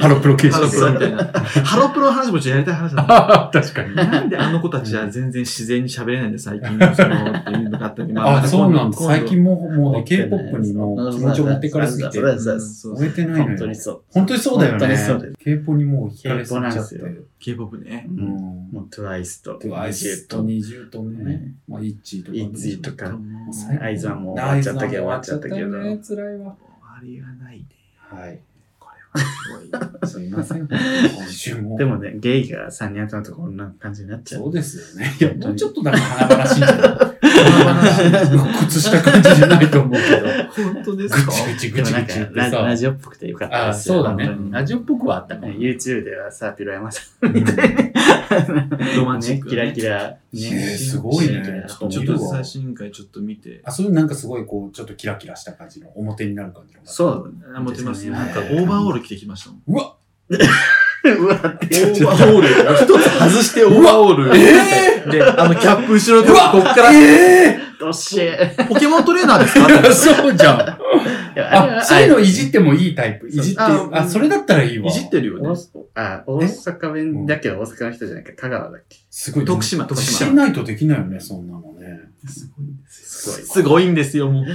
[SPEAKER 3] ハロプロ形
[SPEAKER 1] ロ
[SPEAKER 3] 式
[SPEAKER 1] プロみたいな。ハロプロの話もちょっとやりたい話だ
[SPEAKER 3] 確かに。
[SPEAKER 1] な。なんであの子たちは全然自然に喋れないんで、最近の、その、っていうのがあったけど、ま
[SPEAKER 3] あ、そうなんだ。最。
[SPEAKER 1] ま
[SPEAKER 3] 近もう、もうね、
[SPEAKER 2] 持ってない
[SPEAKER 3] K-POP にもう気持ちを持ってかれすぎて、
[SPEAKER 2] そうだ
[SPEAKER 1] 今
[SPEAKER 2] そ
[SPEAKER 1] 度
[SPEAKER 2] うだ
[SPEAKER 1] うん
[SPEAKER 2] そ
[SPEAKER 1] そう
[SPEAKER 3] 終えて
[SPEAKER 2] う
[SPEAKER 3] ない
[SPEAKER 2] 本
[SPEAKER 3] の
[SPEAKER 2] 当に
[SPEAKER 3] よ。
[SPEAKER 2] そう。
[SPEAKER 3] 本当にそうだよね。
[SPEAKER 2] 本当にそうです。
[SPEAKER 3] K-POP にもう惹かれすぎちゃって。
[SPEAKER 2] K-POP なんで
[SPEAKER 1] K-POP ね。
[SPEAKER 2] う
[SPEAKER 3] うんん。
[SPEAKER 2] もう TWICE と
[SPEAKER 3] アイスと
[SPEAKER 2] NiziU
[SPEAKER 3] 二重とね、まあ、イッチーとかね。
[SPEAKER 2] イッチーとか
[SPEAKER 1] もう
[SPEAKER 3] 最高
[SPEAKER 2] アイズワンも終わっちゃったけど
[SPEAKER 3] アイズワンも終わっちゃったよね辛いわ。
[SPEAKER 1] 終わりがないね。
[SPEAKER 3] はい。
[SPEAKER 1] これはすごい。
[SPEAKER 3] すいま せん。今週も。
[SPEAKER 2] でもね、ゲイが3人集まるとこんな感じになっちゃ。
[SPEAKER 3] そううですよね。い
[SPEAKER 2] いや
[SPEAKER 3] や、もうちょっとだから華々しいんじゃない靴した感じじゃないと思うけど。
[SPEAKER 1] 本当で
[SPEAKER 3] ぐ
[SPEAKER 1] す か
[SPEAKER 3] ちぐ
[SPEAKER 2] で
[SPEAKER 3] ちぐ
[SPEAKER 2] もなん
[SPEAKER 3] ちぐち
[SPEAKER 2] か
[SPEAKER 3] って
[SPEAKER 2] ラ
[SPEAKER 3] さ。
[SPEAKER 2] ラジオっぽくてよかった
[SPEAKER 3] あ
[SPEAKER 2] ですよ
[SPEAKER 3] そうだね
[SPEAKER 2] 本当。に
[SPEAKER 3] ラジオっぽくはあったかも。
[SPEAKER 2] YouTube ではさ、ピロヤマさん。
[SPEAKER 1] ロマンチック
[SPEAKER 2] ねキ
[SPEAKER 1] だ
[SPEAKER 2] ラ
[SPEAKER 1] ね
[SPEAKER 2] キラ。ね
[SPEAKER 3] えすごいね
[SPEAKER 2] キラキラ
[SPEAKER 1] ちょっと最新回ちょっと見て。
[SPEAKER 3] あ、そういうなんかすごいこう、ちょっとキラキラした感じの、表になる感じの。
[SPEAKER 2] そう。
[SPEAKER 1] あ、持ってますね。
[SPEAKER 2] です
[SPEAKER 1] な
[SPEAKER 2] ね
[SPEAKER 1] んかオーバーオール着てきましたもん。
[SPEAKER 3] うわ
[SPEAKER 2] うわって
[SPEAKER 1] オーバーオール。一つ外してオーバーオール。
[SPEAKER 3] え
[SPEAKER 1] で、あの、キャップ後ろで、
[SPEAKER 3] う
[SPEAKER 1] こ
[SPEAKER 3] わ
[SPEAKER 1] っから、
[SPEAKER 3] え
[SPEAKER 2] どっしー。
[SPEAKER 1] ポケモントレーナーですか
[SPEAKER 3] ぇそうじゃん。
[SPEAKER 2] いやあれ
[SPEAKER 3] あ、
[SPEAKER 2] は
[SPEAKER 3] そういうのいじってもいいタイプ。い
[SPEAKER 1] そう
[SPEAKER 3] じって、
[SPEAKER 1] あ
[SPEAKER 3] あ、それだったらいいわ。
[SPEAKER 1] いじってるよね。
[SPEAKER 2] あ、大阪弁だけど大阪の人じゃないか、香川だっけ。
[SPEAKER 3] すごい。
[SPEAKER 1] 徳島、徳
[SPEAKER 3] 自信
[SPEAKER 1] 島。
[SPEAKER 3] ないとできないよね、そんなのね。
[SPEAKER 2] すごい。
[SPEAKER 1] すごいんですよ、もう。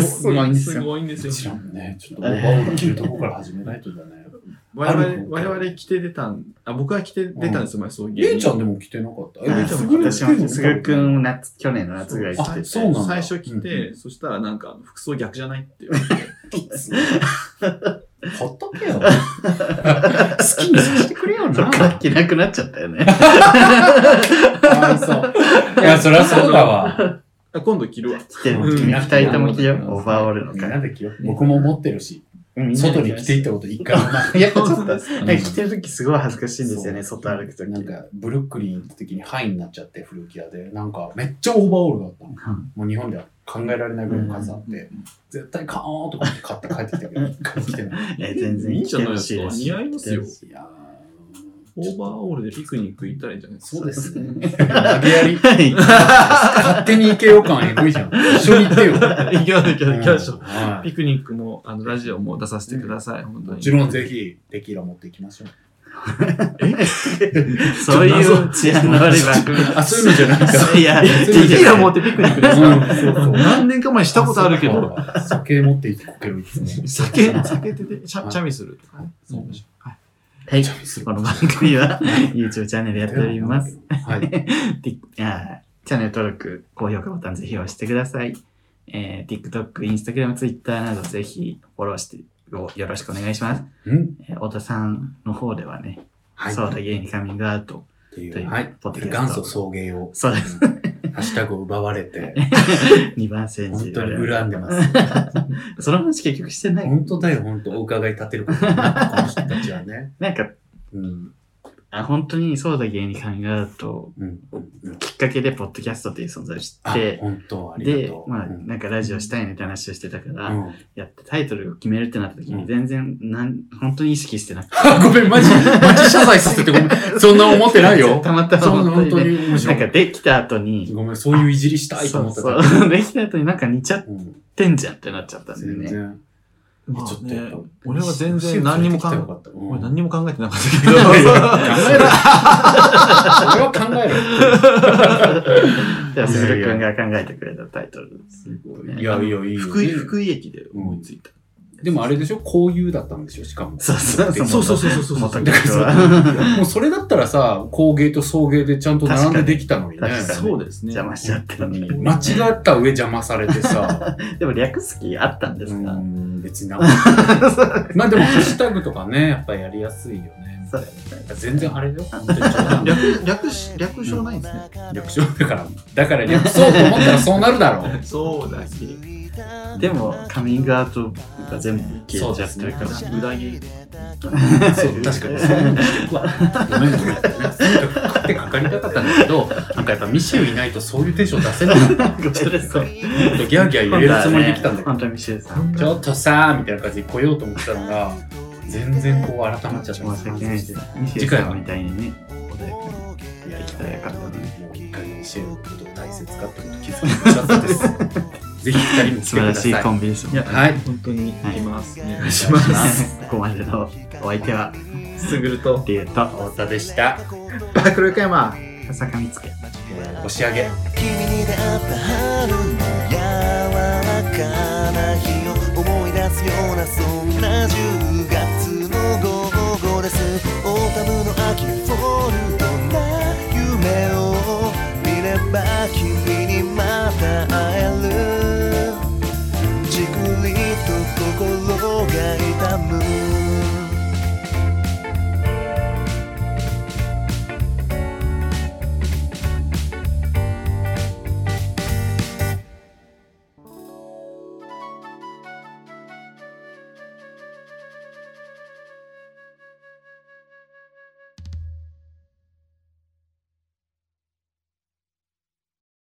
[SPEAKER 2] すごいんです
[SPEAKER 1] す
[SPEAKER 2] よ。
[SPEAKER 1] ごいんです
[SPEAKER 3] うちら
[SPEAKER 1] よ。
[SPEAKER 3] もね、ちょっとオーバーオール着るとこから始めないとだね。
[SPEAKER 1] 我
[SPEAKER 3] ある
[SPEAKER 1] 々、我々着て出たん、あ、僕は着て出たんですよ、前そういう芸人
[SPEAKER 3] りえちゃんでも着てなかった。
[SPEAKER 1] あ
[SPEAKER 3] え、
[SPEAKER 1] ちゃん
[SPEAKER 3] す
[SPEAKER 1] も
[SPEAKER 3] ぐる
[SPEAKER 2] 私も、すぐくん、夏、去年の夏ぐらい来てて。
[SPEAKER 3] あそうなんだ
[SPEAKER 1] 最初着
[SPEAKER 3] うんう
[SPEAKER 1] て、そしたらなんか、服装逆じゃないって言われて。
[SPEAKER 3] ほっとけよ。好きにさせてくれ よ
[SPEAKER 2] そ
[SPEAKER 3] な
[SPEAKER 2] っ。から着なくなっちゃったよね。
[SPEAKER 3] かわいそう。いや、そりゃそうだわ。
[SPEAKER 1] あ今度着るわ。
[SPEAKER 2] 着ても、
[SPEAKER 1] うん
[SPEAKER 2] 君二人とも着よう。オーバーオールの
[SPEAKER 3] みんな
[SPEAKER 2] か。
[SPEAKER 3] で着よう。僕も持ってるし、外に着ていったこと一回もない。
[SPEAKER 2] いや、ちょっと、
[SPEAKER 1] そうで
[SPEAKER 2] なんか着てるときすごい恥ずかしいんですよね、
[SPEAKER 3] そう
[SPEAKER 2] 外歩くとき。
[SPEAKER 3] なんか、ブルックリン行った時にハイになっちゃって、古着屋で。なんか、めっちゃオーバーオールだったの。
[SPEAKER 2] うん
[SPEAKER 3] もう日本では考えられないぐらいの数あって、絶対買おうとかって買って帰ってきたけど、一回も着てない。
[SPEAKER 2] え、全然
[SPEAKER 1] いいん
[SPEAKER 2] 着
[SPEAKER 1] じゃない
[SPEAKER 2] てほ
[SPEAKER 1] で
[SPEAKER 2] し
[SPEAKER 1] す
[SPEAKER 2] い
[SPEAKER 1] か。
[SPEAKER 2] です。
[SPEAKER 1] 似合いますよ。
[SPEAKER 3] いや
[SPEAKER 1] オーバーオールでピクニック行ったらいいんじゃないですか。
[SPEAKER 3] そうですね。投げやり。勝手に行けよ感エグいじゃん。一緒に行ってよ。
[SPEAKER 1] 行きましょう、行きましょう行きましょう。
[SPEAKER 3] はい
[SPEAKER 1] ピクニックも、あの、ラジオも出させてください、本当に。
[SPEAKER 3] もちろんぜひ、テキーラ持っていきましょう。
[SPEAKER 2] そういう治安の悪い番組。
[SPEAKER 3] あ、そういうのじゃないか。
[SPEAKER 2] いや、い
[SPEAKER 3] テ
[SPEAKER 2] い
[SPEAKER 3] キ
[SPEAKER 2] じ
[SPEAKER 3] ー
[SPEAKER 2] ゃ
[SPEAKER 3] ラ
[SPEAKER 2] ない
[SPEAKER 1] てピクニックで
[SPEAKER 3] うんそうそう
[SPEAKER 1] 何年か前したことあるけど、。
[SPEAKER 3] 酒持って行けるいつも。
[SPEAKER 1] 酒、酒ってて、チャチャミするとかね。
[SPEAKER 3] そう
[SPEAKER 1] そうでしょはい。
[SPEAKER 2] はい。
[SPEAKER 3] チャミする
[SPEAKER 2] この番組は YouTube チャンネルやっております。。
[SPEAKER 3] はい。
[SPEAKER 2] ティあーチャンネル登録、高評価ボタンぜひ押してください。えー、TikTok、Instagram、Twitter などぜひフォローしてよよろしくお願いします。
[SPEAKER 3] うん。
[SPEAKER 2] えー太田さんの方ではね、
[SPEAKER 3] はい。
[SPEAKER 2] そうだ、芸にカミングアウト。
[SPEAKER 3] ってい
[SPEAKER 2] という
[SPEAKER 3] う。はい。
[SPEAKER 2] ポッドキャスト
[SPEAKER 3] 元祖送迎を。
[SPEAKER 2] そうです。
[SPEAKER 3] ハッシュタグを奪われて、
[SPEAKER 2] 2番戦
[SPEAKER 3] 本
[SPEAKER 2] 時。
[SPEAKER 3] 当に恨んでます。
[SPEAKER 2] その話結局してない。
[SPEAKER 3] 本当だよ、本当。お伺い立てることになったこの人たちはね。
[SPEAKER 2] なんか、
[SPEAKER 3] うん。
[SPEAKER 2] あ本当にそうだ、芸にカミングアウト
[SPEAKER 3] うん。
[SPEAKER 2] きっかけで、ポッドキャストという存在を知っ
[SPEAKER 3] あ、
[SPEAKER 2] て、
[SPEAKER 3] 本当、あり
[SPEAKER 2] で
[SPEAKER 3] がと、う。
[SPEAKER 2] まあ、
[SPEAKER 3] うん
[SPEAKER 2] なんかラジオしたいねって話をしてたから、
[SPEAKER 3] うん
[SPEAKER 2] やってタイトルを決めるってなった時
[SPEAKER 3] う
[SPEAKER 2] に
[SPEAKER 3] ん
[SPEAKER 2] 全然なん、本当に意識してなくて。
[SPEAKER 3] あごめん、マジ、マジ謝罪させてごめん。そんな思ってない よ。
[SPEAKER 2] たまたま
[SPEAKER 3] そんな
[SPEAKER 2] 本当
[SPEAKER 3] 本当
[SPEAKER 2] にね、
[SPEAKER 3] に面白
[SPEAKER 2] なん
[SPEAKER 3] い
[SPEAKER 2] か。できた後に、
[SPEAKER 3] ごめん、そういういじりしたいと
[SPEAKER 2] そ
[SPEAKER 3] 思
[SPEAKER 2] う
[SPEAKER 3] って
[SPEAKER 2] そ
[SPEAKER 3] た。
[SPEAKER 2] う、できた後になんか似ちゃっ
[SPEAKER 3] うん
[SPEAKER 2] てんじゃんってなっちゃったんだよ
[SPEAKER 3] 全
[SPEAKER 2] ね。
[SPEAKER 3] 然。
[SPEAKER 1] ま
[SPEAKER 3] ちょっ
[SPEAKER 1] あ
[SPEAKER 3] とやっ
[SPEAKER 1] ね
[SPEAKER 3] ぱ、
[SPEAKER 1] 俺は全然何にも考
[SPEAKER 3] 考
[SPEAKER 1] え
[SPEAKER 3] えて、よかった。うん
[SPEAKER 1] 俺
[SPEAKER 3] 考
[SPEAKER 1] 何にも考えてなかったけ
[SPEAKER 3] え
[SPEAKER 1] ど
[SPEAKER 3] る。それは考えろ。
[SPEAKER 2] じゃあ、
[SPEAKER 3] いやいや
[SPEAKER 2] 鈴木くんが考えてくれたタイトルです。
[SPEAKER 3] いやいや、いいよ。
[SPEAKER 1] 福井、福井駅で思いついた。
[SPEAKER 3] でもあれでしょこういうだったんでしょしかも。
[SPEAKER 2] そうそうそう
[SPEAKER 1] そうそうそうそうそう。
[SPEAKER 2] もっと
[SPEAKER 1] そ
[SPEAKER 2] も
[SPEAKER 1] う
[SPEAKER 2] っと
[SPEAKER 3] だからさ、もうそれだったらさ、工芸と送迎でちゃんと並んでできたのにね。
[SPEAKER 2] 確かに
[SPEAKER 1] そうですね。
[SPEAKER 2] 邪魔しちゃってたのに
[SPEAKER 3] 間違った上邪魔されてさ、
[SPEAKER 2] でも略好きあったんです
[SPEAKER 3] う
[SPEAKER 2] か
[SPEAKER 3] ん別になか ったまあでもハッシュタグとかね、やっぱやりやすいよね。
[SPEAKER 2] そう
[SPEAKER 3] 全然あれだよ。本当に冗談
[SPEAKER 1] 略、略し、略称ないんですね。
[SPEAKER 3] 略称だから、だから略そうと思ったらそうなるだろう。
[SPEAKER 1] そうだし、
[SPEAKER 2] でも、カミングアウトが全部消えちゃってるから。
[SPEAKER 3] そう
[SPEAKER 1] 裏切りで。
[SPEAKER 3] そう、確かにそういうのしてくわ。ごめんごめん。なんか食ってかかりたかったんだけど、なんかやっぱミシューいないとそういうテンション出せない。もっ
[SPEAKER 2] ごめんなさい。
[SPEAKER 3] とギャーギャー言えるつもりで来たんだけど
[SPEAKER 2] 本、当にシュウさん。
[SPEAKER 3] ちょっとさーみたいな感じで来ようと思ってたのが、全然こう改まっちゃった。
[SPEAKER 2] 申し訳ないです。
[SPEAKER 3] 次回は
[SPEAKER 2] みたいにね、穏やかに。
[SPEAKER 3] いや、行き
[SPEAKER 2] たらよかったね
[SPEAKER 3] もう一回ミシェルのこと大切かってこと気づいちゃったです。ぜひ二人も来
[SPEAKER 2] 素晴
[SPEAKER 3] てく
[SPEAKER 2] ら
[SPEAKER 3] だ
[SPEAKER 2] し
[SPEAKER 3] さ
[SPEAKER 2] い
[SPEAKER 3] い。
[SPEAKER 2] コンビですもんね。
[SPEAKER 3] はい。
[SPEAKER 1] 本当に行きます。お願いし
[SPEAKER 3] お
[SPEAKER 1] ま
[SPEAKER 3] 願
[SPEAKER 1] す。
[SPEAKER 3] いします。
[SPEAKER 2] ここまでのお相手は、
[SPEAKER 1] すぐると、
[SPEAKER 2] リュウ と、
[SPEAKER 3] 太田でした。
[SPEAKER 1] 黒山。
[SPEAKER 2] 坂見つけ。
[SPEAKER 3] えー押し上げ。
[SPEAKER 6] 君に出会った春